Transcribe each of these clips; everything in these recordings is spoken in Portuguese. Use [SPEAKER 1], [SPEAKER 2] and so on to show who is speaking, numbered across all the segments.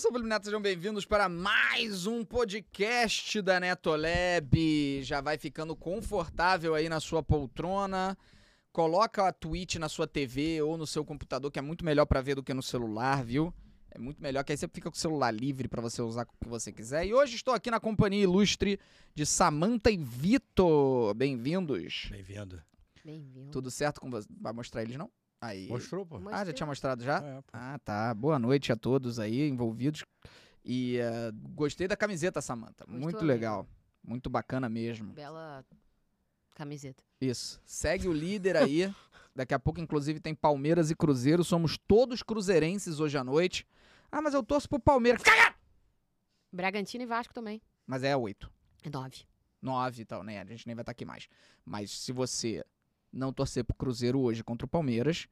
[SPEAKER 1] subliminados, sejam bem-vindos para mais um podcast da Netolab. Já vai ficando confortável aí na sua poltrona. Coloca a Twitch na sua TV ou no seu computador, que é muito melhor para ver do que no celular, viu? É muito melhor, que aí você fica com o celular livre para você usar o que você quiser. E hoje estou aqui na companhia ilustre de Samantha e Vitor. Bem-vindos.
[SPEAKER 2] Bem-vindo.
[SPEAKER 3] Bem-vindo.
[SPEAKER 1] Tudo certo com você? Vai mostrar eles, não? Aí.
[SPEAKER 2] Mostrou, pô.
[SPEAKER 3] Mo-
[SPEAKER 1] Ah, já
[SPEAKER 3] Mostrei.
[SPEAKER 1] tinha mostrado já?
[SPEAKER 2] É, pô.
[SPEAKER 1] Ah, tá. Boa noite a todos aí envolvidos. E eh, gostei da camiseta, Samantha.
[SPEAKER 3] Gostou,
[SPEAKER 1] Muito
[SPEAKER 3] amigo?
[SPEAKER 1] legal. Muito bacana mesmo.
[SPEAKER 3] Bela camiseta.
[SPEAKER 1] Isso. Segue o líder aí. Daqui a pouco, inclusive, tem Palmeiras e Cruzeiro. Somos todos cruzeirenses hoje à noite. Ah, mas eu torço pro Palmeiras. Caga!
[SPEAKER 3] Bragantino e Vasco também.
[SPEAKER 1] Mas é oito.
[SPEAKER 3] É nove.
[SPEAKER 1] Nove e tal, né? A gente nem vai estar aqui mais. Mas se você não torcer pro Cruzeiro hoje contra o Palmeiras,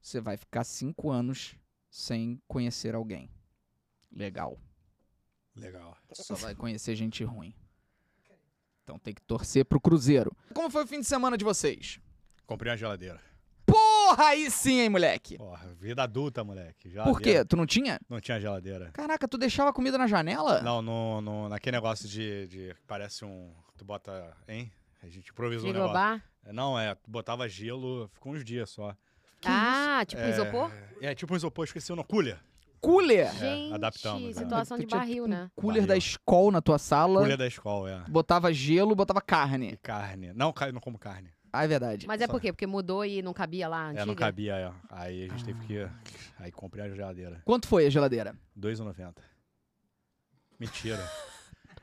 [SPEAKER 1] você vai ficar cinco anos sem conhecer alguém. Legal.
[SPEAKER 2] Legal.
[SPEAKER 1] Só vai conhecer gente ruim. Então tem que torcer pro Cruzeiro. Como foi o fim de semana de vocês?
[SPEAKER 2] Comprei uma geladeira.
[SPEAKER 1] Porra, aí sim, hein, moleque?
[SPEAKER 2] Porra, vida adulta, moleque. Geladeira.
[SPEAKER 1] Por quê? Tu não tinha?
[SPEAKER 2] Não tinha geladeira.
[SPEAKER 1] Caraca, tu deixava a comida na janela?
[SPEAKER 2] Não, no, no- naquele negócio de, de. Parece um. Tu bota. Hein? A gente improvisou um negócio.
[SPEAKER 3] Frigobar.
[SPEAKER 2] Não, é. Tu botava gelo, ficou uns dias só.
[SPEAKER 3] Ah, tipo um
[SPEAKER 2] É,
[SPEAKER 3] isopor?
[SPEAKER 2] É tipo um isopor, esqueci o nome. Cooler.
[SPEAKER 1] Cooler!
[SPEAKER 3] Gente,
[SPEAKER 2] adaptamos, né?
[SPEAKER 3] situação
[SPEAKER 1] Tu
[SPEAKER 3] de
[SPEAKER 1] tinha,
[SPEAKER 3] barril,
[SPEAKER 1] tipo, um
[SPEAKER 3] né?
[SPEAKER 1] Cooler
[SPEAKER 2] Barril.
[SPEAKER 1] da escola na tua sala.
[SPEAKER 2] Cooler da escola, é.
[SPEAKER 1] Botava gelo, botava
[SPEAKER 2] E
[SPEAKER 1] carne.
[SPEAKER 2] carne. Não, ca- não como carne.
[SPEAKER 1] Ah, é verdade.
[SPEAKER 3] Mas é
[SPEAKER 2] Só-
[SPEAKER 3] por quê? Porque mudou e não cabia lá a antiga?
[SPEAKER 2] É, não cabia, é. Aí a gente teve que.
[SPEAKER 1] Ah.
[SPEAKER 2] Aí comprei a geladeira.
[SPEAKER 1] Quanto foi a geladeira?
[SPEAKER 2] 2,90. Mentira.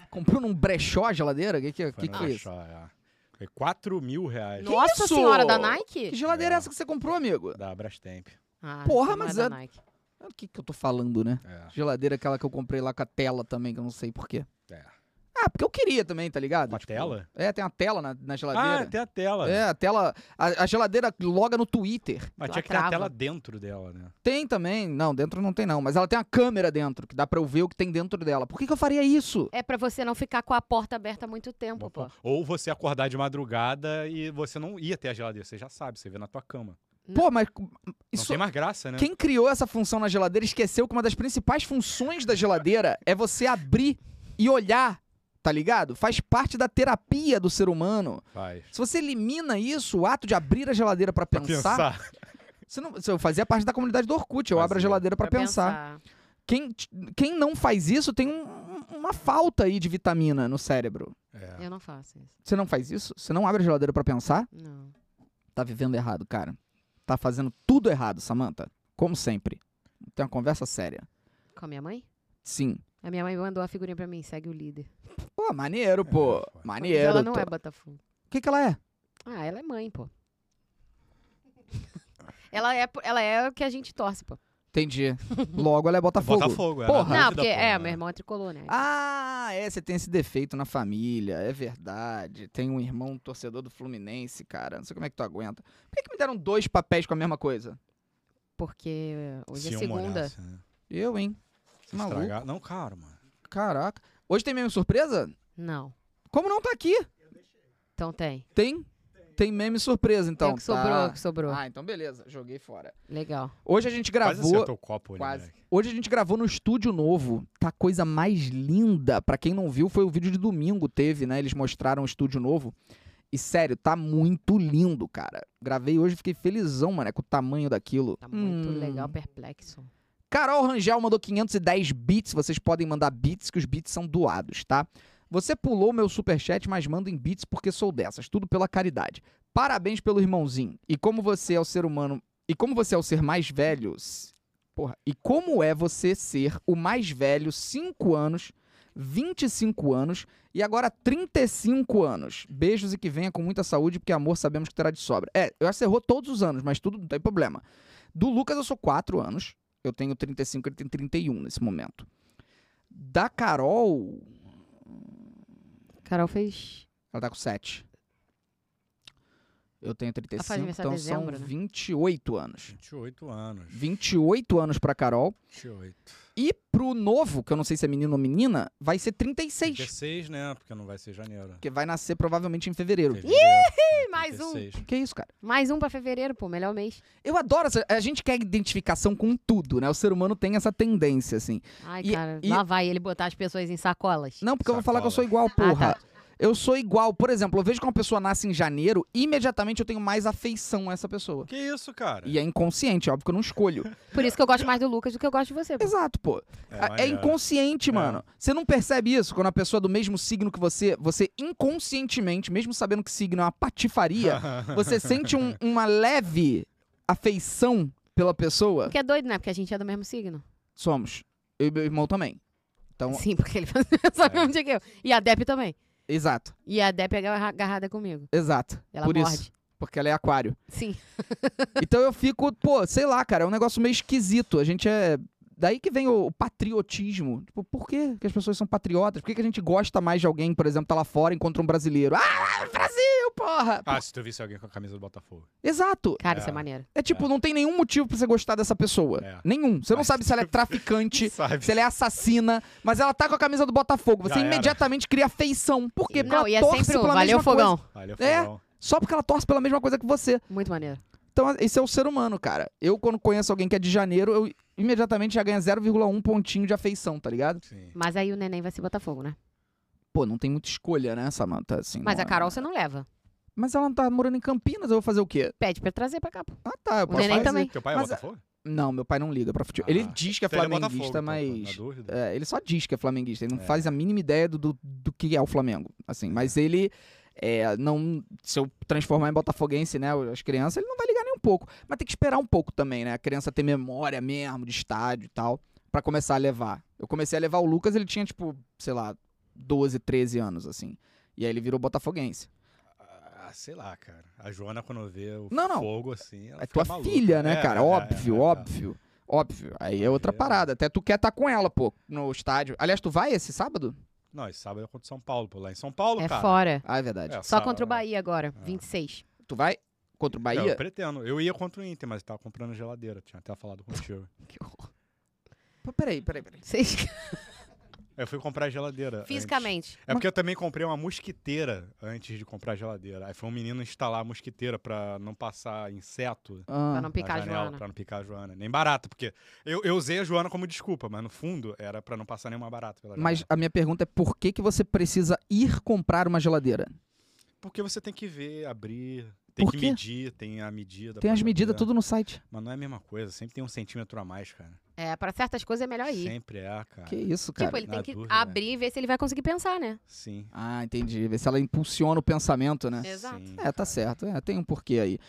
[SPEAKER 1] Comprou num brechó a geladeira? Que que,
[SPEAKER 2] Foi
[SPEAKER 1] que,
[SPEAKER 2] no
[SPEAKER 1] que é isso?
[SPEAKER 2] brechó, é. Foi 4 mil reais
[SPEAKER 3] Nossa
[SPEAKER 1] Que isso?
[SPEAKER 3] senhora da
[SPEAKER 1] Que
[SPEAKER 3] Nike?
[SPEAKER 1] geladeira é
[SPEAKER 2] É.
[SPEAKER 1] essa que você comprou, amigo?
[SPEAKER 2] da Brastemp.
[SPEAKER 3] Ah,
[SPEAKER 1] Porra,
[SPEAKER 3] então não
[SPEAKER 1] mas
[SPEAKER 3] é
[SPEAKER 1] é-
[SPEAKER 3] da Nike.
[SPEAKER 1] O que que eu tô falando, né?
[SPEAKER 2] É.
[SPEAKER 1] Geladeira aquela que eu comprei lá com a tela também, que eu não sei porquê.
[SPEAKER 2] é.
[SPEAKER 1] Ah, porque eu queria também, tá ligado?
[SPEAKER 2] Com a tela?
[SPEAKER 1] É, tem uma tela na, na
[SPEAKER 2] Ah,
[SPEAKER 1] geladeira.
[SPEAKER 2] tem a tela.
[SPEAKER 1] É, a tela. A, a geladeira loga no Twitter.
[SPEAKER 2] Mas
[SPEAKER 3] Ela
[SPEAKER 2] tinha que ter a
[SPEAKER 3] trava.
[SPEAKER 2] tela dentro dela, né?
[SPEAKER 1] Tem também. Não, dentro não tem, não. Mas ela tem uma câmera dentro, que dá pra eu ver o que tem dentro dela. Por que, que eu faria isso?
[SPEAKER 3] É pra você não ficar com a porta aberta muito tempo, pô.
[SPEAKER 2] Ou você acordar de madrugada e você não ia até a geladeira, você já sabe, você vê na tua cama.
[SPEAKER 1] Pô, mas.
[SPEAKER 2] Não
[SPEAKER 1] Isso.
[SPEAKER 2] tem mais graça, né?
[SPEAKER 1] Quem criou essa função na geladeira esqueceu que uma das principais funções da geladeira é você abrir e olhar, tá ligado? Faz parte da terapia do ser humano.
[SPEAKER 2] Faz.
[SPEAKER 1] Se você elimina isso, o ato de abrir a geladeira pra
[SPEAKER 2] Pra
[SPEAKER 1] pensar, Você não, você- eu fazia parte da comunidade do Orkut, eu abro a
[SPEAKER 2] Fazia.
[SPEAKER 1] geladeira pra pensar. Quem, t- quem não faz isso tem um- uma falta aí de vitamina no cérebro.
[SPEAKER 2] É.
[SPEAKER 3] Eu não faço isso.
[SPEAKER 1] Você não faz isso? Você não abre a geladeira pra pensar?
[SPEAKER 3] Não.
[SPEAKER 1] Tá vivendo errado, cara. Tá fazendo tudo errado, Samantha. Como sempre. Tem uma conversa séria.
[SPEAKER 3] Com a minha mãe?
[SPEAKER 1] Sim.
[SPEAKER 3] A minha mãe mandou a figurinha pra mim, segue o líder.
[SPEAKER 1] Pô, maneiro, pô.
[SPEAKER 2] pô.
[SPEAKER 3] Mas
[SPEAKER 1] Maneiro.
[SPEAKER 3] ela não
[SPEAKER 1] tô-
[SPEAKER 3] é Botafogo.
[SPEAKER 1] O que, que ela é?
[SPEAKER 3] Ah, ela é mãe, pô. ela, é, ela é o que a gente torce, pô.
[SPEAKER 1] Entendi. Logo ela é Botafogo.
[SPEAKER 2] Botafogo, é.
[SPEAKER 1] Porra.
[SPEAKER 3] Não,
[SPEAKER 2] Rápido,
[SPEAKER 3] porque é,
[SPEAKER 2] porra.
[SPEAKER 3] meu irmão é tricolor, né?
[SPEAKER 1] Ah, é, você tem esse defeito na família, é verdade. Tem um irmão torcedor do Fluminense, cara. Não sei como é que tu aguenta. Por que, que me deram dois papéis com a mesma coisa?
[SPEAKER 3] Porque hoje
[SPEAKER 2] Se
[SPEAKER 3] é
[SPEAKER 2] um
[SPEAKER 3] segunda.
[SPEAKER 2] olhasse, né?
[SPEAKER 1] Eu, hein?
[SPEAKER 2] Se
[SPEAKER 1] Maluco.
[SPEAKER 2] estragar- Não, cara, mano.
[SPEAKER 1] Caraca. Hoje tem meme surpresa?
[SPEAKER 3] Não.
[SPEAKER 1] Como não tá aqui?
[SPEAKER 3] Então tem.
[SPEAKER 1] Tem? Tem meme surpresa, então.
[SPEAKER 3] é o que
[SPEAKER 1] tá.
[SPEAKER 3] sobrou, é o que sobrou.
[SPEAKER 1] Ah, então beleza. Joguei fora.
[SPEAKER 3] Legal.
[SPEAKER 1] Hoje a gente
[SPEAKER 2] Quase
[SPEAKER 1] gravou.
[SPEAKER 2] acertou o copo ali,
[SPEAKER 1] Quase.
[SPEAKER 2] moleque.
[SPEAKER 1] Hoje a gente gravou no estúdio novo. Tá a coisa mais linda. Pra quem não viu, foi o vídeo de domingo teve, né? Eles mostraram o estúdio novo. E sério, tá muito lindo, cara. Gravei hoje, fiquei felizão, mano, com o tamanho daquilo.
[SPEAKER 3] Tá muito
[SPEAKER 1] Hum.
[SPEAKER 3] legal, perplexo.
[SPEAKER 1] Carol Rangel mandou 510 bits. Vocês podem mandar bits, que os bits são doados, tá? Você pulou meu superchat, mas manda em bits porque sou dessas. Tudo pela caridade. Parabéns pelo irmãozinho. E como você é o ser humano. E como você é o ser mais velho. s- Porra. E como é você ser o mais velho 5 anos, 25 anos e agora 35 anos? Beijos e que venha com muita saúde, porque amor sabemos que terá de sobra. É, eu acho que você errou todos os anos, mas tudo não tem problema. Do Lucas eu sou 4 anos. Eu tenho 35, ele tem 31 nesse momento. Da Carol,
[SPEAKER 3] Carol fez.
[SPEAKER 1] ela tá com 7. Eu tenho 35, então
[SPEAKER 3] aniversário em dezembro,
[SPEAKER 1] são
[SPEAKER 3] né?
[SPEAKER 1] 28 anos.
[SPEAKER 2] 28 anos.
[SPEAKER 1] 28 anos pra Carol.
[SPEAKER 2] 28.
[SPEAKER 1] E pro novo, que eu não sei se é menino ou menina, vai ser 36.
[SPEAKER 2] 16, né? Porque não vai ser janeiro.
[SPEAKER 1] Porque vai nascer provavelmente em fevereiro.
[SPEAKER 2] Ih,
[SPEAKER 3] mais um.
[SPEAKER 1] Que isso, cara?
[SPEAKER 3] Mais um pra fevereiro, pô, melhor mês.
[SPEAKER 1] Eu adoro essa. A gente quer identificação com tudo, né? O ser humano tem essa tendência, assim.
[SPEAKER 3] Ai,
[SPEAKER 1] E-
[SPEAKER 3] cara,
[SPEAKER 1] e-
[SPEAKER 3] lá vai ele botar as pessoas em sacolas.
[SPEAKER 1] Não, porque eu vou falar que eu sou
[SPEAKER 2] Sacola.
[SPEAKER 1] igual, porra.
[SPEAKER 3] Ah, tá.
[SPEAKER 1] Eu sou igual. Por exemplo, eu vejo que uma pessoa nasce em janeiro, imediatamente eu tenho mais afeição a essa pessoa.
[SPEAKER 2] Que isso, cara?
[SPEAKER 1] E é inconsciente, óbvio que eu não escolho.
[SPEAKER 3] Por isso que eu gosto mais do Lucas do que eu gosto de você. pô.
[SPEAKER 1] Exato, pô. É,
[SPEAKER 2] maneiro.
[SPEAKER 1] inconsciente,
[SPEAKER 2] É.
[SPEAKER 1] mano. Você não percebe isso quando a pessoa é do mesmo signo que você, você inconscientemente, mesmo sabendo que signo é uma patifaria, você sente um- uma leve afeição pela pessoa.
[SPEAKER 3] O que é doido, né? Porque a gente é do mesmo signo.
[SPEAKER 1] Somos. Eu e meu irmão também. Então,
[SPEAKER 3] Sim, porque ele faz só o
[SPEAKER 2] É.
[SPEAKER 3] mesmo dia que eu. E a Dep também.
[SPEAKER 1] exato,
[SPEAKER 3] E a Dep é agarrada comigo.
[SPEAKER 1] exato.
[SPEAKER 3] Ela
[SPEAKER 1] Por
[SPEAKER 3] morde.
[SPEAKER 1] isso. Porque ela é aquário.
[SPEAKER 3] Sim.
[SPEAKER 1] Então eu fico, pô, sei lá, cara, é um negócio meio esquisito. A gente é. Daí que vem o, o patriotismo. Tipo, por que que as pessoas são patriotas? Por que, que a gente gosta mais de alguém, por exemplo, tá lá fora e encontra um brasileiro? Ah, Brasil, porra!
[SPEAKER 2] Ah, se tu visse alguém com a camisa do Botafogo.
[SPEAKER 1] Exato.
[SPEAKER 3] Cara, isso é
[SPEAKER 2] É.
[SPEAKER 3] maneiro.
[SPEAKER 1] É tipo, não tem nenhum motivo pra você gostar dessa pessoa.
[SPEAKER 2] É.
[SPEAKER 1] Nenhum. Você não
[SPEAKER 2] Mas-
[SPEAKER 1] sabe se ela é traficante,
[SPEAKER 2] Sabe?
[SPEAKER 1] se ela é assassina, mas ela tá com a camisa do Botafogo. Você
[SPEAKER 2] Já era.
[SPEAKER 1] imediatamente cria afeição. Por quê? Porque
[SPEAKER 3] Não,
[SPEAKER 1] ela
[SPEAKER 3] e é
[SPEAKER 1] torce
[SPEAKER 3] sempre um.
[SPEAKER 1] pela
[SPEAKER 3] Valeu,
[SPEAKER 1] mesma coisa.
[SPEAKER 3] fogão.
[SPEAKER 2] Olha,
[SPEAKER 1] É.
[SPEAKER 2] fogão.
[SPEAKER 1] Só porque ela torce pela mesma coisa que você.
[SPEAKER 3] Muito maneiro.
[SPEAKER 1] Então, esse é o ser humano, cara. Eu, quando conheço alguém que é de janeiro, eu imediatamente já ganho 0,1 pontinho de afeição, tá ligado?
[SPEAKER 2] Sim.
[SPEAKER 3] Mas aí o neném vai ser Botafogo, né? Pô,
[SPEAKER 1] Pô, não tem muita escolha, né, Samanta? Assim,
[SPEAKER 3] Mas
[SPEAKER 1] não
[SPEAKER 3] a
[SPEAKER 1] é-
[SPEAKER 3] Carol você não leva.
[SPEAKER 1] Mas ela não tá morando em Campinas, eu vou fazer o quê?
[SPEAKER 3] Pede pra trazer pra cá, pô.
[SPEAKER 1] Ah, tá. Eu
[SPEAKER 3] O
[SPEAKER 1] posso
[SPEAKER 3] neném
[SPEAKER 1] fazer.
[SPEAKER 3] também.
[SPEAKER 2] Teu pai é
[SPEAKER 1] Mas-
[SPEAKER 2] Botafogo?
[SPEAKER 1] Não, meu pai não liga pra futebol.
[SPEAKER 2] Ah.
[SPEAKER 1] ele diz que é
[SPEAKER 2] Então ele Botafogo,
[SPEAKER 1] flamenguista,
[SPEAKER 2] então,
[SPEAKER 1] mas.
[SPEAKER 2] Na dúvida.
[SPEAKER 1] É, ele só diz que é flamenguista, ele não
[SPEAKER 2] É.
[SPEAKER 1] faz a mínima ideia do, do, do que é o Flamengo, assim. Mas ele, é, não, se eu transformar em botafoguense, né, as crianças, ele não vai ligar nem um pouco. Mas tem que esperar um pouco também, né, a criança ter memória mesmo de estádio e tal, pra começar a levar. Eu comecei a levar o Lucas, ele tinha, tipo, sei lá, 12, 13 anos, assim. E aí ele virou botafoguense.
[SPEAKER 2] Ah, sei lá, cara. A Joana, quando vê o
[SPEAKER 1] Não, não.
[SPEAKER 2] fogo assim, ela
[SPEAKER 1] É
[SPEAKER 2] fica
[SPEAKER 1] tua
[SPEAKER 2] maluca.
[SPEAKER 1] filha, né,
[SPEAKER 2] É,
[SPEAKER 1] cara?
[SPEAKER 2] é, é,
[SPEAKER 1] óbvio,
[SPEAKER 2] é, é.
[SPEAKER 1] óbvio. Óbvio. Aí é outra
[SPEAKER 2] É.
[SPEAKER 1] parada. Até tu quer estar com ela, pô, no estádio. Aliás, tu vai esse sábado?
[SPEAKER 2] Não, esse sábado é contra o São Paulo, pô. Lá em São Paulo,
[SPEAKER 3] É
[SPEAKER 2] cara.
[SPEAKER 3] fora.
[SPEAKER 1] Ah, é verdade.
[SPEAKER 2] É,
[SPEAKER 3] Só
[SPEAKER 2] sábado,
[SPEAKER 3] contra o
[SPEAKER 2] é.
[SPEAKER 3] Bahia agora,
[SPEAKER 2] Ah.
[SPEAKER 3] 26.
[SPEAKER 1] Tu vai contra o
[SPEAKER 2] É,
[SPEAKER 1] Bahia?
[SPEAKER 2] eu pretendo. Eu ia contra o Inter, mas tava comprando geladeira. Tinha até falado contigo.
[SPEAKER 3] Que horror.
[SPEAKER 1] Pô, Peraí, peraí, peraí.
[SPEAKER 3] Vocês-
[SPEAKER 2] Eu fui comprar geladeira. antes.
[SPEAKER 3] Fisicamente.
[SPEAKER 2] É porque eu também comprei uma mosquiteira antes de comprar geladeira. Aí foi um menino instalar a mosquiteira pra não passar inseto
[SPEAKER 3] Pra
[SPEAKER 1] Ah,
[SPEAKER 3] não
[SPEAKER 2] na
[SPEAKER 3] picar a
[SPEAKER 2] janela,
[SPEAKER 3] Joana.
[SPEAKER 2] pra não picar a Joana. Nem barata, porque eu, eu usei a Joana como desculpa, mas no fundo era pra não passar nenhuma barata pela
[SPEAKER 1] mas
[SPEAKER 2] janela.
[SPEAKER 1] a minha pergunta é por que, que você precisa ir comprar uma geladeira?
[SPEAKER 2] Porque você tem que ver, abrir, tem
[SPEAKER 1] Por
[SPEAKER 2] que
[SPEAKER 1] quê?
[SPEAKER 2] medir, tem a medida.
[SPEAKER 1] Tem
[SPEAKER 2] pra
[SPEAKER 1] as medidas
[SPEAKER 2] fazer.
[SPEAKER 1] tudo no site.
[SPEAKER 2] Mas não é a mesma coisa, sempre tem um centímetro a mais, cara.
[SPEAKER 3] É, pra certas coisas é melhor ir.
[SPEAKER 2] Sempre é, cara.
[SPEAKER 1] Tá Que isso, cara.
[SPEAKER 3] Tipo, ele tem
[SPEAKER 2] na
[SPEAKER 3] que
[SPEAKER 2] dúvida, né?
[SPEAKER 3] abrir e ver se ele vai conseguir pensar, né?
[SPEAKER 2] Sim.
[SPEAKER 1] Ah, entendi. Ver se ela impulsiona o pensamento, né?
[SPEAKER 3] Exato.
[SPEAKER 2] sim,
[SPEAKER 1] É, tá
[SPEAKER 2] cara.
[SPEAKER 1] certo. É, tem um porquê aí.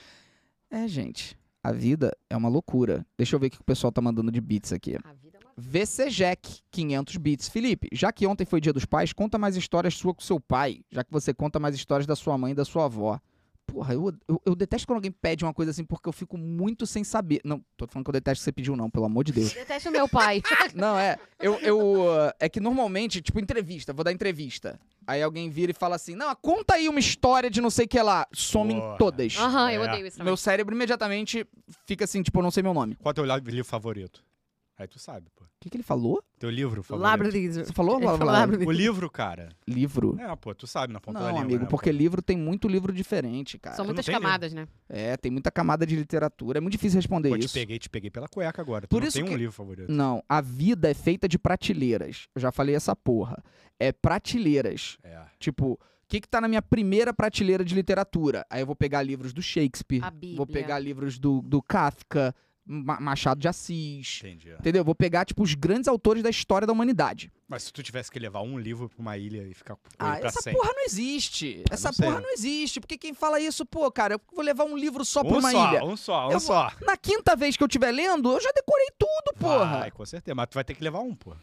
[SPEAKER 1] É, gente. A vida é uma loucura. Deixa eu ver o que o pessoal tá mandando de bits aqui.
[SPEAKER 3] A vida é uma...
[SPEAKER 1] VCJEC, 500 bits. Felipe, já que ontem foi dia dos pais, conta mais histórias sua com seu pai, já que você conta mais histórias da sua mãe e da sua avó. Porra, eu, eu, eu detesto quando alguém pede uma coisa assim porque eu fico muito sem saber. Não, tô falando que eu detesto que você pediu, não, pelo amor de Deus.
[SPEAKER 3] Detesto o meu pai.
[SPEAKER 1] não, é. Eu, eu. uh, É que normalmente, tipo, entrevista, vou dar entrevista. Aí alguém vira e fala assim: não, conta aí uma história de não sei o que lá. Somem
[SPEAKER 2] Porra.
[SPEAKER 1] todas.
[SPEAKER 3] Aham, eu
[SPEAKER 2] É.
[SPEAKER 3] odeio isso Ah, também.
[SPEAKER 1] Meu cérebro imediatamente fica assim, tipo, eu não sei meu nome.
[SPEAKER 2] Qual é o teu livro favorito? Aí tu sabe, pô.
[SPEAKER 1] O que, que ele falou?
[SPEAKER 2] Teu livro favorito.
[SPEAKER 3] Labrador.
[SPEAKER 1] Você falou?
[SPEAKER 3] Ele falou Labrador.
[SPEAKER 2] O livro, cara.
[SPEAKER 1] Livro.
[SPEAKER 2] É, pô, tu sabe na ponta
[SPEAKER 1] Não,
[SPEAKER 2] da língua.
[SPEAKER 1] amigo,
[SPEAKER 2] né,
[SPEAKER 1] porque
[SPEAKER 2] pô?
[SPEAKER 1] livro tem muito livro diferente, cara.
[SPEAKER 3] São
[SPEAKER 2] Tu
[SPEAKER 3] muitas
[SPEAKER 2] não tem livro.
[SPEAKER 3] camadas, né?
[SPEAKER 1] É, tem muita camada de literatura. É muito difícil responder
[SPEAKER 2] Pô, te
[SPEAKER 1] isso.
[SPEAKER 2] peguei, te peguei pela cueca agora.
[SPEAKER 1] Por
[SPEAKER 2] tu
[SPEAKER 1] isso
[SPEAKER 2] não tem
[SPEAKER 1] que-
[SPEAKER 2] um livro favorito.
[SPEAKER 1] Não, a vida é feita de prateleiras. Eu já falei essa porra. É prateleiras.
[SPEAKER 2] É.
[SPEAKER 1] Tipo, o que que tá na minha primeira prateleira de literatura? Aí eu vou pegar livros do Shakespeare.
[SPEAKER 3] A Bíblia.
[SPEAKER 1] Vou pegar livros do, do Kafka, Ma- Machado de Assis.
[SPEAKER 2] Entendi.
[SPEAKER 1] Entendeu? Vou pegar, tipo, os grandes autores da história da humanidade.
[SPEAKER 2] Mas se tu tivesse que levar um livro pra uma ilha e ficar com ele
[SPEAKER 1] Ah,
[SPEAKER 2] pra
[SPEAKER 1] essa
[SPEAKER 2] sempre.
[SPEAKER 1] porra não existe. Essa
[SPEAKER 2] sei,
[SPEAKER 1] porra
[SPEAKER 2] né?
[SPEAKER 1] não existe. Porque quem fala isso, pô, cara, eu vou levar um livro só pra
[SPEAKER 2] um
[SPEAKER 1] uma
[SPEAKER 2] só,
[SPEAKER 1] ilha.
[SPEAKER 2] um só, um
[SPEAKER 1] Eu vou-
[SPEAKER 2] só.
[SPEAKER 1] Na quinta vez que eu estiver lendo, eu já decorei tudo, porra.
[SPEAKER 2] Vai, com certeza. Mas tu vai ter que levar um, pô.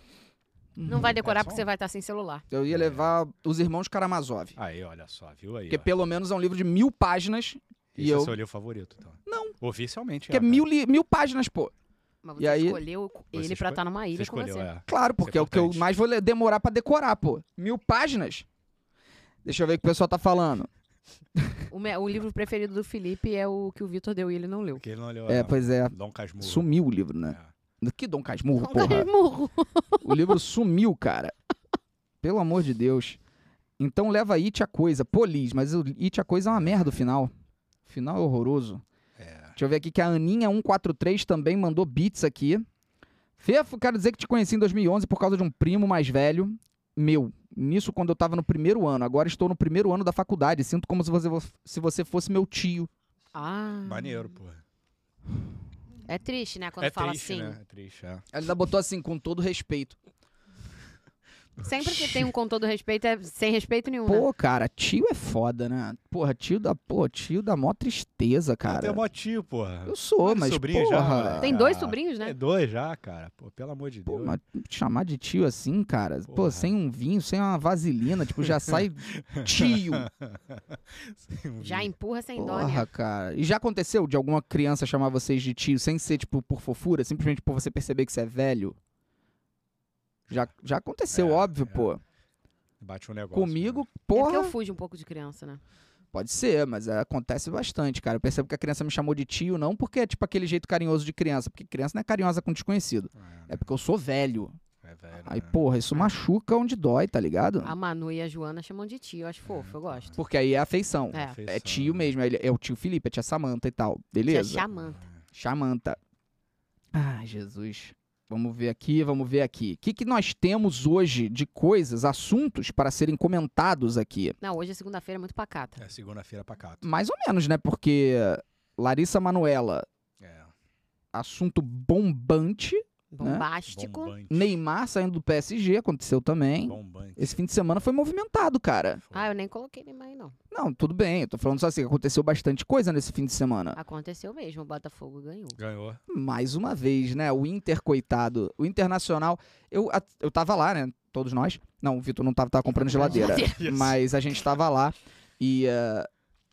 [SPEAKER 3] Não vai decorar
[SPEAKER 2] É,
[SPEAKER 3] porque
[SPEAKER 2] só
[SPEAKER 3] você
[SPEAKER 2] um.
[SPEAKER 3] vai estar sem celular.
[SPEAKER 1] Eu ia levar Os Irmãos Karamazov.
[SPEAKER 2] Aí, olha só, viu aí?
[SPEAKER 1] Porque
[SPEAKER 2] ó.
[SPEAKER 1] pelo menos é um livro de mil páginas. e
[SPEAKER 2] Esse é
[SPEAKER 1] eu-
[SPEAKER 2] o seu livro favorito, então.
[SPEAKER 1] Não.
[SPEAKER 2] Oficialmente,
[SPEAKER 1] Que é
[SPEAKER 2] cara.
[SPEAKER 1] mil, li- mil páginas, pô.
[SPEAKER 3] Mas
[SPEAKER 1] E
[SPEAKER 3] você
[SPEAKER 1] aí-
[SPEAKER 3] escolheu ele pra
[SPEAKER 2] escolhe-
[SPEAKER 3] estar numa
[SPEAKER 2] Você
[SPEAKER 3] ilha assim? com
[SPEAKER 2] escolheu,
[SPEAKER 3] você.
[SPEAKER 2] é.
[SPEAKER 1] Claro, porque é, o que eu
[SPEAKER 2] importante.
[SPEAKER 1] mais vou le- demorar pra decorar, pô. Mil páginas. Deixa eu ver o que o pessoal tá falando.
[SPEAKER 3] O, me- o livro preferido do Felipe é o que o Vitor deu e ele não leu.
[SPEAKER 2] Porque ele não olhou.
[SPEAKER 1] É, pois é.
[SPEAKER 2] Dom Casmurro.
[SPEAKER 1] Sumiu o livro, né?
[SPEAKER 2] É.
[SPEAKER 1] Que Dom Casmurro,
[SPEAKER 3] Não
[SPEAKER 1] porra.
[SPEAKER 3] murro.
[SPEAKER 1] O livro sumiu, cara. Pelo amor de Deus. Então leva It a coisa. Polis, mas o It a coisa é uma merda o final. O final é horroroso.
[SPEAKER 2] É.
[SPEAKER 1] Deixa eu ver aqui que a Aninha143 também mandou beats aqui. Fefo, quero dizer que te conheci em 2011 por causa de um primo mais velho meu. Nisso quando eu tava no primeiro ano. Agora estou no primeiro ano da faculdade. Sinto como se você, se você fosse meu tio.
[SPEAKER 3] Ah.
[SPEAKER 2] Maneiro, porra.
[SPEAKER 3] É triste, né? Quando
[SPEAKER 2] é
[SPEAKER 3] fala
[SPEAKER 2] triste,
[SPEAKER 3] assim.
[SPEAKER 2] né? É triste, é.
[SPEAKER 1] Ela ainda botou assim, com todo respeito.
[SPEAKER 3] Sempre que tem um com todo respeito, é sem respeito nenhum. né?
[SPEAKER 1] Pô, cara, tio é foda, né? Porra, tio da, pô, tio dá mó tristeza,
[SPEAKER 2] Eu
[SPEAKER 1] cara.
[SPEAKER 2] tenho mó tio, porra.
[SPEAKER 1] Eu sou,
[SPEAKER 2] Olha,
[SPEAKER 1] mas
[SPEAKER 2] sobrinho
[SPEAKER 1] porra.
[SPEAKER 2] já.
[SPEAKER 1] Tem...
[SPEAKER 3] Tem dois sobrinhos,
[SPEAKER 2] É
[SPEAKER 3] né?
[SPEAKER 2] dois já, cara. Pô, pelo amor de
[SPEAKER 1] Pô,
[SPEAKER 2] Deus.
[SPEAKER 1] mas chamar de tio assim, cara, pô,
[SPEAKER 2] Porra.
[SPEAKER 1] sem um vinho, sem uma vaselina, tipo, já sai tio.
[SPEAKER 2] Sem um
[SPEAKER 3] Já
[SPEAKER 2] vídeo.
[SPEAKER 3] empurra sem dó, né?
[SPEAKER 1] É Porra, cara. E já aconteceu de alguma criança chamar vocês de tio sem ser, tipo, por fofura, simplesmente por você perceber que você é velho? Já, já aconteceu,
[SPEAKER 2] É,
[SPEAKER 1] óbvio,
[SPEAKER 2] é.
[SPEAKER 1] pô.
[SPEAKER 2] Bate um negócio.
[SPEAKER 1] Comigo,
[SPEAKER 3] É porque
[SPEAKER 1] porra.
[SPEAKER 3] eu fujo um pouco de criança, né?
[SPEAKER 1] Pode ser, mas é, acontece bastante, cara. Eu percebo que a criança me chamou de tio, não porque é tipo aquele jeito carinhoso de criança, porque criança não é carinhosa com desconhecido.
[SPEAKER 2] né?
[SPEAKER 1] É porque eu sou velho.
[SPEAKER 2] É, é velho.
[SPEAKER 1] Aí,
[SPEAKER 2] né?
[SPEAKER 1] porra,
[SPEAKER 3] É.
[SPEAKER 1] isso machuca onde dói, tá ligado?
[SPEAKER 3] A Manu e a Joana chamam de tio. Eu acho fofo, eu gosto.
[SPEAKER 1] Porque aí é afeição.
[SPEAKER 3] É.
[SPEAKER 2] Afeição,
[SPEAKER 1] É tio
[SPEAKER 2] né?
[SPEAKER 1] mesmo, é ele- é o tio Felipe, é tia Samanta e tal. Beleza?
[SPEAKER 3] Tia Chamanta.
[SPEAKER 1] Chamanta. Ah, Jesus. Vamos ver aqui, vamos ver aqui. O que, que nós temos hoje de coisas, assuntos para serem comentados aqui?
[SPEAKER 3] Não, hoje é segunda-feira, é muito pacata.
[SPEAKER 2] É segunda-feira pacato.
[SPEAKER 1] Mais ou menos, né? Porque Larissa Manuela,
[SPEAKER 2] É.
[SPEAKER 1] assunto bombante.
[SPEAKER 3] Bombástico.
[SPEAKER 2] Bombante.
[SPEAKER 1] Neymar saindo do PSG, aconteceu também.
[SPEAKER 2] Bombante.
[SPEAKER 1] Esse fim de semana foi movimentado, cara.
[SPEAKER 2] Foi.
[SPEAKER 3] Ah, eu nem coloquei nem mais, não.
[SPEAKER 1] Não, tudo bem, eu tô falando só assim, aconteceu bastante coisa nesse fim de semana.
[SPEAKER 3] Aconteceu mesmo, o Botafogo ganhou.
[SPEAKER 2] Ganhou.
[SPEAKER 1] mais uma vez, né? O Inter, coitado. O Internacional. Eu, a- eu tava lá, né? Todos nós. Não, o Vitor não tava, tava comprando
[SPEAKER 3] comprando
[SPEAKER 1] geladeira.
[SPEAKER 2] geladeira.
[SPEAKER 1] Mas a gente tava lá. E eh,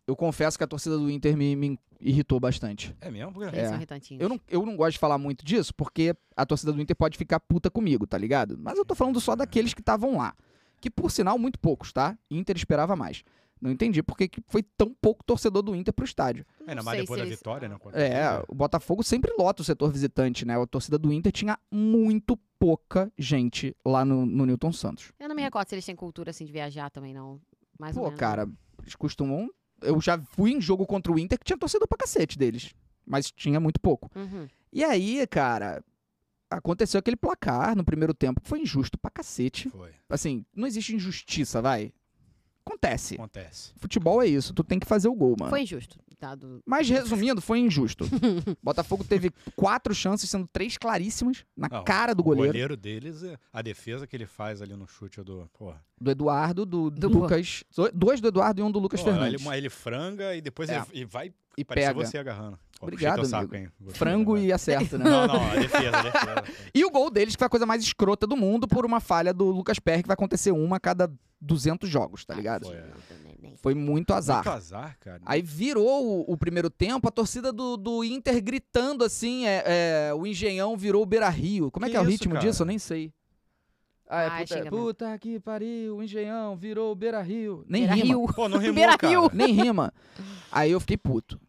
[SPEAKER 1] eu confesso que a torcida do Inter me, me irritou bastante.
[SPEAKER 2] É mesmo? Porque...
[SPEAKER 3] Eles
[SPEAKER 1] É.
[SPEAKER 3] são irritantinhos.
[SPEAKER 1] Eu não, eu não gosto de falar muito disso, porque a torcida do Inter pode ficar puta comigo, tá ligado? Mas eu tô falando só daqueles que estavam lá. Que, por sinal, muito poucos, tá? Inter esperava mais. Não entendi por que que foi tão pouco torcedor do Inter pro estádio.
[SPEAKER 3] Não
[SPEAKER 2] Ainda mais
[SPEAKER 3] sei
[SPEAKER 2] depois
[SPEAKER 3] se
[SPEAKER 2] da
[SPEAKER 3] eles-
[SPEAKER 2] vitória,
[SPEAKER 3] Ah.
[SPEAKER 2] né? Contra o
[SPEAKER 1] É,
[SPEAKER 2] Tigre.
[SPEAKER 1] o Botafogo sempre lota o setor visitante, né? A torcida do Inter tinha muito pouca gente lá no, no Newton Santos.
[SPEAKER 3] Eu não me recordo se eles têm cultura assim de viajar também, não. Mais ou
[SPEAKER 1] Pô,
[SPEAKER 3] menos.
[SPEAKER 1] cara, eles costumam. Eu já fui em jogo contra o Inter que tinha torcedor pra cacete deles. Mas tinha muito pouco.
[SPEAKER 3] Uhum.
[SPEAKER 1] E aí, cara, aconteceu aquele placar no primeiro tempo que foi injusto pra cacete.
[SPEAKER 2] Foi.
[SPEAKER 1] Assim, não existe injustiça, vai. Acontece.
[SPEAKER 2] Acontece.
[SPEAKER 1] Futebol é isso, tu tem que fazer o gol, mano.
[SPEAKER 3] Foi injusto, tá, dado.
[SPEAKER 1] Mas resumindo, foi injusto. Botafogo teve quatro chances, sendo três claríssimas na
[SPEAKER 2] Não,
[SPEAKER 1] cara do
[SPEAKER 2] O
[SPEAKER 1] goleiro.
[SPEAKER 2] goleiro deles, é- a defesa que ele faz ali no chute do. Porra.
[SPEAKER 1] Do Eduardo, do,
[SPEAKER 3] Do-
[SPEAKER 1] Lucas. Dois do Eduardo e um do Lucas
[SPEAKER 2] Pô,
[SPEAKER 1] Fernandes.
[SPEAKER 2] Ele, ele franga e depois
[SPEAKER 1] É.
[SPEAKER 2] ele, ele vai.
[SPEAKER 1] E
[SPEAKER 2] Parece
[SPEAKER 1] pega
[SPEAKER 2] você agarrando. Pô, puxei
[SPEAKER 1] Obrigado,
[SPEAKER 2] teu saco,
[SPEAKER 1] amigo.
[SPEAKER 2] hein? Gostei,
[SPEAKER 1] frango
[SPEAKER 2] né?
[SPEAKER 1] e acerta, né?
[SPEAKER 2] Não, não, a defesa, a defesa.
[SPEAKER 1] E o gol deles, que foi a coisa mais escrota do mundo, por uma falha do Lucas Perry, que vai acontecer uma a cada 200 jogos, tá ligado?
[SPEAKER 2] Foi, é.
[SPEAKER 1] Foi muito azar.
[SPEAKER 2] Muito azar, cara.
[SPEAKER 1] Aí virou o, o primeiro tempo, a torcida do, do Inter gritando assim, é, é, o Engenhão virou o Beira Rio. Como é que,
[SPEAKER 2] Que
[SPEAKER 1] é o
[SPEAKER 2] isso,
[SPEAKER 1] ritmo
[SPEAKER 2] cara?
[SPEAKER 1] disso? Eu nem sei. Ah, é
[SPEAKER 3] Ah,
[SPEAKER 1] puta,
[SPEAKER 3] xingamento.
[SPEAKER 1] puta que pariu, o Engenhão virou o Beira Rio. Nem
[SPEAKER 3] Era
[SPEAKER 1] rima.
[SPEAKER 3] Rio.
[SPEAKER 2] Pô, não rimou,
[SPEAKER 3] Beira
[SPEAKER 2] cara.
[SPEAKER 3] Rio.
[SPEAKER 1] Nem rima. Aí eu fiquei puto.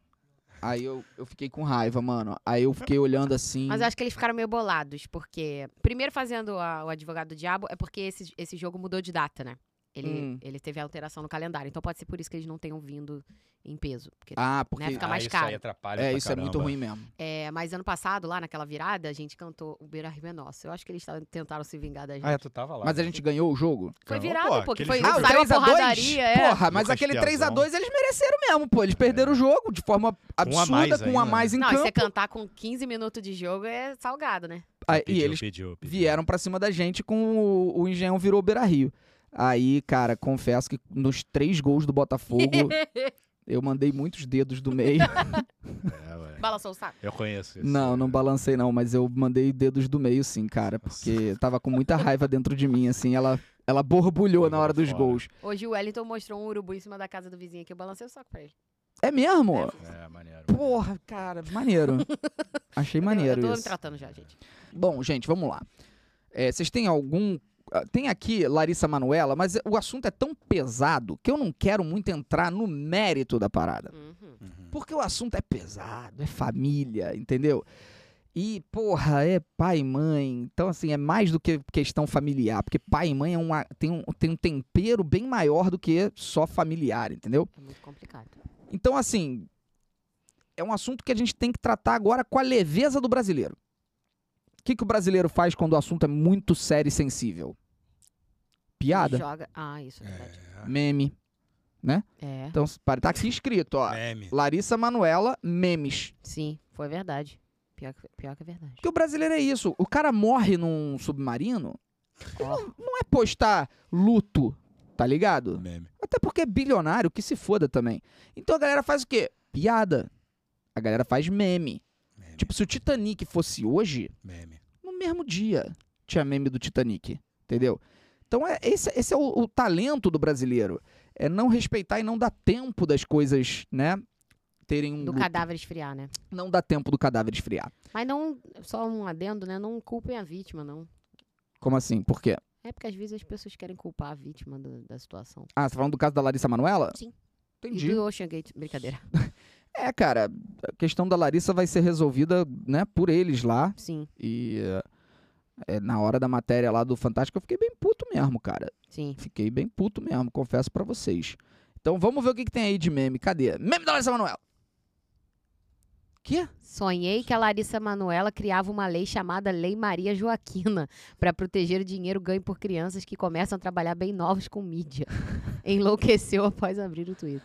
[SPEAKER 1] Aí eu, eu fiquei com raiva, mano. Aí eu fiquei olhando assim.
[SPEAKER 3] Mas eu acho que eles ficaram meio bolados, porque. Primeiro, fazendo a- o advogado do diabo, é porque esse, esse jogo mudou de data, né? Ele,
[SPEAKER 1] Hum.
[SPEAKER 3] ele teve alteração no calendário. Então pode ser por isso que eles não tenham vindo em peso. Porque-
[SPEAKER 1] Ah, porque.
[SPEAKER 3] Né, fica
[SPEAKER 2] Ah,
[SPEAKER 3] mais
[SPEAKER 2] isso
[SPEAKER 3] caro.
[SPEAKER 2] aí atrapalha
[SPEAKER 1] é,
[SPEAKER 2] pra
[SPEAKER 1] isso é muito
[SPEAKER 2] caramba.
[SPEAKER 1] ruim mesmo.
[SPEAKER 3] É, mas ano passado, lá naquela virada, a gente cantou O Beira Rio é Nosso. Eu acho que eles tavam- tentaram se vingar da gente.
[SPEAKER 2] Ah, é, tu tava lá.
[SPEAKER 1] Mas a gente ganhou o jogo?
[SPEAKER 3] Foi
[SPEAKER 2] Ganhou,
[SPEAKER 3] virado,
[SPEAKER 2] pô,
[SPEAKER 3] pô, que
[SPEAKER 2] aquele
[SPEAKER 3] foi
[SPEAKER 2] jogo.
[SPEAKER 3] saiu
[SPEAKER 1] Ah,
[SPEAKER 3] a porradaria, é.
[SPEAKER 1] Porra, mas
[SPEAKER 2] Lucas
[SPEAKER 1] aquele
[SPEAKER 2] Piazão.
[SPEAKER 1] 3x2 eles mereceram mesmo, pô. Eles perderam o jogo de forma
[SPEAKER 2] É. a
[SPEAKER 1] absurda, com um a mais,
[SPEAKER 2] mais ainda,
[SPEAKER 1] em
[SPEAKER 2] né?
[SPEAKER 3] Não, é e você
[SPEAKER 1] campo.
[SPEAKER 3] cantar com 15 minutos de jogo é salgado, né?
[SPEAKER 1] Aí- e
[SPEAKER 2] Pediu,
[SPEAKER 1] eles
[SPEAKER 2] pediu, pediu.
[SPEAKER 1] vieram pra cima da gente com o, o Engenhão virou Beira Rio. Aí, cara, confesso que nos três gols do Botafogo, eu mandei muitos dedos do meio.
[SPEAKER 2] É, ué.
[SPEAKER 3] Balançou o saco.
[SPEAKER 2] Eu conheço isso.
[SPEAKER 1] Não, não balancei não, mas eu mandei dedos do meio sim, cara, porque eu tava com muita raiva dentro de mim, assim, ela, ela borbulhou
[SPEAKER 2] Jogou
[SPEAKER 1] na hora dos
[SPEAKER 2] fora.
[SPEAKER 1] gols.
[SPEAKER 3] Hoje o Wellington mostrou um urubu em cima da casa do vizinho aqui. Eu balancei o saco pra ele.
[SPEAKER 1] É mesmo?
[SPEAKER 2] É, maneiro.
[SPEAKER 1] Porra, cara, maneiro. Achei
[SPEAKER 3] Eu-
[SPEAKER 1] maneiro
[SPEAKER 3] Eu tô me
[SPEAKER 1] isso.
[SPEAKER 3] tratando já, gente.
[SPEAKER 1] Bom, gente, vamos lá. É, vocês têm algum ah, Tem aqui Larissa Manuela, mas o assunto é tão pesado que eu não quero muito entrar no mérito da parada.
[SPEAKER 3] Uhum.
[SPEAKER 2] Uhum.
[SPEAKER 1] Porque o assunto é pesado, é família, entendeu? E, porra, é pai e mãe. Então, assim, é mais do que questão familiar. Porque pai e mãe é uma, tem, um, tem um tempero bem maior do que só familiar, entendeu?
[SPEAKER 3] É muito complicado.
[SPEAKER 1] Então, assim, é um assunto que a gente tem que tratar agora com a leveza do brasileiro. O que, que o brasileiro faz quando o assunto é muito sério e sensível? Piada,
[SPEAKER 3] Joga... Ah, isso é verdade.
[SPEAKER 1] meme.
[SPEAKER 3] É,
[SPEAKER 1] Então, para- tá aqui escrito, ó.
[SPEAKER 2] Meme.
[SPEAKER 1] Larissa Manuela, memes.
[SPEAKER 3] sim, foi verdade. Pior que, pior que é verdade.
[SPEAKER 1] Porque o brasileiro é isso. O cara morre num submarino, ele não, não é postar luto, tá ligado?
[SPEAKER 2] Meme.
[SPEAKER 1] Até porque é bilionário, que se foda também. Então a galera faz o quê? Piada. A galera faz meme.
[SPEAKER 2] Meme.
[SPEAKER 1] Tipo, se o Titanic fosse hoje,
[SPEAKER 2] Meme.
[SPEAKER 1] no mesmo dia tinha meme do Titanic, entendeu? Então é, esse, esse é o, o talento do brasileiro. É não respeitar e não dar tempo das coisas, né? Terem um.
[SPEAKER 3] Do
[SPEAKER 1] luto.
[SPEAKER 3] cadáver esfriar, né?
[SPEAKER 1] Não dá tempo do cadáver esfriar.
[SPEAKER 3] Mas não, só um adendo, né? Não culpem a vítima, não.
[SPEAKER 1] Como assim? Por quê?
[SPEAKER 3] É porque às vezes as pessoas querem culpar a vítima do- da situação.
[SPEAKER 1] Ah, você tá falando do caso da Larissa Manuela?
[SPEAKER 3] Sim.
[SPEAKER 1] Entendi.
[SPEAKER 3] E do Ocean Gate, brincadeira.
[SPEAKER 1] É, cara, a questão da Larissa vai ser resolvida, né, por eles lá.
[SPEAKER 3] Sim,
[SPEAKER 1] E eh, é, é, na hora da matéria lá do Fantástico, eu fiquei bem puto mesmo, cara.
[SPEAKER 3] sim.
[SPEAKER 1] Fiquei bem puto mesmo, confesso pra vocês. Então vamos ver o que, que tem aí de meme. Cadê? Meme da Larissa Manoela. Quê?
[SPEAKER 3] Sonhei que a Larissa Manoela criava uma lei chamada Lei Maria Joaquina para proteger o dinheiro ganho por crianças que começam a trabalhar bem novos com mídia. Enlouqueceu após abrir o Twitter.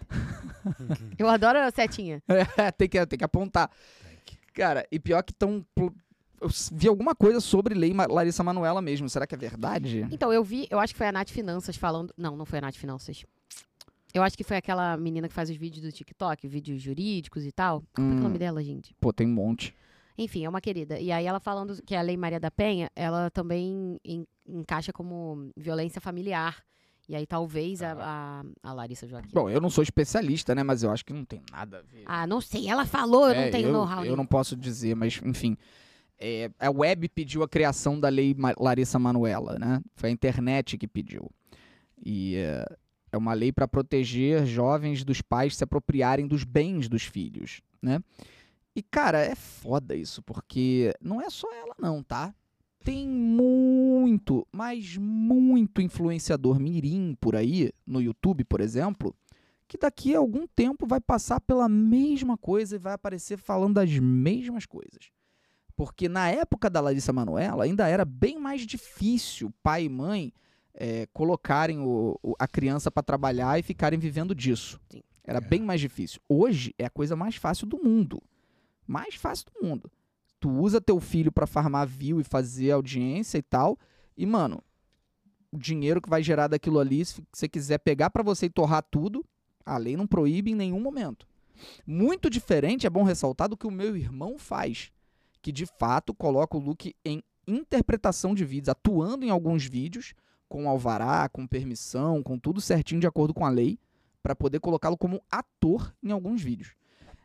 [SPEAKER 3] Eu adoro a setinha.
[SPEAKER 1] É, tem que, tem que apontar. Cara, e pior que tão... pl- Eu s- vi alguma coisa sobre Lei Ma- Larissa Manoela mesmo. Será que é verdade?
[SPEAKER 3] Então, eu vi, eu acho que foi a Nath Finanças falando. Não, não foi a Nath Finanças. Eu acho que foi aquela menina que faz os vídeos do TikTok, vídeos jurídicos e tal. Como é que é o
[SPEAKER 1] Hum.
[SPEAKER 3] nome dela, gente?
[SPEAKER 1] Pô, tem um monte.
[SPEAKER 3] Enfim, é uma querida. E aí ela falando que a Lei Maria da Penha, ela também en- encaixa como violência familiar. E aí talvez a, a, a Larissa Joaquim.
[SPEAKER 1] Tá. Bom, eu não sou especialista, né? Mas eu acho que não tem nada a ver.
[SPEAKER 3] ah, não sei, ela falou, eu
[SPEAKER 1] É,
[SPEAKER 3] não tenho know-how. né?
[SPEAKER 1] Eu
[SPEAKER 3] nenhum.
[SPEAKER 1] não posso dizer, mas enfim. É, a web pediu a criação da lei Ma- Larissa Manuela, né? Foi a internet que pediu. E é, é uma lei para proteger jovens dos pais se apropriarem dos bens dos filhos, né? E cara, é foda isso, porque não é só ela não, tá? Tem muito, mas muito influenciador mirim por aí, no YouTube, por exemplo, que daqui a algum tempo vai passar pela mesma coisa e vai aparecer falando das mesmas coisas. Porque na época da Larissa Manoela ainda era bem mais difícil pai e mãe eh, colocarem o- o- a criança para trabalhar e ficarem vivendo disso.
[SPEAKER 3] Sim.
[SPEAKER 1] Era
[SPEAKER 2] É.
[SPEAKER 1] bem mais difícil. Hoje é a coisa mais fácil do mundo. Mais fácil do mundo. Tu usa teu filho para farmar view e fazer audiência e tal. E, mano, o dinheiro que vai gerar daquilo ali, se você quiser pegar para você e torrar tudo, a lei não proíbe em nenhum momento. Muito diferente, é bom ressaltar, do que o meu irmão faz, que de fato coloca o Luke em interpretação de vídeos, atuando em alguns vídeos, com alvará, com permissão, com tudo certinho de acordo com a lei, para poder colocá-lo como ator em alguns vídeos.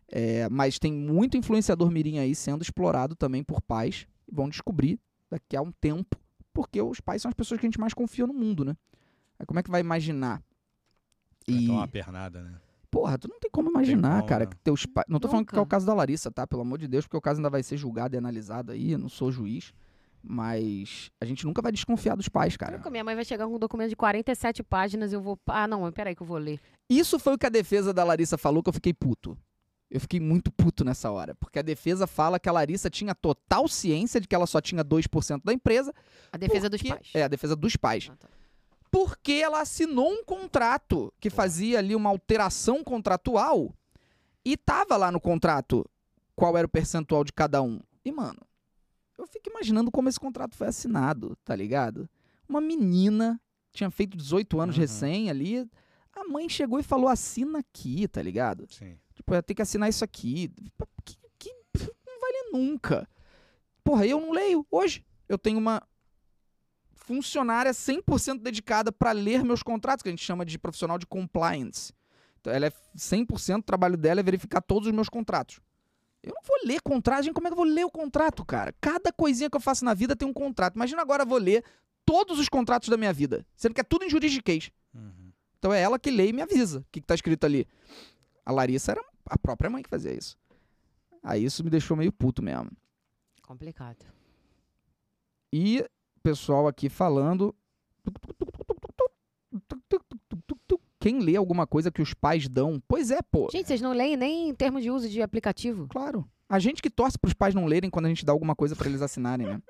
[SPEAKER 1] É, mas tem muito influenciador mirim aí sendo explorado também por pais, e vão descobrir daqui a um tempo, porque os pais são as pessoas que a gente mais confia no mundo, né? Aí como é que vai imaginar?
[SPEAKER 2] Vai
[SPEAKER 1] E-
[SPEAKER 2] tomar uma pernada, né?
[SPEAKER 1] Porra, tu não tem como imaginar,
[SPEAKER 2] como,
[SPEAKER 1] cara,
[SPEAKER 2] né?
[SPEAKER 1] que teus pais. Não tô falando que é o
[SPEAKER 3] Nunca.
[SPEAKER 1] caso da Larissa, tá? Pelo amor de Deus, porque o caso ainda vai ser julgado e analisado aí, eu não sou juiz. Mas a gente nunca vai desconfiar dos pais, cara.
[SPEAKER 3] Nunca minha mãe vai chegar com um documento de 47 páginas, eu vou. Ah, não, peraí que eu vou ler.
[SPEAKER 1] Isso foi o que a defesa da Larissa falou que eu fiquei puto. Eu fiquei muito puto nessa hora, porque a defesa fala que a Larissa tinha total ciência de que ela só tinha 2% da empresa.
[SPEAKER 3] A defesa dos
[SPEAKER 1] porque-
[SPEAKER 3] pais.
[SPEAKER 1] É, a defesa dos pais.
[SPEAKER 3] Ah, tá.
[SPEAKER 1] porque ela assinou um contrato que fazia ali uma alteração contratual e tava lá no contrato qual era o percentual de cada um. E, mano, eu fico imaginando como esse contrato foi assinado, tá ligado? Uma menina tinha feito 18 anos
[SPEAKER 2] Uhum.
[SPEAKER 1] recém ali, a mãe chegou e falou: assina aqui, tá ligado?
[SPEAKER 2] Sim.
[SPEAKER 1] Tipo, eu tenho que assinar isso aqui. Que, que não vale nunca. Porra, eu não leio. Hoje eu tenho uma funcionária 100% dedicada para ler meus contratos, que a gente chama de profissional de compliance. Então, ela é 100%, o trabalho dela é verificar todos os meus contratos. Eu não vou ler contrato, gente, como é que eu vou ler o contrato, cara? Cada coisinha que eu faço na vida tem um contrato. Imagina agora eu vou ler todos os contratos da minha vida. Sendo que é tudo em juridiquês.
[SPEAKER 2] Uhum.
[SPEAKER 1] Então é ela que lê e me avisa o que, que tá escrito ali. A Larissa era a própria mãe que fazia isso. Aí isso me deixou meio puto mesmo.
[SPEAKER 3] Complicado.
[SPEAKER 1] E o pessoal aqui falando. Quem lê alguma coisa que os pais dão? Pois é, pô.
[SPEAKER 3] Gente, vocês não leem nem em termos de uso de aplicativo?
[SPEAKER 1] Claro. A gente que torce pros pais não lerem quando a gente dá alguma coisa pra eles assinarem, né?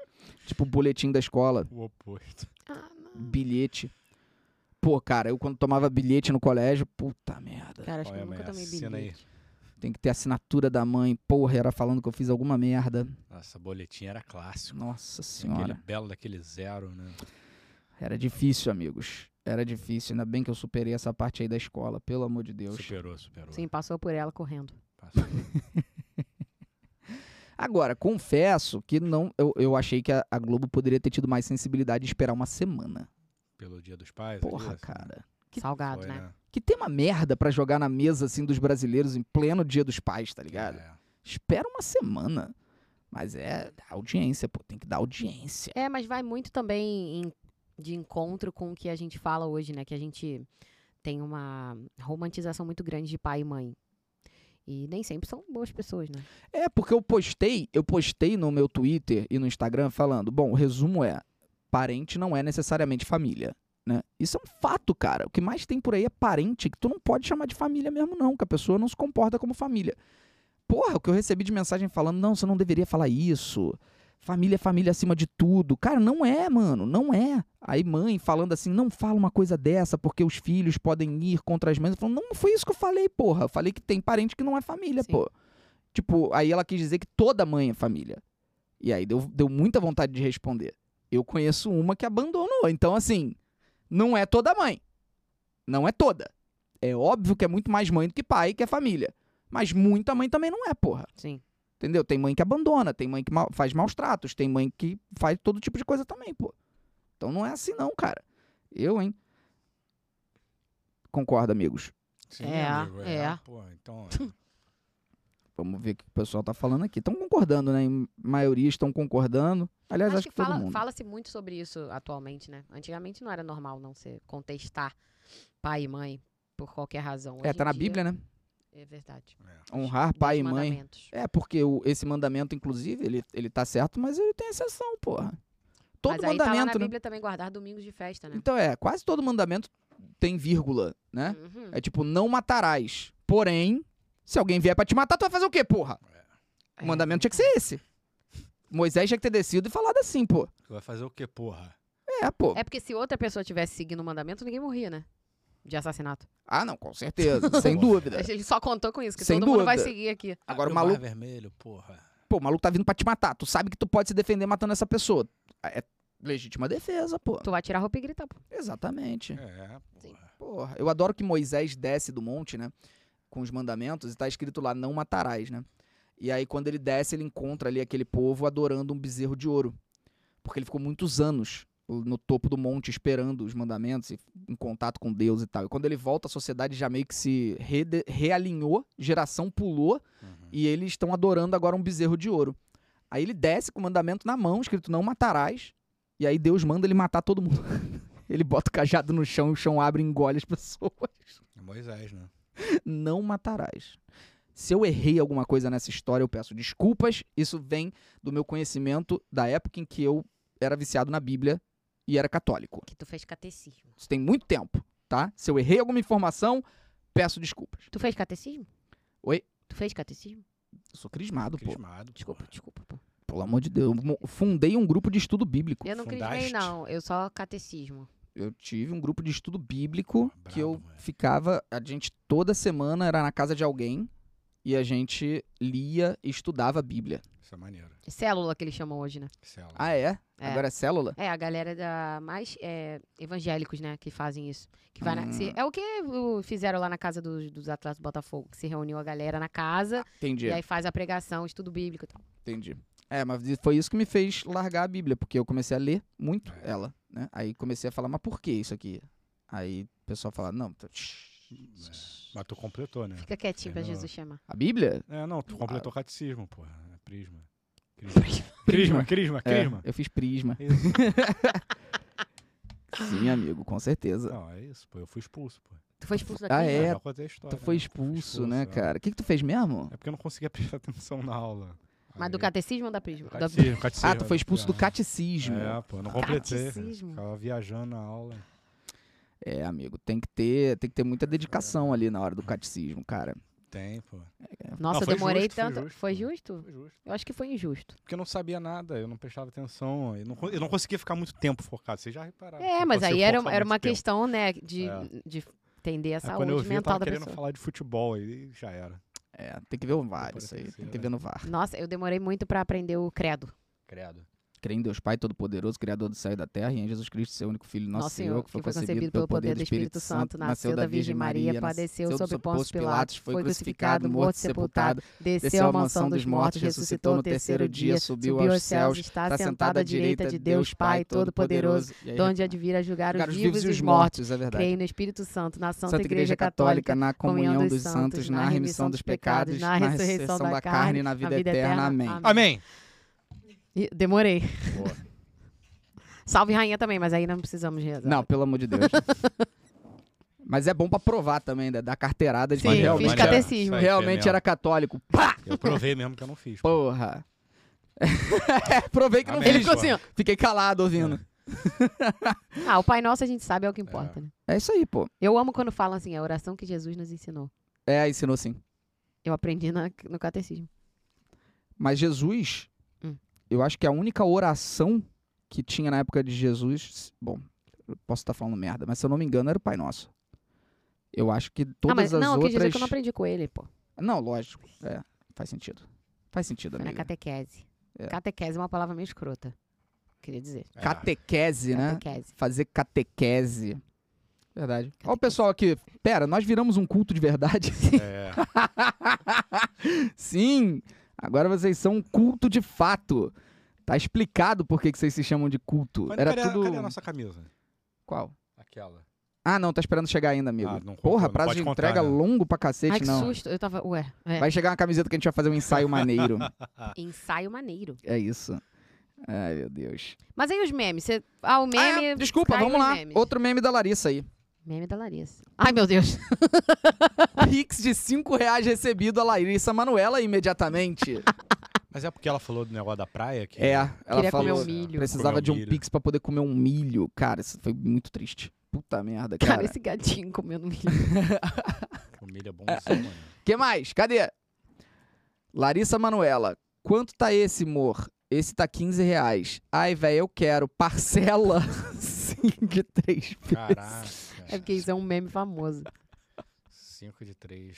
[SPEAKER 1] tipo boletim da escola,
[SPEAKER 2] O oposto.
[SPEAKER 3] Ah,
[SPEAKER 1] bilhete. Pô, cara, eu quando tomava bilhete no colégio, puta merda.
[SPEAKER 3] Cara, acho que
[SPEAKER 2] Olha,
[SPEAKER 3] eu nunca
[SPEAKER 2] mãe,
[SPEAKER 3] tomei
[SPEAKER 2] assina aí.
[SPEAKER 3] bilhete.
[SPEAKER 1] Tem que ter assinatura da mãe. Porra, era falando que eu fiz alguma merda.
[SPEAKER 2] Nossa, boletim era clássico.
[SPEAKER 1] Nossa
[SPEAKER 2] Aquele
[SPEAKER 1] senhora.
[SPEAKER 2] belo daquele zero, né?
[SPEAKER 1] Era difícil, amigos. Era difícil. Ainda bem que eu superei essa parte aí da escola, pelo amor de Deus.
[SPEAKER 2] Superou, superou.
[SPEAKER 3] Sim, passou por ela correndo.
[SPEAKER 2] Passou.
[SPEAKER 1] Agora, confesso que não. Eu, eu achei que a, a Globo poderia ter tido mais sensibilidade de esperar uma semana.
[SPEAKER 2] Pelo dia dos pais. ali,
[SPEAKER 1] Porra,
[SPEAKER 2] assim,
[SPEAKER 1] cara. Que
[SPEAKER 3] Salgado,
[SPEAKER 2] foi,
[SPEAKER 3] né?
[SPEAKER 1] Que tem uma merda pra jogar na mesa, assim, dos brasileiros em pleno dia dos pais, tá ligado?
[SPEAKER 2] É.
[SPEAKER 1] Espera uma semana. Mas é dá audiência, pô. Tem que dar audiência.
[SPEAKER 3] É, mas vai muito também em- de encontro com o que a gente fala hoje, né? Que a gente tem uma romantização muito grande de pai e mãe. E nem sempre são boas pessoas, né?
[SPEAKER 1] É, porque eu postei, eu postei no meu Twitter e no Instagram falando, bom, o resumo é, parente não é necessariamente família, né? Isso é um fato, cara. O que mais tem por aí é parente que tu não pode chamar de família mesmo não, que a pessoa não se comporta como família. Porra, o que eu recebi de mensagem falando, não, você não deveria falar isso. Família é família acima de tudo. Cara, não é, mano, não é. Aí mãe falando assim, não fala uma coisa dessa porque os filhos podem ir contra as mães. Eu falo, não foi isso que eu falei, porra. Eu falei que tem parente que não é família,
[SPEAKER 3] Sim.
[SPEAKER 1] pô. Tipo, aí ela quis dizer que toda mãe é família. E aí deu, deu muita vontade de responder. Eu conheço uma que abandonou. Então, assim, não é toda mãe. Não é toda. É óbvio que é muito mais mãe do que pai, que é família. Mas muita mãe também não é, porra.
[SPEAKER 3] Sim.
[SPEAKER 1] Entendeu? Tem mãe que abandona, tem mãe que ma- faz maus tratos, tem mãe que faz todo tipo de coisa também, pô. Então não é assim, não, cara. Eu, hein? Concordo, amigos.
[SPEAKER 2] Sim,
[SPEAKER 3] É,
[SPEAKER 2] amigo, é.
[SPEAKER 3] é.
[SPEAKER 2] Pô, então.
[SPEAKER 1] Vamos ver o que o pessoal tá falando aqui. Estão concordando, né? Em maioria estão concordando. Aliás, É, acho, que, todo
[SPEAKER 3] fala-
[SPEAKER 1] mundo.
[SPEAKER 3] fala-se muito sobre isso atualmente, né? Antigamente não era normal não se contestar pai e mãe por qualquer razão.
[SPEAKER 1] É, tá na Bíblia, né?
[SPEAKER 3] É verdade.
[SPEAKER 1] Honrar pai e
[SPEAKER 3] Dos
[SPEAKER 1] mãe.
[SPEAKER 3] mandamentos.
[SPEAKER 1] É, porque o- esse mandamento, inclusive, ele, ele tá certo, mas ele tem exceção, porra. Todo
[SPEAKER 3] Mas aí tá lá na
[SPEAKER 1] mandamento, né?
[SPEAKER 3] Bíblia também guardar domingos de festa, né?
[SPEAKER 1] Então é, quase todo mandamento tem vírgula, né?
[SPEAKER 3] Uhum.
[SPEAKER 1] É tipo, não matarás. Porém, se alguém vier pra te matar, tu vai fazer o quê, porra? O
[SPEAKER 3] É.
[SPEAKER 1] mandamento tinha que ser esse. Moisés tinha que ter descido e falado assim, pô.
[SPEAKER 2] Tu vai fazer o quê, porra?
[SPEAKER 1] É, pô.
[SPEAKER 3] É porque se outra pessoa tivesse seguindo o mandamento, ninguém morria, né? De assassinato.
[SPEAKER 1] Ah, não, com certeza. sem dúvida.
[SPEAKER 3] Ele só contou com isso, que
[SPEAKER 1] É. Sem
[SPEAKER 3] todo mundo vai
[SPEAKER 1] dúvida.
[SPEAKER 3] seguir aqui.
[SPEAKER 1] Agora,
[SPEAKER 2] Abre
[SPEAKER 1] o maluco,
[SPEAKER 2] Mar vermelho, porra.
[SPEAKER 1] pô, o maluco tá vindo pra te matar. Tu sabe que tu pode se defender matando essa pessoa. É legítima defesa, pô.
[SPEAKER 3] Tu vai tirar a roupa e gritar, pô.
[SPEAKER 1] Exatamente.
[SPEAKER 2] É, porra.
[SPEAKER 1] Porra, eu adoro que Moisés desce do monte, né? Com os mandamentos, e tá escrito lá, não matarás, né? E aí, quando ele desce, ele encontra ali aquele povo adorando um bezerro de ouro. Porque ele ficou muitos anos no topo do monte, esperando os mandamentos, e em contato com Deus e tal. E quando ele volta, a sociedade já meio que se rede- realinhou, geração pulou,
[SPEAKER 2] Uhum.
[SPEAKER 1] e eles estão adorando agora um bezerro de ouro. Aí ele desce com o mandamento na mão, escrito não matarás. E aí Deus manda ele matar todo mundo. ele bota o cajado no chão e o chão abre e engole as pessoas.
[SPEAKER 2] É Moisés, né?
[SPEAKER 1] Não matarás. Se eu errei alguma coisa nessa história, eu peço desculpas. Isso vem do meu conhecimento da época em que eu era viciado na Bíblia e era católico.
[SPEAKER 3] Que tu fez catecismo.
[SPEAKER 1] Isso tem muito tempo, tá? Se eu errei alguma informação, peço desculpas.
[SPEAKER 3] Tu fez catecismo?
[SPEAKER 1] Oi?
[SPEAKER 3] Tu fez catecismo?
[SPEAKER 1] Eu sou crismado, pô.
[SPEAKER 2] Crismado.
[SPEAKER 3] Desculpa,
[SPEAKER 2] porra.
[SPEAKER 3] desculpa, pô.
[SPEAKER 1] Pelo amor de Deus. Eu mo- fundei um grupo de estudo bíblico.
[SPEAKER 3] Eu não crismei,
[SPEAKER 2] Fundaste?
[SPEAKER 3] não. Eu só catecismo.
[SPEAKER 1] Eu tive um grupo de estudo bíblico
[SPEAKER 2] Brabo,
[SPEAKER 1] que eu
[SPEAKER 2] moleque.
[SPEAKER 1] ficava, a gente toda semana era na casa de alguém e a gente lia e estudava a Bíblia.
[SPEAKER 2] Isso é maneiro.
[SPEAKER 3] Célula que eles chamam hoje, né?
[SPEAKER 2] Célula.
[SPEAKER 1] Ah, é?
[SPEAKER 3] É.
[SPEAKER 1] Agora é célula?
[SPEAKER 3] É, a galera da mais é, evangélicos, né, que fazem isso. Que vai na-
[SPEAKER 1] Hum.
[SPEAKER 3] se- é o que o- fizeram lá na casa dos, dos atletas do Botafogo, que se reuniu a galera na casa
[SPEAKER 1] Entendi,
[SPEAKER 3] e aí faz a pregação, estudo bíblico e tal.
[SPEAKER 1] entendi. É, mas foi isso que me fez largar a Bíblia, porque eu comecei a ler muito
[SPEAKER 2] É.
[SPEAKER 1] ela, né? Aí comecei a falar, mas por que isso aqui? Aí o pessoal fala, não, tá-
[SPEAKER 2] É. Mas tu completou, né?
[SPEAKER 3] Fica quietinho pra
[SPEAKER 2] Fernando.
[SPEAKER 3] Jesus chamar.
[SPEAKER 1] a Bíblia?
[SPEAKER 2] É, não, tu completou o catecismo, porra. É prisma. Crisma, crisma,
[SPEAKER 1] É,
[SPEAKER 2] crisma.
[SPEAKER 1] eu fiz prisma.
[SPEAKER 2] Isso.
[SPEAKER 1] Sim, amigo, com certeza.
[SPEAKER 2] Não, é isso, pô. Eu fui expulso, pô.
[SPEAKER 3] Tu foi expulso da
[SPEAKER 1] Ah,
[SPEAKER 3] crisma?
[SPEAKER 1] É,
[SPEAKER 2] Eu já contei a história.
[SPEAKER 1] Tu foi
[SPEAKER 2] né? Eu fui
[SPEAKER 1] expulso, né,
[SPEAKER 2] é.
[SPEAKER 1] cara? O que, que tu fez mesmo?
[SPEAKER 2] É porque eu não conseguia prestar atenção na aula.
[SPEAKER 3] Mas do catecismo ou da prisma? Da-
[SPEAKER 2] catecismo.
[SPEAKER 1] Ah, tu foi expulso do catecismo.
[SPEAKER 2] É, pô, eu não completei.
[SPEAKER 3] Catecismo.
[SPEAKER 2] Ficava viajando na aula.
[SPEAKER 1] É, amigo, tem que ter, tem que ter muita
[SPEAKER 3] É.
[SPEAKER 1] dedicação ali na hora do catecismo, cara.
[SPEAKER 2] Tem, pô.
[SPEAKER 3] Nossa,
[SPEAKER 2] Não,
[SPEAKER 3] eu
[SPEAKER 2] foi
[SPEAKER 3] demorei
[SPEAKER 2] justo, foi
[SPEAKER 3] tanto.
[SPEAKER 2] justo.
[SPEAKER 3] Foi justo?
[SPEAKER 2] Foi justo.
[SPEAKER 3] Eu acho que foi injusto.
[SPEAKER 2] Porque eu não sabia nada, eu não prestava atenção. Eu não, con- eu não conseguia ficar muito tempo focado. Vocês já repararam. que
[SPEAKER 3] É,
[SPEAKER 2] eu
[SPEAKER 3] mas
[SPEAKER 2] consigo
[SPEAKER 3] aí era,
[SPEAKER 2] focar
[SPEAKER 3] era
[SPEAKER 2] muito
[SPEAKER 3] uma
[SPEAKER 2] tempo.
[SPEAKER 3] questão, né, de,
[SPEAKER 2] É.
[SPEAKER 3] de entender a
[SPEAKER 2] Aí É, quando eu
[SPEAKER 3] saúde
[SPEAKER 2] vi, eu
[SPEAKER 3] mental
[SPEAKER 2] tava
[SPEAKER 3] da
[SPEAKER 2] querendo
[SPEAKER 3] pessoa.
[SPEAKER 2] falar de futebol, aí já era.
[SPEAKER 1] É, tem que ver o VAR,
[SPEAKER 2] Depois
[SPEAKER 1] isso
[SPEAKER 2] tem
[SPEAKER 1] aí.
[SPEAKER 2] que ser,
[SPEAKER 1] Tem que
[SPEAKER 2] né?
[SPEAKER 1] ver no VAR.
[SPEAKER 3] Nossa, eu demorei muito pra aprender o credo.
[SPEAKER 2] Credo.
[SPEAKER 1] Crê em Deus Pai Todo-Poderoso, Criador do céu e da terra, e em Jesus Cristo, seu único Filho, nosso, Senhor, que foi concebido, pelo poder do Espírito Santo, nasceu da Virgem Maria,
[SPEAKER 3] padeceu
[SPEAKER 1] nasceu
[SPEAKER 3] sob
[SPEAKER 1] sob
[SPEAKER 3] Pôncio Pilatos, foi crucificado, morto e sepultado,
[SPEAKER 1] desceu
[SPEAKER 3] desceu
[SPEAKER 1] à
[SPEAKER 3] à
[SPEAKER 1] mansão
[SPEAKER 3] mansão dos mortos, ressuscitou no terceiro dia, subiu aos céus, está sentado à direita de Deus Pai Todo-Poderoso,
[SPEAKER 1] e aí
[SPEAKER 3] de onde há de vir a julgar os vivos e os mortos.
[SPEAKER 1] é verdade.
[SPEAKER 3] Creio no Espírito Santo, na Santa
[SPEAKER 1] Santa Igreja Católica, na comunhão dos santos, na remissão dos pecados, na ressurreição da carne e na vida eterna. Amém.
[SPEAKER 2] Amém.
[SPEAKER 3] Ih, Demorei.
[SPEAKER 2] Boa.
[SPEAKER 3] Salve rainha também, mas aí não precisamos rezar.
[SPEAKER 1] Não, pelo amor de Deus. Mas é bom pra provar também, né, da, da carteirada de
[SPEAKER 3] Sim,
[SPEAKER 1] que
[SPEAKER 3] fiz
[SPEAKER 1] realmente,
[SPEAKER 2] era-
[SPEAKER 1] era,
[SPEAKER 3] catecismo.
[SPEAKER 2] isso aí,
[SPEAKER 1] realmente
[SPEAKER 2] foi
[SPEAKER 1] era
[SPEAKER 2] mesmo.
[SPEAKER 1] católico. Pá!
[SPEAKER 2] Eu provei mesmo que eu não fiz. pô.
[SPEAKER 1] Porra! Provei que não
[SPEAKER 2] Amém.
[SPEAKER 3] Ele
[SPEAKER 1] fiz.
[SPEAKER 3] ficou assim, ó.
[SPEAKER 1] Fiquei calado ouvindo.
[SPEAKER 3] Ah, o Pai Nosso a gente sabe é o que importa, né?
[SPEAKER 1] É. isso aí, pô.
[SPEAKER 3] Eu amo quando falam assim, a oração que Jesus nos ensinou.
[SPEAKER 1] É, ensinou sim.
[SPEAKER 3] Eu aprendi na- no catecismo.
[SPEAKER 1] Mas Jesus,
[SPEAKER 3] Hum.
[SPEAKER 1] eu acho que a única oração que tinha na época de Jesus. Bom, eu posso estar falando merda, mas se eu não me engano era o Pai Nosso. Eu acho que todas
[SPEAKER 3] ah, mas
[SPEAKER 1] as
[SPEAKER 3] não, eu
[SPEAKER 1] outras.
[SPEAKER 3] quis dizer que eu não aprendi com ele, pô.
[SPEAKER 1] Não, lógico. É, faz sentido. Faz sentido,
[SPEAKER 3] Foi na
[SPEAKER 1] amiga.
[SPEAKER 3] catequese.
[SPEAKER 1] É.
[SPEAKER 3] Catequese é uma palavra meio escrota. Queria dizer.
[SPEAKER 2] É.
[SPEAKER 1] Catequese, né?
[SPEAKER 3] Catequese.
[SPEAKER 1] Fazer catequese. Verdade. Olha o
[SPEAKER 3] Catequese.
[SPEAKER 1] pessoal aqui. Pera, nós viramos um culto de verdade?
[SPEAKER 2] É,
[SPEAKER 1] Sim! Agora vocês são um culto de fato. Tá explicado por que que vocês se chamam de culto.
[SPEAKER 2] Mas
[SPEAKER 1] Era
[SPEAKER 2] cadê, a-
[SPEAKER 1] tudo.
[SPEAKER 2] cadê a nossa camisa?
[SPEAKER 1] Qual?
[SPEAKER 2] Aquela.
[SPEAKER 1] Ah, não, tá esperando chegar ainda, amigo.
[SPEAKER 2] Ah, não contou,
[SPEAKER 1] Porra,
[SPEAKER 2] não
[SPEAKER 1] prazo
[SPEAKER 2] pode
[SPEAKER 1] de
[SPEAKER 2] contar,
[SPEAKER 1] entrega
[SPEAKER 2] né?
[SPEAKER 1] longo pra cacete,
[SPEAKER 3] Ai, que
[SPEAKER 1] não.
[SPEAKER 3] susto. Eu tava, ué. é.
[SPEAKER 1] Vai chegar uma camiseta que a gente vai fazer um ensaio maneiro.
[SPEAKER 3] Ensaio maneiro.
[SPEAKER 1] é isso. Ai, meu Deus.
[SPEAKER 3] Mas aí os memes. Cê... Ah, o meme...
[SPEAKER 1] Ah, desculpa,
[SPEAKER 3] cai um
[SPEAKER 1] vamos
[SPEAKER 3] nos
[SPEAKER 1] lá.
[SPEAKER 3] memes.
[SPEAKER 1] Outro meme da Larissa aí.
[SPEAKER 3] Meme da Larissa. Ai, meu Deus.
[SPEAKER 1] Pix de 5 reais recebido a Larissa Manuela imediatamente.
[SPEAKER 2] Mas é porque ela falou do negócio da praia? Que
[SPEAKER 1] é, ela
[SPEAKER 3] Queria comer
[SPEAKER 1] falou.
[SPEAKER 3] um milho.
[SPEAKER 1] Precisava
[SPEAKER 2] Comer um
[SPEAKER 1] de um
[SPEAKER 2] milho.
[SPEAKER 1] Pix pra poder comer um milho. Cara, isso foi muito triste. Puta merda,
[SPEAKER 3] Cara,
[SPEAKER 1] cara.
[SPEAKER 3] esse gatinho comendo milho.
[SPEAKER 2] O milho é bonzão, mano.
[SPEAKER 1] que mais? Cadê? Larissa Manuela. Quanto tá esse, mor? Esse tá 15 reais. Ai, velho, eu quero. Parcela. Sim, de três
[SPEAKER 2] Caraca.
[SPEAKER 3] É porque isso é um meme famoso.
[SPEAKER 2] 5 de 3.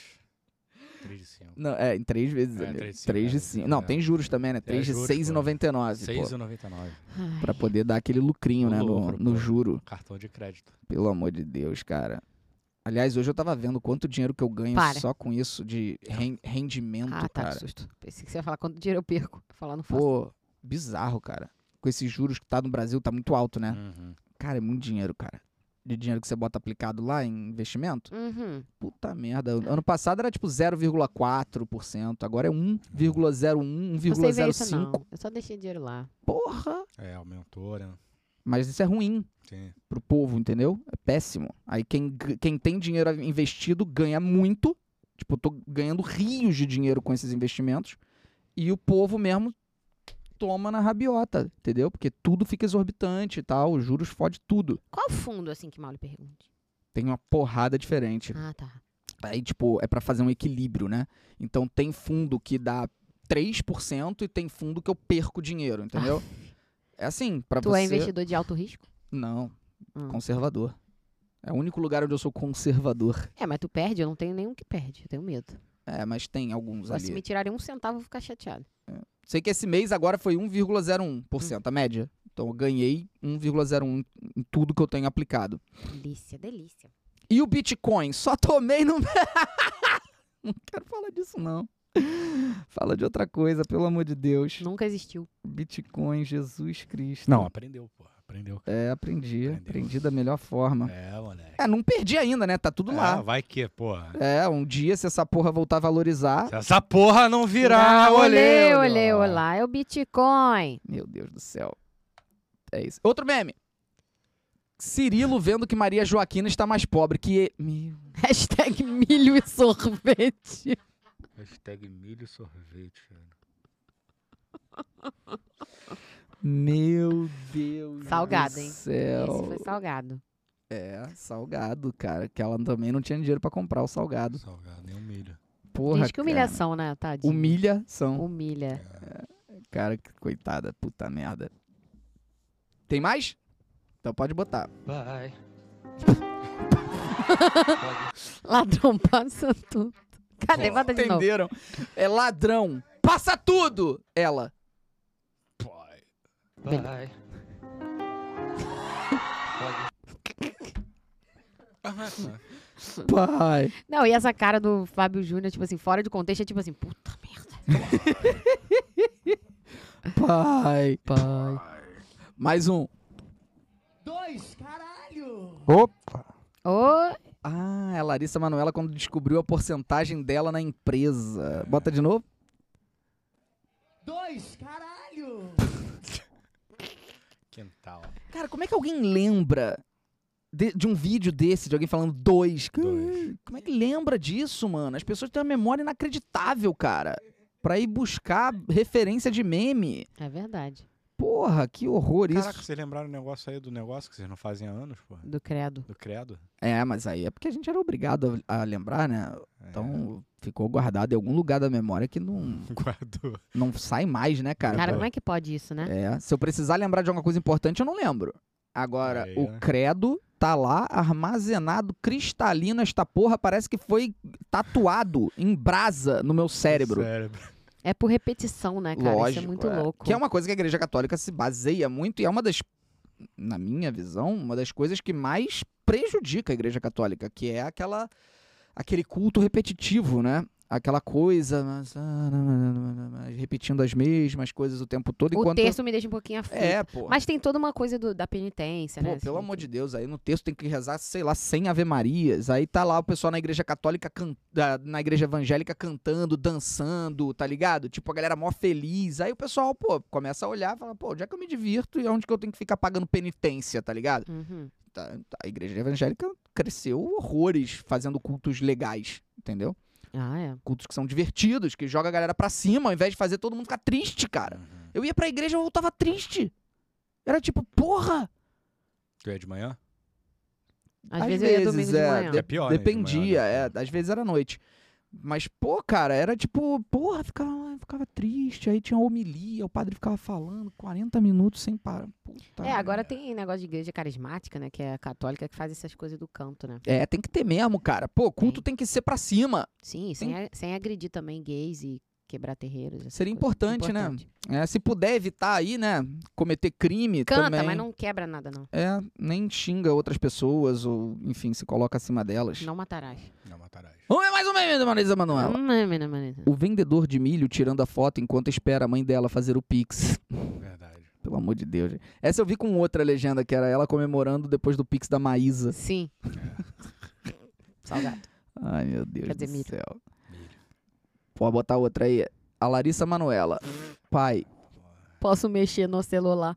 [SPEAKER 2] 3 de 5.
[SPEAKER 1] Não, é, em três vezes.
[SPEAKER 2] É,
[SPEAKER 1] amigo.
[SPEAKER 2] três de cinco,
[SPEAKER 1] Três de
[SPEAKER 2] é.
[SPEAKER 1] cinco. Não,
[SPEAKER 2] É.
[SPEAKER 1] tem juros também, né? Três de
[SPEAKER 2] juros,
[SPEAKER 1] R$6,99. pô.
[SPEAKER 2] 6,99.
[SPEAKER 3] Ai.
[SPEAKER 1] Pra poder dar aquele lucrinho,
[SPEAKER 2] O
[SPEAKER 1] né? No,
[SPEAKER 2] lucro,
[SPEAKER 1] no
[SPEAKER 2] pô.
[SPEAKER 1] juro.
[SPEAKER 2] Cartão de crédito.
[SPEAKER 1] Pelo amor de Deus, cara. Aliás, hoje eu tava vendo quanto dinheiro que eu ganho
[SPEAKER 3] Para.
[SPEAKER 1] só com isso de ren- rendimento,
[SPEAKER 3] Ah, tá, que
[SPEAKER 1] cara.
[SPEAKER 3] susto. Pensei que você ia falar quanto dinheiro eu perco. Eu Falar, não faço.
[SPEAKER 1] Pô, bizarro, cara. Com esses juros que tá no Brasil, tá muito alto, né?
[SPEAKER 2] Uhum.
[SPEAKER 1] Cara, é muito dinheiro, cara. De dinheiro que você bota aplicado lá em investimento.
[SPEAKER 3] Uhum.
[SPEAKER 1] Puta merda. Ano passado era tipo 0,4%. Agora é 1,01,
[SPEAKER 3] Não sei ver isso,
[SPEAKER 1] 1,05.
[SPEAKER 3] não. Eu só deixei dinheiro lá.
[SPEAKER 1] Porra!
[SPEAKER 2] É, aumentou, né?
[SPEAKER 1] Mas isso é ruim.
[SPEAKER 2] Sim.
[SPEAKER 1] pro povo, entendeu? É péssimo. Aí quem, g- quem tem dinheiro investido ganha muito. Tipo, eu tô ganhando rios de dinheiro com esses investimentos. E o povo mesmo toma na rabiota, entendeu? Porque tudo fica exorbitante e tal, os juros fode tudo.
[SPEAKER 3] Qual fundo, assim, que mal lhe pergunte?
[SPEAKER 1] Tem uma porrada diferente.
[SPEAKER 3] Ah, tá.
[SPEAKER 1] Aí, tipo, é pra fazer um equilíbrio, né? Então tem fundo que dá 3% e tem fundo que eu perco dinheiro, entendeu? É assim, pra
[SPEAKER 3] Ah. Tu
[SPEAKER 1] você...
[SPEAKER 3] é investidor de alto risco?
[SPEAKER 1] Não,
[SPEAKER 3] Hum.
[SPEAKER 1] conservador. É o único lugar onde eu sou conservador.
[SPEAKER 3] É, mas tu perde, eu não tenho nenhum que perde. Eu tenho medo.
[SPEAKER 1] É, mas tem alguns
[SPEAKER 3] Mas se
[SPEAKER 1] ali.
[SPEAKER 3] me tirarem um centavo, eu vou ficar chateado.
[SPEAKER 1] Sei que esse mês agora foi 1,01% a média. Então eu ganhei 1,01 em tudo que eu tenho aplicado.
[SPEAKER 3] Delícia, delícia.
[SPEAKER 1] E o Bitcoin? Só tomei no. não quero falar disso, não. Fala de outra coisa, pelo amor de Deus.
[SPEAKER 3] Nunca existiu.
[SPEAKER 1] Bitcoin, Jesus Cristo.
[SPEAKER 2] Uhum. Não, aprendeu, pô. Aprendeu.
[SPEAKER 1] É, aprendi.
[SPEAKER 2] Aprendeu.
[SPEAKER 1] Aprendi da melhor forma.
[SPEAKER 2] É, moleque.
[SPEAKER 1] É, não perdi ainda, né? Tá tudo
[SPEAKER 2] Ah,
[SPEAKER 1] lá.
[SPEAKER 2] vai que, porra.
[SPEAKER 1] É, um dia, se essa porra voltar a valorizar.
[SPEAKER 2] Se essa porra não virar, olê,
[SPEAKER 3] olê, olê, olá. É o Bitcoin.
[SPEAKER 1] Meu Deus do céu. É isso. Outro meme. Cirilo vendo que Maria Joaquina está mais pobre que. Meu.
[SPEAKER 3] Hashtag milho e sorvete.
[SPEAKER 2] Hashtag milho e sorvete, velho.
[SPEAKER 1] Meu Deus
[SPEAKER 3] Salgado,
[SPEAKER 1] do
[SPEAKER 3] hein?
[SPEAKER 1] céu.
[SPEAKER 3] Esse foi salgado.
[SPEAKER 1] É, salgado, cara. Que ela também não tinha dinheiro pra comprar o salgado.
[SPEAKER 2] Salgado, nem um milho.
[SPEAKER 1] Porra,
[SPEAKER 3] Diz que humilhação, né,
[SPEAKER 1] Cara. É.
[SPEAKER 3] tadinho?
[SPEAKER 1] Humilhação.
[SPEAKER 3] Humilha.
[SPEAKER 1] Cara, que coitada. Puta merda. Tem mais? Então pode botar.
[SPEAKER 4] Bye.
[SPEAKER 3] Ladrão passa tudo. Cadê?
[SPEAKER 2] Pô,
[SPEAKER 3] Bota de novo.
[SPEAKER 1] Entenderam? É ladrão. Passa tudo! Ela.
[SPEAKER 2] Pai.
[SPEAKER 4] Bye.
[SPEAKER 1] Pai.
[SPEAKER 3] Não, e essa cara do Fábio Júnior, tipo assim, fora de contexto, é tipo assim, puta merda.
[SPEAKER 1] Pai. Pai. Mais um.
[SPEAKER 3] Ô,
[SPEAKER 1] Ah, é a Larissa Manoela quando descobriu a porcentagem dela na empresa. Bota de novo.
[SPEAKER 2] Quintal.
[SPEAKER 1] Cara, como é que alguém lembra de, de um vídeo desse, de alguém falando dois? Cara,
[SPEAKER 2] Dois.
[SPEAKER 1] Como é que lembra disso, mano? As pessoas têm uma memória inacreditável, cara. Pra ir buscar referência de meme.
[SPEAKER 3] é verdade.
[SPEAKER 1] Porra, que horror isso.
[SPEAKER 2] Caraca, vocês lembraram o negócio aí do negócio que vocês não fazem há anos, porra?
[SPEAKER 3] Do credo.
[SPEAKER 2] Do credo?
[SPEAKER 1] É, mas aí é porque a gente era obrigado a, a lembrar, né?
[SPEAKER 2] É.
[SPEAKER 1] Então ficou guardado em algum lugar da memória que não,
[SPEAKER 2] Guardou.
[SPEAKER 1] não sai mais, né, cara?
[SPEAKER 3] Cara,
[SPEAKER 2] pô.
[SPEAKER 3] como é que pode isso, né?
[SPEAKER 1] É, se eu precisar lembrar de alguma coisa importante, eu não lembro. Agora,
[SPEAKER 2] Aí,
[SPEAKER 1] o
[SPEAKER 2] né?
[SPEAKER 1] credo tá lá armazenado, cristalino esta porra, parece que foi tatuado em brasa no meu cérebro.
[SPEAKER 2] Cérebro.
[SPEAKER 3] É por repetição, né, cara?
[SPEAKER 1] Lógico.
[SPEAKER 3] isso é muito louco.
[SPEAKER 1] Que é uma coisa que a igreja católica se baseia muito e é uma das, na minha visão, uma das coisas que mais prejudica a igreja católica, que é aquela aquele culto repetitivo, né? Aquela coisa mas, ah, não, não, não, não, não, repetindo as mesmas coisas o tempo todo
[SPEAKER 3] O
[SPEAKER 1] enquanto
[SPEAKER 3] texto me deixa um pouquinho aflito.
[SPEAKER 1] é, pô.
[SPEAKER 3] Mas tem toda uma coisa do- da penitência,
[SPEAKER 1] Pô,
[SPEAKER 3] né? assim,
[SPEAKER 1] pelo amor de Deus, aí no texto tem que rezar, sei lá, 100 Ave Marias. Aí tá lá o pessoal na igreja católica, can- da- na igreja evangélica cantando, dançando, tá ligado? Tipo, a galera mó feliz. Aí o pessoal, pô, começa a olhar e fala, pô, onde é que eu me divirto e onde que eu tenho que ficar pagando penitência, tá ligado?
[SPEAKER 3] Uhum.
[SPEAKER 1] Tá- tá, a igreja evangélica cresceu horrores fazendo cultos legais, entendeu?
[SPEAKER 3] Ah, é.
[SPEAKER 1] Cultos que são divertidos, que joga a galera pra cima, ao invés de fazer todo mundo ficar triste, cara.
[SPEAKER 2] Uhum.
[SPEAKER 1] Eu ia pra igreja e eu voltava triste. Era tipo, porra!
[SPEAKER 2] Tu é de manhã?
[SPEAKER 3] Às, vezes, eu ia domingo de
[SPEAKER 1] é,
[SPEAKER 3] manhã.
[SPEAKER 1] de-
[SPEAKER 2] É pior, né, de
[SPEAKER 1] dependia,
[SPEAKER 2] manhã, né?
[SPEAKER 1] é, às vezes era noite. Mas, pô, cara, era tipo, porra, ficava, ficava triste, aí tinha homilia, o padre ficava falando 40 minutos sem parar. Puta
[SPEAKER 3] É,
[SPEAKER 1] merda.
[SPEAKER 3] agora tem negócio de igreja carismática, né? Que é católica que faz essas coisas do canto, né?
[SPEAKER 1] É, tem que ter mesmo, cara. Pô, culto tem que ser pra cima.
[SPEAKER 3] Sim, sem, a- sem agredir também gays e quebrar terreiros. essas
[SPEAKER 1] Seria
[SPEAKER 3] coisas.
[SPEAKER 1] importante, né? É, se puder evitar aí, né, cometer crime
[SPEAKER 3] Canta,
[SPEAKER 1] também.
[SPEAKER 3] mas não quebra nada, não.
[SPEAKER 1] É, nem xinga outras pessoas ou, enfim, se coloca acima delas.
[SPEAKER 3] Não matarás.
[SPEAKER 2] Não, Matarás.
[SPEAKER 1] Vamos ver mais um meme da Marisa Manoela.
[SPEAKER 3] Hum, é, menina, menina.
[SPEAKER 1] O vendedor de milho tirando a foto enquanto espera a mãe dela fazer o pix.
[SPEAKER 2] Verdade.
[SPEAKER 1] Pelo amor de Deus. gente. Essa eu vi com outra legenda, que era ela comemorando depois do Pix da Maísa.
[SPEAKER 3] Sim. Salgado.
[SPEAKER 1] Ai, meu Deus
[SPEAKER 3] Quer
[SPEAKER 1] do
[SPEAKER 3] dizer, milho.
[SPEAKER 1] céu.
[SPEAKER 2] Milho.
[SPEAKER 1] Pode botar outra aí. A Larissa Manuela. Pai,
[SPEAKER 3] Posso mexer no celular.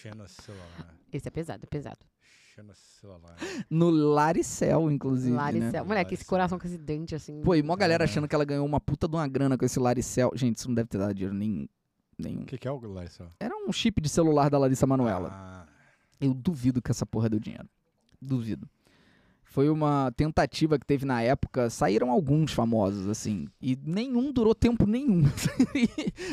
[SPEAKER 2] Xenocelular.
[SPEAKER 3] Esse é pesado, é pesado.
[SPEAKER 2] Xenocelular.
[SPEAKER 1] no Laricel, inclusive,
[SPEAKER 3] Larissa.
[SPEAKER 1] né?
[SPEAKER 3] Moleque, esse
[SPEAKER 2] Larissa.
[SPEAKER 3] coração com esse dente assim.
[SPEAKER 1] Pô, e mó galera
[SPEAKER 2] É.
[SPEAKER 1] achando que ela ganhou uma puta de uma grana com esse Laricel. Gente, isso não deve ter dado dinheiro nenhum. nenhum.
[SPEAKER 2] O que, que é o Larissa?
[SPEAKER 1] Era um chip de celular da Larissa Manuela.
[SPEAKER 2] Ah,
[SPEAKER 1] Eu duvido que essa porra deu dinheiro. Duvido. Foi uma tentativa que teve na época, saíram alguns famosos, assim, e nenhum durou tempo nenhum.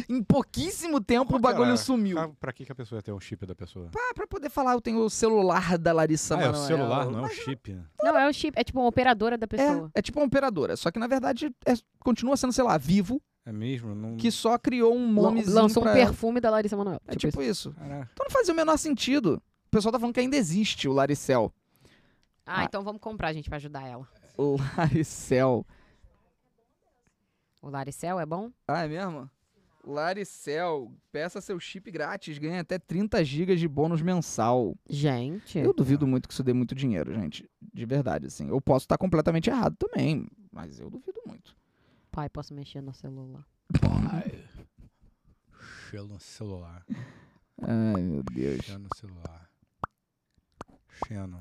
[SPEAKER 1] em pouquíssimo tempo
[SPEAKER 2] Qual
[SPEAKER 1] o
[SPEAKER 2] que
[SPEAKER 1] bagulho
[SPEAKER 2] era?
[SPEAKER 1] sumiu.
[SPEAKER 2] pra- pra que, que a pessoa ia ter um chip da pessoa?
[SPEAKER 1] Ah, pra poder falar, eu tenho o celular da Larissa
[SPEAKER 2] Ah, é o
[SPEAKER 1] Manoela.
[SPEAKER 2] celular, não é o chip.
[SPEAKER 3] Não, é o chip. É tipo uma operadora da pessoa.
[SPEAKER 1] É, é tipo uma operadora, só que na verdade é- continua sendo, sei lá, vivo,
[SPEAKER 2] É mesmo? Não...
[SPEAKER 1] que só criou um
[SPEAKER 3] Lan-
[SPEAKER 1] nomezinho
[SPEAKER 3] Lançou
[SPEAKER 1] pra
[SPEAKER 3] um
[SPEAKER 1] ela.
[SPEAKER 3] perfume da Larissa Manoel.
[SPEAKER 1] É tipo isso.
[SPEAKER 2] Caraca.
[SPEAKER 1] Então não fazia o menor sentido. O pessoal tá falando que ainda existe o Laricel.
[SPEAKER 3] Ah,
[SPEAKER 1] Ah.
[SPEAKER 3] então vamos comprar, gente, pra ajudar ela.
[SPEAKER 1] O Laricel.
[SPEAKER 3] O Laricel é bom?
[SPEAKER 1] Ah, é mesmo? Laricel, peça seu chip grátis, ganha até 30 GB de bônus mensal.
[SPEAKER 3] Gente.
[SPEAKER 1] Eu duvido muito que isso dê muito dinheiro, gente. De verdade, assim. Eu posso estar completamente errado também, mas eu duvido muito.
[SPEAKER 3] Pai, posso mexer no celular.
[SPEAKER 2] Pai. Cheio no celular.
[SPEAKER 1] Ai, meu Deus.
[SPEAKER 2] Cheio no celular. Cheio no...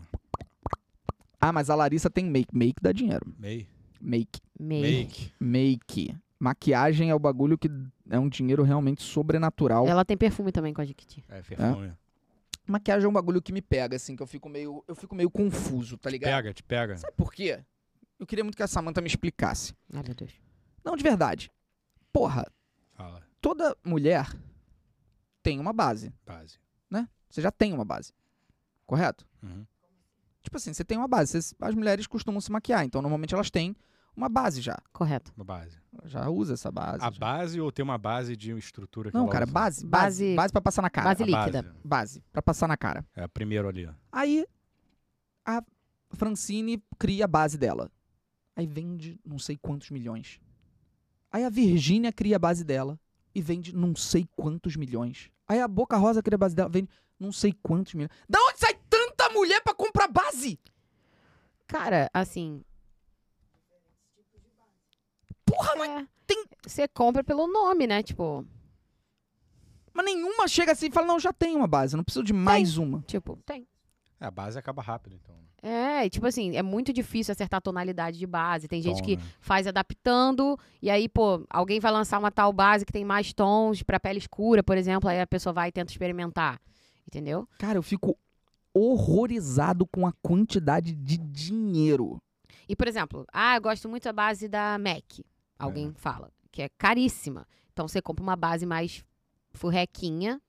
[SPEAKER 1] Ah, mas a Larissa tem make. Make dá dinheiro.
[SPEAKER 2] Make.
[SPEAKER 1] Make.
[SPEAKER 3] Meio.
[SPEAKER 2] Make.
[SPEAKER 1] Make. Maquiagem é o bagulho que é um dinheiro realmente sobrenatural.
[SPEAKER 3] Ela tem perfume também com a Jiquiti.
[SPEAKER 2] É, perfume.
[SPEAKER 1] Maquiagem é um bagulho que me pega, assim, que eu fico meio, eu fico meio confuso, tá ligado?
[SPEAKER 2] Pega, te pega.
[SPEAKER 1] Sabe por quê? Eu queria muito que a Samantha me explicasse.
[SPEAKER 3] Ai, meu Deus.
[SPEAKER 1] Não, de verdade. Porra,
[SPEAKER 2] Fala.
[SPEAKER 1] toda mulher tem uma base,
[SPEAKER 2] Base.
[SPEAKER 1] né? Você já tem uma base. Correto?
[SPEAKER 2] Uhum.
[SPEAKER 1] Tipo assim, você tem uma base. Você- as mulheres costumam se maquiar, então normalmente elas têm uma base já.
[SPEAKER 3] Correto.
[SPEAKER 2] Uma base.
[SPEAKER 1] Já usa essa base.
[SPEAKER 2] A
[SPEAKER 1] já.
[SPEAKER 2] base ou ter uma base de estrutura que
[SPEAKER 1] Não,
[SPEAKER 2] ela
[SPEAKER 1] cara,
[SPEAKER 2] usa?
[SPEAKER 1] base, base,
[SPEAKER 3] Base-
[SPEAKER 1] base pra passar na cara.
[SPEAKER 3] base
[SPEAKER 2] A
[SPEAKER 3] líquida.
[SPEAKER 2] base.
[SPEAKER 1] base pra passar na cara.
[SPEAKER 2] É, primeiro ali. ó.
[SPEAKER 1] Aí a Francine cria a base dela. Aí vende não sei quantos milhões. Aí a Virgínia cria a base dela e vende não sei quantos milhões. Aí a Boca Rosa cria a base dela, vende não sei quantos milhões. Da onde sai tanta mulher pra comprar base?
[SPEAKER 3] Cara, assim.
[SPEAKER 1] Porra, mas,
[SPEAKER 3] é,
[SPEAKER 1] tem-
[SPEAKER 3] Você compra pelo nome, né? Tipo,
[SPEAKER 1] mas nenhuma chega assim e fala: "Não, já tenho uma base, não preciso de mais uma".
[SPEAKER 3] tipo, tem.
[SPEAKER 2] É, a base acaba rápido, então.
[SPEAKER 3] É, e tipo assim, é muito difícil acertar a tonalidade de base. Tem gente
[SPEAKER 2] Tom,
[SPEAKER 3] que
[SPEAKER 2] né?
[SPEAKER 3] faz adaptando, e aí, pô, alguém vai lançar uma tal base que tem mais tons pra pele escura, por exemplo, aí a pessoa vai e tenta experimentar. Entendeu?
[SPEAKER 1] Cara, eu fico horrorizado com a quantidade de dinheiro.
[SPEAKER 3] E, por exemplo, ah, eu gosto muito da base da MAC. Alguém fala, que é caríssima. Então você compra uma base mais furrequinha,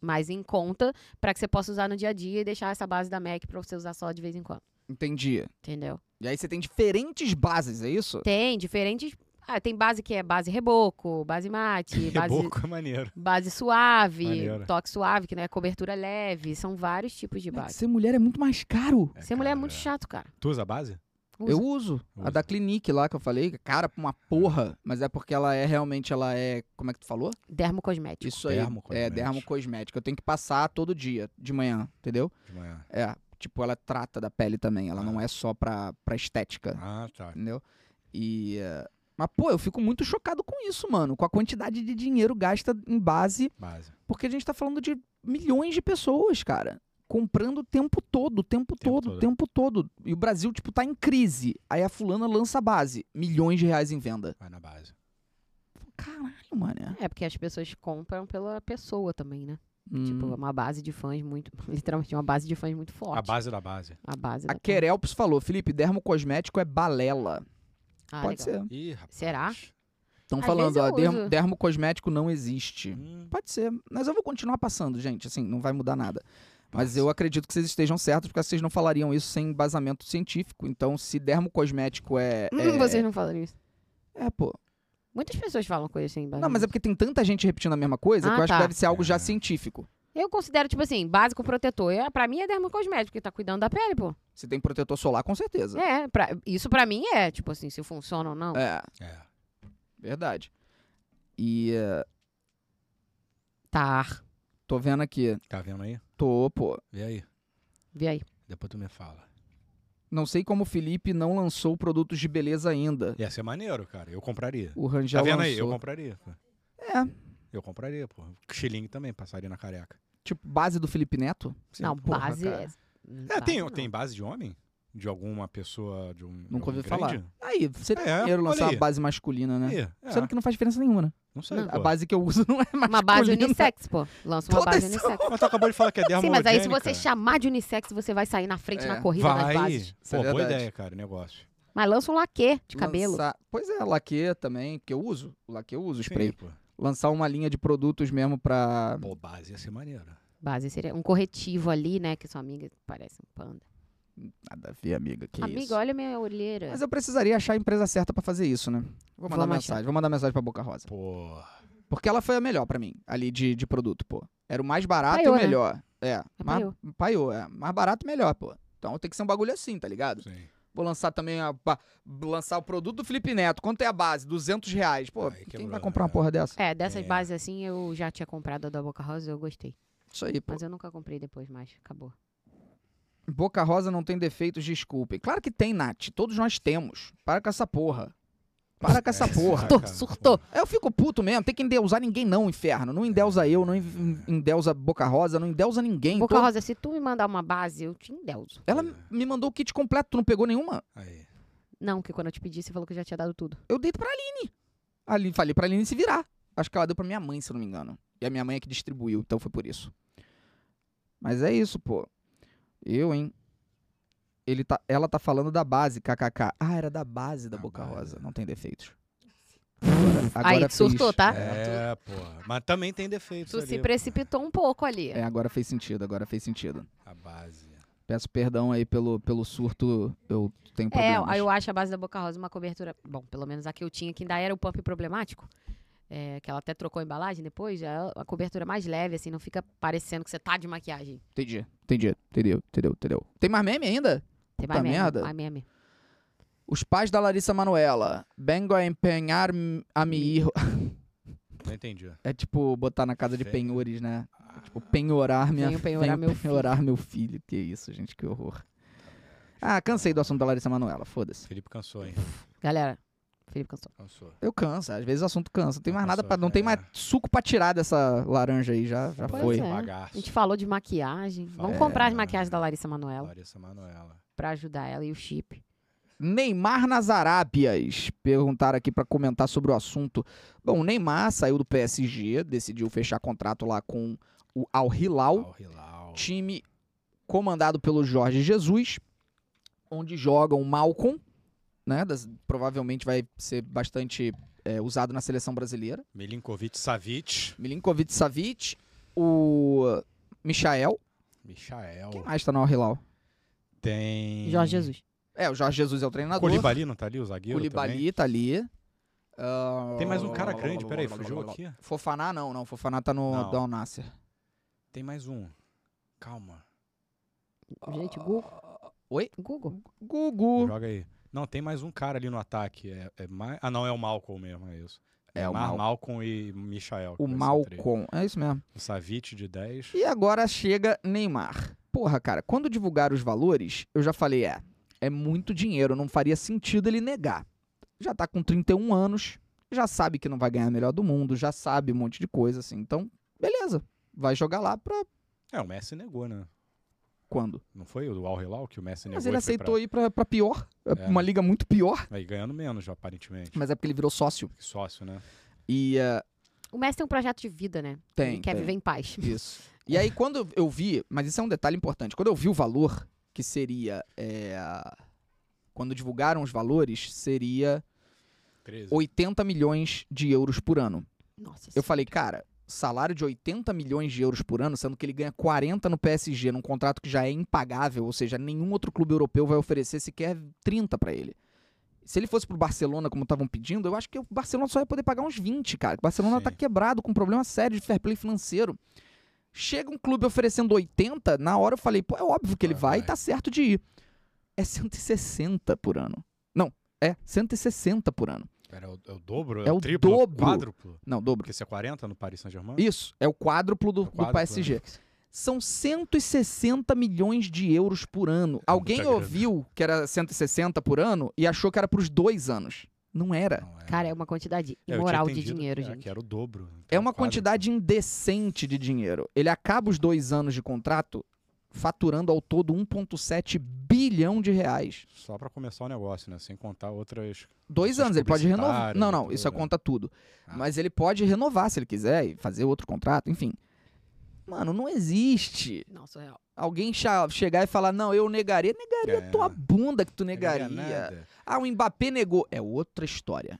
[SPEAKER 3] mais em conta, pra que você possa usar no dia a dia e deixar essa base da MAC pra você usar só de vez em quando.
[SPEAKER 1] Entendi.
[SPEAKER 3] Entendeu?
[SPEAKER 1] E aí você tem diferentes bases, é isso?
[SPEAKER 3] Tem diferentes. Ah, tem base que é base reboco, base mate, base,
[SPEAKER 2] Reboco é maneiro.
[SPEAKER 3] base suave,
[SPEAKER 2] Maneiro.
[SPEAKER 3] toque suave, que não é cobertura leve. São vários tipos de
[SPEAKER 1] Mas
[SPEAKER 3] base.
[SPEAKER 1] ser mulher é muito mais caro.
[SPEAKER 2] É,
[SPEAKER 3] Ser mulher é
[SPEAKER 2] cara,
[SPEAKER 3] muito chato, cara.
[SPEAKER 2] Tu usa a base?
[SPEAKER 3] Usa.
[SPEAKER 1] Eu uso. A
[SPEAKER 2] Usa.
[SPEAKER 1] da Clinique lá que eu falei, cara, uma porra. Mas é porque ela é realmente, ela é. Como é que tu falou?
[SPEAKER 3] Dermocosmético.
[SPEAKER 1] Isso aí. É,
[SPEAKER 2] Dermocosmético.
[SPEAKER 1] dermo cosmético. Eu tenho que passar todo dia, de manhã, entendeu?
[SPEAKER 2] De manhã.
[SPEAKER 1] É. Tipo, ela trata da pele também. Ela não é só pra, pra estética,
[SPEAKER 2] Ah, tá.
[SPEAKER 1] entendeu? E. é, Mas, pô, eu fico muito chocado com isso, mano. Com a quantidade de dinheiro gasta em base
[SPEAKER 2] Base.
[SPEAKER 1] Porque a gente tá falando de milhões de pessoas, cara. Comprando o tempo todo, o tempo,
[SPEAKER 2] Tempo
[SPEAKER 1] todo, o
[SPEAKER 2] todo.
[SPEAKER 1] tempo todo. E o Brasil, tipo, tá em crise. Aí a fulana lança a base. Milhões de reais em venda.
[SPEAKER 2] Vai na base.
[SPEAKER 1] Caralho, mané.
[SPEAKER 3] É porque as pessoas compram pela pessoa também, né? Tipo,
[SPEAKER 1] Hum.
[SPEAKER 3] é uma base de fãs muito. Literalmente, uma base de fãs muito forte.
[SPEAKER 2] A base da base.
[SPEAKER 3] A base
[SPEAKER 1] A
[SPEAKER 3] da-
[SPEAKER 1] Querelps falou, Felipe, dermocosmético é balela.
[SPEAKER 3] Ah,
[SPEAKER 1] Pode
[SPEAKER 3] legal.
[SPEAKER 1] ser.
[SPEAKER 2] Ih, rapaz.
[SPEAKER 3] Será?
[SPEAKER 1] Estão
[SPEAKER 3] Às
[SPEAKER 1] falando,
[SPEAKER 3] vezes eu
[SPEAKER 1] ó, dermo,
[SPEAKER 3] uso.
[SPEAKER 1] dermocosmético não existe.
[SPEAKER 2] Hum,
[SPEAKER 1] Pode ser. Mas eu vou continuar passando, gente. Assim, não vai mudar nada. Mas
[SPEAKER 2] Passa.
[SPEAKER 1] eu acredito que vocês estejam certos, porque vocês não falariam isso sem embasamento científico. Então, se dermocosmético é. é...
[SPEAKER 3] Hum, Vocês não falam isso.
[SPEAKER 1] É, pô.
[SPEAKER 3] Muitas pessoas falam coisas assim.
[SPEAKER 1] Não, mas é porque tem tanta gente repetindo a mesma coisa que
[SPEAKER 3] Ah,
[SPEAKER 1] eu acho
[SPEAKER 3] tá.
[SPEAKER 1] que deve ser algo já
[SPEAKER 2] É.
[SPEAKER 1] científico.
[SPEAKER 3] Eu considero, tipo assim, básico protetor. É, pra mim é dermocosmético, que tá cuidando da pele, pô.
[SPEAKER 1] Você tem protetor solar, com certeza.
[SPEAKER 3] É, pra- isso pra mim é, tipo assim, se funciona ou não.
[SPEAKER 1] É,
[SPEAKER 2] É.
[SPEAKER 1] verdade. E eh,
[SPEAKER 3] Tá.
[SPEAKER 1] tô vendo aqui.
[SPEAKER 2] Tá vendo aí?
[SPEAKER 1] Tô, pô.
[SPEAKER 2] Vê aí.
[SPEAKER 3] Vê aí.
[SPEAKER 2] Depois tu me fala.
[SPEAKER 1] Não sei como o Felipe não lançou produtos de beleza ainda.
[SPEAKER 2] Ia ser maneiro, cara. Eu compraria.
[SPEAKER 1] O
[SPEAKER 2] Tá
[SPEAKER 1] Rangel
[SPEAKER 2] vendo
[SPEAKER 1] lançou.
[SPEAKER 2] aí? Eu compraria. pô.
[SPEAKER 1] É,
[SPEAKER 2] Eu compraria, pô. Xilingue também, passaria na careca.
[SPEAKER 1] tipo, base do Felipe Neto.
[SPEAKER 2] Sim,
[SPEAKER 3] não,
[SPEAKER 2] porra,
[SPEAKER 3] base
[SPEAKER 2] cara.
[SPEAKER 3] é.
[SPEAKER 2] É,
[SPEAKER 3] base
[SPEAKER 2] tem,
[SPEAKER 3] não.
[SPEAKER 2] tem base de homem? De alguma pessoa, de um.
[SPEAKER 1] Nunca
[SPEAKER 2] algum
[SPEAKER 1] ouvi falar.
[SPEAKER 2] grande?
[SPEAKER 1] Aí, você tem
[SPEAKER 2] É,
[SPEAKER 1] dinheiro lançar
[SPEAKER 2] olha
[SPEAKER 1] uma
[SPEAKER 2] aí.
[SPEAKER 1] base masculina, né?
[SPEAKER 2] Ih, é.
[SPEAKER 1] Sendo que não faz diferença nenhuma, né?
[SPEAKER 2] Não sei.
[SPEAKER 3] Não.
[SPEAKER 2] pô.
[SPEAKER 1] A base que eu uso não é masculina.
[SPEAKER 3] Uma base unissex, pô. Lança uma
[SPEAKER 1] Toda
[SPEAKER 3] base
[SPEAKER 1] essa-
[SPEAKER 3] unissex.
[SPEAKER 2] Mas tu acabou de falar que né? é dermo
[SPEAKER 3] Sim, mas aí se você chamar de unissex, você vai sair na frente
[SPEAKER 1] É,
[SPEAKER 3] na corrida das
[SPEAKER 2] Vai.
[SPEAKER 3] bases.
[SPEAKER 1] Isso é
[SPEAKER 2] Pô, boa
[SPEAKER 1] verdade.
[SPEAKER 2] ideia, cara, negócio.
[SPEAKER 3] Mas lança um laque de cabelo.
[SPEAKER 1] Lançar- Pois é, laque também, que eu uso. O laque eu uso, spray.
[SPEAKER 2] Sim, pô.
[SPEAKER 1] Lançar uma linha de produtos mesmo pra,
[SPEAKER 2] Pô, base ia ser maneiro.
[SPEAKER 3] Base seria um corretivo ali, né? Que sua amiga parece um panda.
[SPEAKER 1] Nada a ver, amiga, que
[SPEAKER 3] amiga,
[SPEAKER 1] isso.
[SPEAKER 3] olha minha olheira.
[SPEAKER 1] Mas eu precisaria achar a empresa certa pra fazer isso, né? Vou mandar
[SPEAKER 3] Vamos
[SPEAKER 1] mensagem,
[SPEAKER 3] É. achar.
[SPEAKER 1] vou mandar mensagem pra Boca Rosa.
[SPEAKER 2] Pô.
[SPEAKER 1] Porque ela foi a melhor pra mim, ali de, de produto, pô. Era o mais barato e
[SPEAKER 3] Paiô,
[SPEAKER 1] o
[SPEAKER 3] né?
[SPEAKER 1] melhor. É, mais,
[SPEAKER 3] paiô.
[SPEAKER 1] paiô, é. Mais barato e melhor, pô. Então tem que ser um bagulho assim, tá ligado?
[SPEAKER 2] Sim.
[SPEAKER 1] Vou lançar também a, ba- lançar o produto do Felipe Neto. Quanto é a base? 200 reais. Pô,
[SPEAKER 2] Aí
[SPEAKER 1] quem
[SPEAKER 2] quebrou,
[SPEAKER 1] vai
[SPEAKER 2] né?
[SPEAKER 1] comprar uma porra dessa?
[SPEAKER 3] É, dessas
[SPEAKER 2] É.
[SPEAKER 3] bases assim, eu já tinha comprado a da Boca Rosa, eu gostei.
[SPEAKER 1] Isso aí, pô.
[SPEAKER 3] Mas é. eu nunca comprei depois mais, acabou.
[SPEAKER 1] Boca Rosa não tem defeitos, desculpem. Claro que tem, Nath. Todos nós temos. Para com essa porra. Para com essa
[SPEAKER 2] É,
[SPEAKER 1] porra.
[SPEAKER 3] Surtou,
[SPEAKER 2] cara,
[SPEAKER 3] surtou.
[SPEAKER 1] Eu fico puto mesmo. Tem que endeusar ninguém, não, inferno. Não endeusa eu, não en- endeusa Boca Rosa, não endeusa ninguém.
[SPEAKER 2] Então
[SPEAKER 3] Boca
[SPEAKER 1] Todo-
[SPEAKER 3] Rosa, se tu me mandar uma base, eu te endeuso.
[SPEAKER 1] Ela me mandou o kit completo, tu não pegou nenhuma?
[SPEAKER 2] Aí.
[SPEAKER 3] Não, que quando eu te pedi, você falou que eu já tinha dado tudo.
[SPEAKER 1] Eu dei pra Aline. Aline. Falei pra Aline se virar. Acho que ela deu pra minha mãe, se eu não me engano. E a minha mãe é que distribuiu, então foi por isso. Mas é isso, pô. Eu, hein? Ele tá, ela tá falando da base, kkk. Ah, era da base da
[SPEAKER 2] Da
[SPEAKER 1] Boca
[SPEAKER 2] base.
[SPEAKER 1] Rosa. Não tem defeitos. Agora, agora
[SPEAKER 3] Aí, tu surtou,
[SPEAKER 1] fez-
[SPEAKER 3] tá?
[SPEAKER 2] É, porra. Mas também tem defeitos
[SPEAKER 3] Tu
[SPEAKER 2] ali.
[SPEAKER 3] se precipitou um pouco ali.
[SPEAKER 1] É, agora fez sentido, agora fez sentido.
[SPEAKER 2] A base.
[SPEAKER 1] Peço perdão aí pelo, pelo surto, eu tenho
[SPEAKER 3] É,
[SPEAKER 1] problemas.
[SPEAKER 3] aí eu acho a base da Boca Rosa uma cobertura. Bom, pelo menos a que eu tinha, que ainda era o pump problemático. é, que ela até trocou a embalagem depois, já é a cobertura mais leve, assim, não fica parecendo que você tá de maquiagem.
[SPEAKER 1] Entendi, entendi, entendeu, entendeu, entendeu. Tem mais meme ainda?
[SPEAKER 3] Tem mais
[SPEAKER 1] Puta
[SPEAKER 3] meme,
[SPEAKER 1] merda.
[SPEAKER 3] mais meme.
[SPEAKER 1] Os pais da Larissa Manuela. Vengo a empenhar m- a mi hijo.
[SPEAKER 2] Não entendi.
[SPEAKER 1] É tipo botar na casa de
[SPEAKER 2] Fe-
[SPEAKER 1] penhores, né? É tipo, penhorar minha
[SPEAKER 3] Venho penhorar
[SPEAKER 1] venho
[SPEAKER 3] meu filho.
[SPEAKER 1] penhorar meu filho. Que isso, gente, que horror. Ah, cansei do assunto da Larissa Manuela, foda-se.
[SPEAKER 2] Felipe cansou, hein?
[SPEAKER 3] Galera, Felipe cansou.
[SPEAKER 2] Cansou.
[SPEAKER 1] Eu canso, às vezes o assunto cansa. Não tem mais nada
[SPEAKER 2] Nossa,
[SPEAKER 1] pra. Não tem
[SPEAKER 2] é.
[SPEAKER 1] mais suco pra tirar dessa laranja aí, já, já
[SPEAKER 3] Pois
[SPEAKER 1] foi.
[SPEAKER 3] é. A
[SPEAKER 2] Bagaço.
[SPEAKER 3] gente falou de maquiagem. Vamos
[SPEAKER 1] É.
[SPEAKER 3] comprar as maquiagens da Larissa Manoela
[SPEAKER 2] Larissa Manoela.
[SPEAKER 3] pra ajudar ela e o chip.
[SPEAKER 1] Neymar nas Arábias. Perguntaram aqui pra comentar sobre o assunto. Bom, o Neymar saiu do PSG, decidiu fechar contrato lá com o Al Hilal,
[SPEAKER 2] Al Hilal.
[SPEAKER 1] time comandado pelo Jorge Jesus, onde jogam o Malcom, né? das- provavelmente vai ser bastante é, usado na seleção brasileira.
[SPEAKER 2] Milinkovic Savic.
[SPEAKER 1] Milinkovic Savic, o Michael.
[SPEAKER 2] Michael.
[SPEAKER 1] Quem mais tá no Al Hilal?
[SPEAKER 2] Tem.
[SPEAKER 3] Jorge Jesus.
[SPEAKER 1] É, o Jorge Jesus é o treinador.
[SPEAKER 2] Colibali não tá ali, o zagueiro?
[SPEAKER 1] Koulibaly tá ali. Ah,
[SPEAKER 2] também? Tem mais um cara grande, peraí, fugiu aqui.
[SPEAKER 1] Fofaná não, não. Fofaná tá no
[SPEAKER 2] Não.
[SPEAKER 1] do Al Nasser.
[SPEAKER 2] Tem mais um. Calma.
[SPEAKER 3] Gente,
[SPEAKER 1] Ah.
[SPEAKER 3] Google.
[SPEAKER 1] Oi?
[SPEAKER 3] Google.
[SPEAKER 1] Gugu.
[SPEAKER 2] Joga aí. Não, tem mais um cara ali no ataque. É, é mais... Ah, não, é o Malcolm mesmo, é isso.
[SPEAKER 1] É o
[SPEAKER 2] Neymar,
[SPEAKER 1] Mal,
[SPEAKER 2] Malcolm e Michael. que
[SPEAKER 1] o
[SPEAKER 2] vai ser trio.
[SPEAKER 1] Malcom. É isso mesmo.
[SPEAKER 2] O Savic de 10.
[SPEAKER 1] E agora chega Neymar. Porra, cara, quando divulgar os valores, eu já falei, é, é muito dinheiro, não faria sentido ele negar. Já tá com 31 anos, já sabe que não vai ganhar o melhor do mundo, já sabe um monte de coisa, assim. Então, beleza. Vai jogar lá pra
[SPEAKER 2] É, o Messi negou, né?
[SPEAKER 1] quando?
[SPEAKER 2] Não foi o do Al Hilal que o Messi negou?
[SPEAKER 1] Mas ele
[SPEAKER 2] e foi
[SPEAKER 1] aceitou ir pra, pra pior,
[SPEAKER 2] É.
[SPEAKER 1] uma liga muito pior.
[SPEAKER 2] Pra... Aí ganhando menos, já, aparentemente.
[SPEAKER 1] Mas é porque ele virou sócio.
[SPEAKER 2] Sócio, né?
[SPEAKER 1] E eh,
[SPEAKER 3] O Messi tem um projeto de vida, né?
[SPEAKER 1] tem.
[SPEAKER 3] Ele quer
[SPEAKER 1] tem.
[SPEAKER 3] viver em paz.
[SPEAKER 1] Isso. E aí, quando eu vi, mas isso é um detalhe importante, quando eu vi o valor, que seria. é, quando divulgaram os valores, seria
[SPEAKER 2] 13.
[SPEAKER 1] 80 milhões de euros por ano.
[SPEAKER 3] Nossa
[SPEAKER 1] Eu
[SPEAKER 3] senhora.
[SPEAKER 1] falei, cara, salário de 80 milhões de euros por ano, sendo que ele ganha 40 no PSG, num contrato que já é impagável, ou seja, nenhum outro clube europeu vai oferecer sequer 30 pra ele. Se ele fosse pro Barcelona, como estavam pedindo, eu acho que o Barcelona só ia poder pagar uns 20, cara. O Barcelona tá
[SPEAKER 2] Sim.
[SPEAKER 1] quebrado, com um problema sério de fair play financeiro. Chega um clube oferecendo 80, na hora eu falei, pô, é óbvio que ele
[SPEAKER 2] Ah,
[SPEAKER 1] vai e
[SPEAKER 2] vai.
[SPEAKER 1] tá certo de ir. É 160 por ano. Não, é 160 por ano.
[SPEAKER 2] Era o, é o dobro?
[SPEAKER 1] É
[SPEAKER 2] o
[SPEAKER 1] o
[SPEAKER 2] triplo?
[SPEAKER 1] dobro.
[SPEAKER 2] quádruplo?
[SPEAKER 1] Não, dobro.
[SPEAKER 2] Porque se é 40 no Paris Saint-Germain?
[SPEAKER 1] Isso, é o quádruplo do,
[SPEAKER 2] É o
[SPEAKER 1] do
[SPEAKER 2] quádruplo,
[SPEAKER 1] PSG. São 160 milhões de euros por ano. Alguém
[SPEAKER 2] grana.
[SPEAKER 1] ouviu que era 160 por ano e achou que era pros dois anos. Não era.
[SPEAKER 2] Não, é.
[SPEAKER 3] Cara, é uma quantidade
[SPEAKER 2] É, eu tinha
[SPEAKER 3] imoral de
[SPEAKER 2] entendido
[SPEAKER 3] dinheiro,
[SPEAKER 2] que era-
[SPEAKER 3] gente.
[SPEAKER 2] Que era o dobro.
[SPEAKER 1] É
[SPEAKER 2] então,
[SPEAKER 1] uma
[SPEAKER 2] quádruplo.
[SPEAKER 1] quantidade indecente de dinheiro. Ele acaba os dois anos de contrato faturando ao todo 1,7 bilhão de reais.
[SPEAKER 2] Só pra começar o negócio, né? Sem contar outras.
[SPEAKER 1] Dois
[SPEAKER 2] Essas
[SPEAKER 1] anos, ele pode renovar.
[SPEAKER 2] publicitárias,
[SPEAKER 1] Não,
[SPEAKER 2] tudo,
[SPEAKER 1] não, isso é
[SPEAKER 2] é né?
[SPEAKER 1] conta tudo.
[SPEAKER 2] Ah.
[SPEAKER 1] Mas ele pode renovar se ele quiser e fazer outro contrato, enfim. Mano, não existe
[SPEAKER 3] Não, surreal.
[SPEAKER 1] alguém cha- chegar e falar, não, eu negaria. Negaria
[SPEAKER 2] É.
[SPEAKER 1] tua bunda que tu negaria.
[SPEAKER 2] nada.
[SPEAKER 1] ah, o Mbappé negou. É outra história.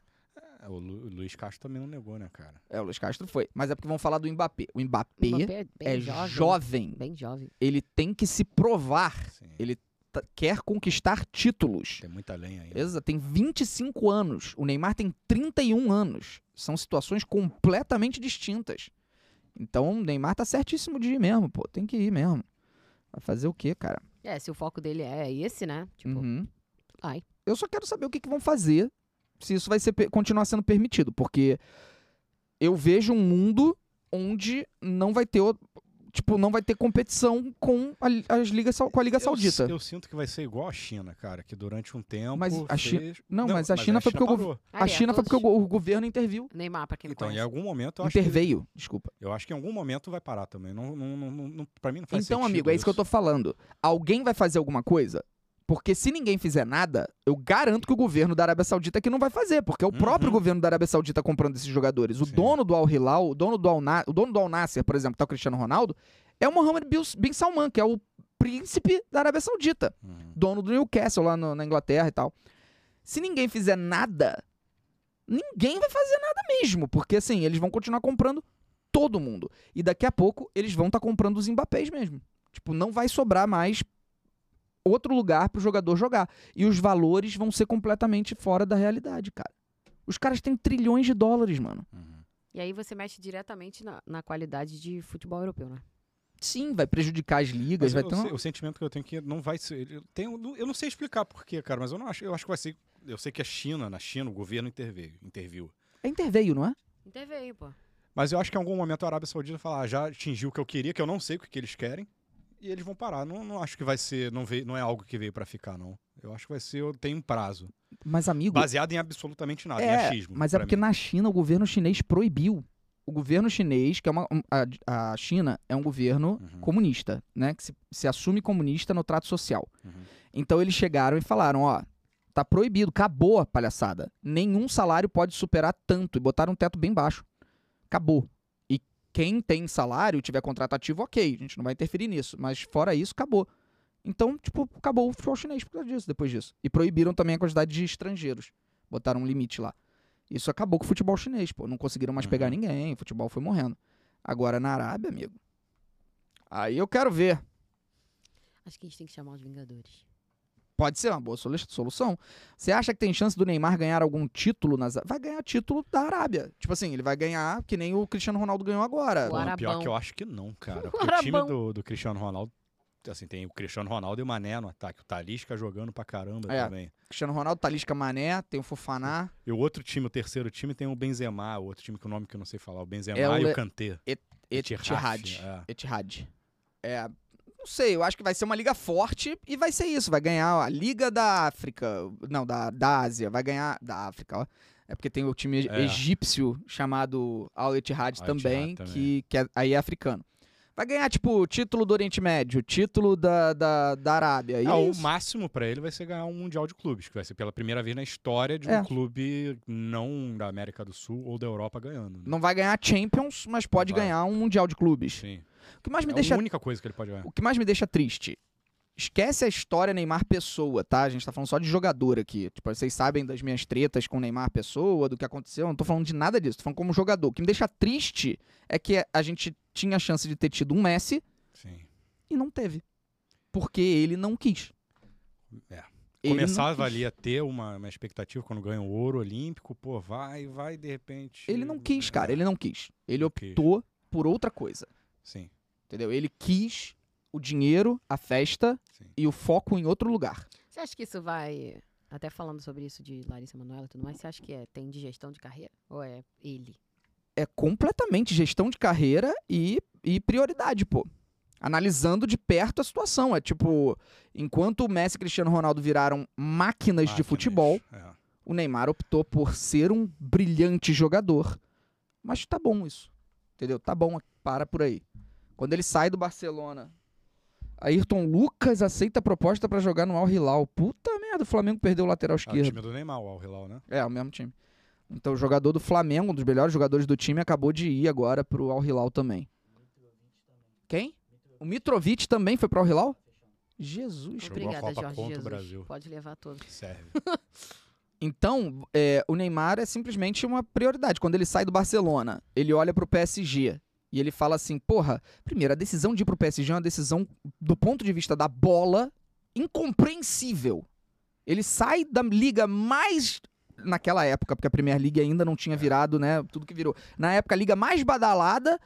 [SPEAKER 2] É, O Lu- o Luiz Castro também não negou, né, cara?
[SPEAKER 1] É, o Luiz Castro foi. Mas é porque vão falar do Mbappé. O Mbappé,
[SPEAKER 3] Mbappé é bem
[SPEAKER 1] é
[SPEAKER 3] jovem.
[SPEAKER 1] jovem.
[SPEAKER 3] Bem jovem.
[SPEAKER 1] Ele tem que se provar.
[SPEAKER 2] Sim.
[SPEAKER 1] Ele- T- Quer conquistar títulos.
[SPEAKER 2] Assim, Tem muita lenha aí.
[SPEAKER 1] Beleza? Tem 25 anos. O Neymar tem 31 anos. São situações completamente distintas. Então, o Neymar tá certíssimo de ir mesmo, pô. Tem que ir mesmo. Vai fazer o quê, cara?
[SPEAKER 3] É, se o foco dele é esse, né? Tipo,
[SPEAKER 1] Uhum.
[SPEAKER 3] Ai.
[SPEAKER 1] Eu só quero saber o que, que vão fazer se isso vai ser, pe- continuar sendo permitido, porque eu vejo um mundo onde não vai ter o- tipo não vai ter competição com a, li- as ligas sau- com a liga
[SPEAKER 2] Eu s-
[SPEAKER 1] saudita.
[SPEAKER 2] Eu, sinto que vai ser igual a China, cara, que durante um tempo.
[SPEAKER 1] Mas a Chi-
[SPEAKER 2] fez-
[SPEAKER 1] não, mas a China foi porque o
[SPEAKER 2] parou.
[SPEAKER 1] A
[SPEAKER 3] Ah, é,
[SPEAKER 1] China foi
[SPEAKER 3] todos-
[SPEAKER 1] porque o, o governo interviu,
[SPEAKER 3] Neymar, pra quem não
[SPEAKER 2] Então, em
[SPEAKER 3] conhece.
[SPEAKER 2] algum momento eu acho, que,
[SPEAKER 1] interveio, desculpa.
[SPEAKER 2] eu acho que em algum momento vai parar também. Não, não, não, não, não- pra mim não faz
[SPEAKER 1] Então,
[SPEAKER 2] sentido
[SPEAKER 1] amigo, é isso que eu tô falando. Alguém vai fazer alguma coisa? Porque se ninguém fizer nada, eu garanto que o governo da Arábia Saudita que não vai fazer, porque é o
[SPEAKER 2] Uhum.
[SPEAKER 1] próprio governo da Arábia Saudita comprando esses jogadores. O
[SPEAKER 2] Sim.
[SPEAKER 1] dono do Al Hilal, o dono do Al, Na- o dono do Al Nasser, por exemplo, que tá o Cristiano Ronaldo, é o Mohammed Bil- bin Salman, que é o príncipe da Arábia Saudita,
[SPEAKER 2] Uhum.
[SPEAKER 1] dono do Newcastle lá no- na Inglaterra e tal. Se ninguém fizer nada, ninguém vai fazer nada mesmo, porque assim, eles vão continuar comprando todo mundo. E daqui a pouco eles vão estar comprando os Mbappés mesmo. Tipo, não vai sobrar mais outro lugar pro jogador jogar. E os valores vão ser completamente fora da realidade, cara. Os caras têm trilhões de dólares, mano.
[SPEAKER 2] Uhum.
[SPEAKER 3] E aí você mexe diretamente na, na qualidade de futebol europeu, né?
[SPEAKER 1] Sim, vai prejudicar as ligas,
[SPEAKER 2] Mas
[SPEAKER 1] vai
[SPEAKER 2] eu-
[SPEAKER 1] ter
[SPEAKER 2] eu
[SPEAKER 1] uma...
[SPEAKER 2] sei- o sentimento que eu tenho é que não vai ser. Eu, tenho, eu não sei explicar porquê, cara, mas eu não acho. Eu acho que vai ser. Eu sei que a China, na China, o governo interveio, interviu.
[SPEAKER 1] É interveio, não é?
[SPEAKER 3] Interveio, pô.
[SPEAKER 2] Mas eu acho que em algum momento a Arábia Saudita falar, ah, já atingiu o que eu queria, que eu não sei o que, que eles querem, e eles vão parar. Não, não acho que vai ser, não, veio, não é algo que veio pra ficar, não. Eu acho que vai ser, tem um prazo.
[SPEAKER 1] Mas, amigo...
[SPEAKER 2] Baseado em absolutamente nada, em
[SPEAKER 1] É,
[SPEAKER 2] achismo.
[SPEAKER 1] Mas é
[SPEAKER 2] pra
[SPEAKER 1] porque
[SPEAKER 2] mim.
[SPEAKER 1] na China o governo chinês proibiu. O governo chinês, que é uma. um- A, a China é um governo
[SPEAKER 2] Uhum.
[SPEAKER 1] comunista, né? Que se, se assume comunista no trato social.
[SPEAKER 2] Uhum.
[SPEAKER 1] Então eles chegaram e falaram: ó, tá proibido, acabou a palhaçada. Nenhum salário pode superar tanto. E botaram um teto bem baixo. Acabou. E quem tem salário, tiver contrato ativo, ok, a gente não vai interferir nisso. Mas fora isso, acabou. Então, tipo, acabou o futebol chinês por causa disso, depois disso. E proibiram também a quantidade de estrangeiros. Botaram um limite lá. Isso acabou com o futebol chinês, pô. Não conseguiram mais
[SPEAKER 2] Uhum.
[SPEAKER 1] pegar ninguém, o futebol foi morrendo. Agora na Arábia, amigo. Aí eu quero ver.
[SPEAKER 3] Acho que a gente tem que chamar os Vingadores.
[SPEAKER 1] Pode ser uma boa solu- solução. Você acha que tem chance do Neymar ganhar algum título nas. Vai ganhar título da Arábia. Tipo assim, ele vai ganhar que nem o Cristiano Ronaldo ganhou agora.
[SPEAKER 3] O
[SPEAKER 2] Pô,
[SPEAKER 3] Arabão.
[SPEAKER 2] Pior que eu acho que não, cara.
[SPEAKER 3] O
[SPEAKER 2] Porque o time
[SPEAKER 3] Arabão.
[SPEAKER 2] do, do Cristiano Ronaldo, assim, tem o Cristiano Ronaldo e o Mané no ataque. O Talisca jogando pra caramba
[SPEAKER 1] É.
[SPEAKER 2] também.
[SPEAKER 1] Cristiano Ronaldo, Talisca Mané, tem o Fofaná.
[SPEAKER 2] E o outro time, o terceiro time, tem o Benzema, o outro time que o nome que eu não sei falar, o Benzema
[SPEAKER 1] É o
[SPEAKER 2] e
[SPEAKER 1] Le-
[SPEAKER 2] o Kanté. Etihad,
[SPEAKER 1] Etihad.
[SPEAKER 2] é.
[SPEAKER 1] Etihad. É. Não sei, eu acho que vai ser uma liga forte e vai ser isso. Vai ganhar a Liga da África. Não, da, da Ásia. Vai ganhar. Da África, ó. É porque tem o time e-
[SPEAKER 2] É.
[SPEAKER 1] egípcio chamado Al Etihad
[SPEAKER 2] Al
[SPEAKER 1] também,
[SPEAKER 2] Ittihad também.
[SPEAKER 1] que, que é- aí é africano. Vai ganhar, tipo, o título do Oriente Médio, o título da, da, da Arábia. E
[SPEAKER 2] Ah,
[SPEAKER 1] é
[SPEAKER 2] o
[SPEAKER 1] isso.
[SPEAKER 2] máximo pra ele vai ser ganhar um Mundial de Clubes, que vai ser pela primeira vez na história de um
[SPEAKER 1] É.
[SPEAKER 2] clube não da América do Sul ou da Europa ganhando. Né?
[SPEAKER 1] Não vai ganhar Champions, mas pode
[SPEAKER 2] Vai.
[SPEAKER 1] ganhar um Mundial de Clubes.
[SPEAKER 2] Sim.
[SPEAKER 1] O que mais me
[SPEAKER 2] é
[SPEAKER 1] deixa
[SPEAKER 2] a única coisa que ele pode ganhar.
[SPEAKER 1] O que mais me deixa triste. Esquece a história Neymar Pessoa, tá? A gente tá falando só de jogador aqui. Tipo, vocês sabem das minhas tretas com Neymar Pessoa, do que aconteceu. Eu não tô falando de nada disso, tô falando como jogador. O que me deixa triste é que a gente tinha a chance de ter tido um Messi
[SPEAKER 2] Sim.
[SPEAKER 1] e não teve. Porque ele não quis.
[SPEAKER 2] É.
[SPEAKER 1] Ele não
[SPEAKER 2] Começava
[SPEAKER 1] quis.
[SPEAKER 2] ali a ter uma, uma expectativa quando ganha o ouro olímpico, pô, vai, vai, de repente.
[SPEAKER 1] Ele não quis,
[SPEAKER 2] né?
[SPEAKER 1] cara. Ele não quis. Ele
[SPEAKER 2] Não quis.
[SPEAKER 1] optou por outra coisa.
[SPEAKER 2] Sim,
[SPEAKER 1] Entendeu? Ele quis o dinheiro, a festa
[SPEAKER 2] sim.
[SPEAKER 1] e o foco em outro lugar.
[SPEAKER 3] Você acha que isso vai. Até falando sobre isso de Larissa Manoela e tudo mais, você acha que é, tem digestão de carreira? Ou é ele?
[SPEAKER 1] é completamente gestão de carreira e, e prioridade, pô. Analisando de perto a situação. É tipo, enquanto o Messi e Cristiano Ronaldo viraram máquinas de
[SPEAKER 2] Máquinas,
[SPEAKER 1] futebol,
[SPEAKER 2] Ah, é.
[SPEAKER 1] o Neymar optou por ser um brilhante jogador. Mas tá bom isso. Entendeu? Tá bom, para por aí. Quando ele sai do Barcelona, Ayrton Lucas aceita a proposta pra jogar no Al Hilal. Puta merda, o Flamengo perdeu o lateral
[SPEAKER 2] Ah, o
[SPEAKER 1] esquerdo.
[SPEAKER 2] time do Neymar, o Al Hilal, né?
[SPEAKER 1] É, o mesmo time. Então o jogador do Flamengo, um dos melhores jogadores do time, acabou de ir agora pro Al Hilal também. Quem? O Mitrovic também foi pro Al Hilal? Jesus.
[SPEAKER 2] Jogou a
[SPEAKER 3] Obrigada,
[SPEAKER 2] Copa
[SPEAKER 3] Jorge
[SPEAKER 2] contra o
[SPEAKER 3] Jesus.
[SPEAKER 2] Brasil.
[SPEAKER 3] Pode levar todos.
[SPEAKER 2] Serve.
[SPEAKER 1] Então, é, o Neymar é simplesmente uma prioridade. Quando ele sai do Barcelona, ele olha pro PSG e ele fala assim: porra, primeiro, a decisão de ir pro PSG é uma decisão, do ponto de vista da bola, incompreensível. Ele sai da liga mais. Naquela época, porque a Premier League ainda não tinha virado, né? Tudo que virou. Na época, a liga mais badalada,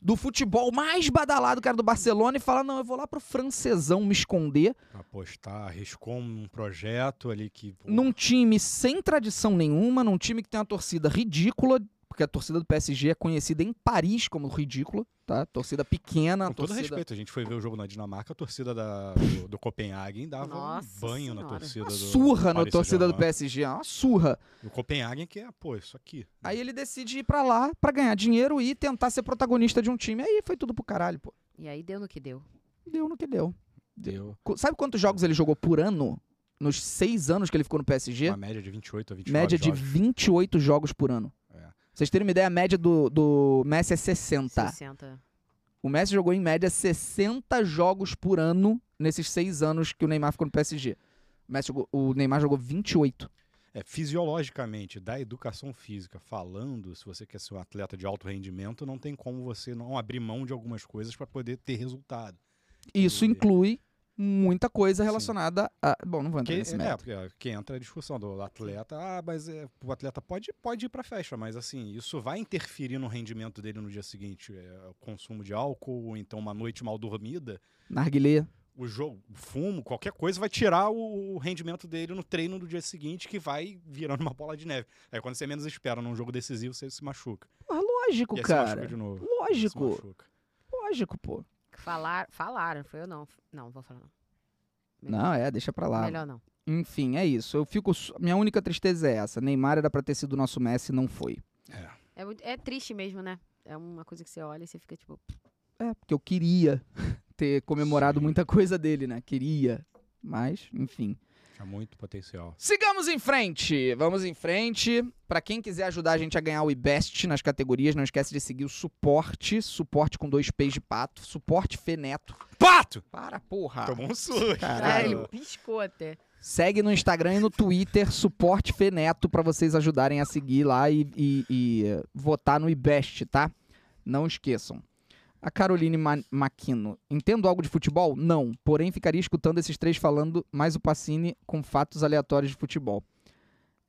[SPEAKER 1] do futebol mais badalado, cara do Barcelona, e fala: não, eu vou lá pro francesão me esconder
[SPEAKER 2] Apostar, arriscou um projeto ali que. pô,
[SPEAKER 1] num time sem tradição nenhuma, num time que tem uma torcida ridícula, porque a torcida do PSG é conhecida em Paris como ridícula, tá? Torcida pequena,
[SPEAKER 2] Com todo
[SPEAKER 1] torcida.
[SPEAKER 2] respeito, a gente foi ver o jogo na Dinamarca, a torcida da- do, do Copenhagen dava
[SPEAKER 3] Nossa
[SPEAKER 2] um banho na
[SPEAKER 3] Senhora.
[SPEAKER 2] torcida
[SPEAKER 1] Uma
[SPEAKER 2] do.
[SPEAKER 1] surra
[SPEAKER 2] do
[SPEAKER 1] na
[SPEAKER 2] Paris
[SPEAKER 1] torcida do
[SPEAKER 2] Saint-Germain.
[SPEAKER 1] PSG, é uma surra.
[SPEAKER 2] O Copenhagen que é, pô, isso aqui.
[SPEAKER 1] Aí ele decide ir pra lá pra ganhar dinheiro e tentar ser protagonista de um time. Aí foi tudo pro caralho, pô.
[SPEAKER 3] E aí deu no que deu.
[SPEAKER 1] Deu no que deu.
[SPEAKER 2] deu
[SPEAKER 1] Co- Sabe quantos jogos ele jogou por ano? Nos seis anos que ele ficou no PSG?
[SPEAKER 2] uma média de 28 a 29
[SPEAKER 1] média de
[SPEAKER 2] jogos.
[SPEAKER 1] 28 jogos por ano.
[SPEAKER 2] É.
[SPEAKER 1] Vocês terem uma ideia, a média do, do Messi é 60.
[SPEAKER 3] 60.
[SPEAKER 1] O Messi jogou em média 60 jogos por ano nesses seis anos que o Neymar ficou no PSG. O, Messi jogou- o Neymar jogou 28.
[SPEAKER 2] É, fisiologicamente, da educação física falando, se você quer ser um atleta de alto rendimento, não tem como você não abrir mão de algumas coisas para poder ter resultado.
[SPEAKER 1] Isso
[SPEAKER 2] Entendi.
[SPEAKER 1] inclui muita coisa
[SPEAKER 2] Sim.
[SPEAKER 1] relacionada a. Bom, não vou entrar
[SPEAKER 2] Que,
[SPEAKER 1] nesse
[SPEAKER 2] é,
[SPEAKER 1] mérito.
[SPEAKER 2] porque, é, que entra a discussão do atleta, ah, mas é, o atleta pode, pode ir para festa, mas assim, isso vai interferir no rendimento dele no dia seguinte. É, o consumo de álcool, ou então uma noite mal dormida,
[SPEAKER 1] Narguilé.
[SPEAKER 2] o jogo, o fumo, qualquer coisa vai tirar o, o rendimento dele no treino do dia seguinte, que vai virando uma bola de neve. Aí quando você menos espera num jogo decisivo, você se machuca.
[SPEAKER 1] Porra, lógico,
[SPEAKER 2] E aí se machuca
[SPEAKER 1] cara.
[SPEAKER 2] é de Hum. novo. Se
[SPEAKER 1] Lógico.
[SPEAKER 2] machuca.
[SPEAKER 1] Lógico, pô.
[SPEAKER 3] Falar, falaram, foi eu não. Não, vou falar não.
[SPEAKER 1] Não, é, deixa pra lá.
[SPEAKER 3] Melhor não.
[SPEAKER 1] Enfim, é isso. Eu fico. su- Minha única tristeza é essa. Neymar era pra ter sido o nosso Messi e não foi.
[SPEAKER 3] É, muito- é triste mesmo, né? É uma coisa que você olha e você fica tipo.
[SPEAKER 1] É, porque eu queria ter comemorado
[SPEAKER 2] Sim.
[SPEAKER 1] muita coisa dele, né? Queria. Mas, enfim.
[SPEAKER 2] Tinha muito potencial.
[SPEAKER 1] Sigamos em frente. Vamos em frente. Pra quem quiser ajudar a gente a ganhar o IBEST nas categorias, não esquece de seguir o suporte, suporte com dois P's de pato, suporte Feneto.
[SPEAKER 2] Pato!
[SPEAKER 1] Para, porra.
[SPEAKER 2] Tomou um susto.
[SPEAKER 3] Ah,
[SPEAKER 1] Caralho.
[SPEAKER 3] ele piscou até.
[SPEAKER 1] Segue no Instagram e no Twitter, suporte Feneto, pra vocês ajudarem a seguir lá e, e- e, eh, votar no IBEST, tá? Não esqueçam. A Caroline Ma Maquino. Entendo algo de futebol? Não. Porém, ficaria escutando esses três falando mais o Pacini com fatos aleatórios de futebol.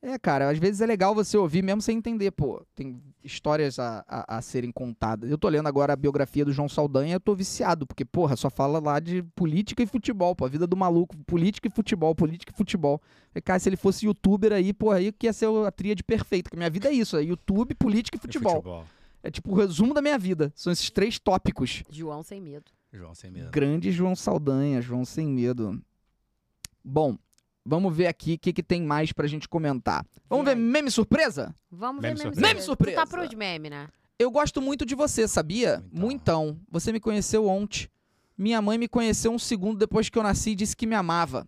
[SPEAKER 1] É, cara, às vezes é legal você ouvir mesmo sem entender, pô. Tem histórias a, a- a serem contadas. Eu tô lendo agora a biografia do João Saldanha eu tô viciado, porque, porra, só fala lá de política e futebol, pô. A vida do maluco, política e futebol, política e futebol. Falei, Cara, se ele fosse youtuber aí, porra, aí que ia ser a tríade perfeita, porque minha vida é isso, é YouTube, política e futebol. É tipo o resumo da minha vida. São esses três tópicos.
[SPEAKER 3] João sem medo.
[SPEAKER 2] João sem medo.
[SPEAKER 1] Grande João Saldanha, João Sem Medo. Bom, vamos ver aqui o que, que tem mais pra gente comentar. Vamos ver
[SPEAKER 3] Vai.
[SPEAKER 1] meme surpresa?
[SPEAKER 3] Vamos
[SPEAKER 2] Meme
[SPEAKER 3] ver meme
[SPEAKER 2] surpresa.
[SPEAKER 1] Meme surpresa.
[SPEAKER 3] Tu tá pro de meme, né?
[SPEAKER 1] Eu gosto muito de você, sabia?
[SPEAKER 2] Muitão.
[SPEAKER 1] Muitão. Você me conheceu ontem. Minha mãe me conheceu um segundo depois que eu nasci e disse que me amava.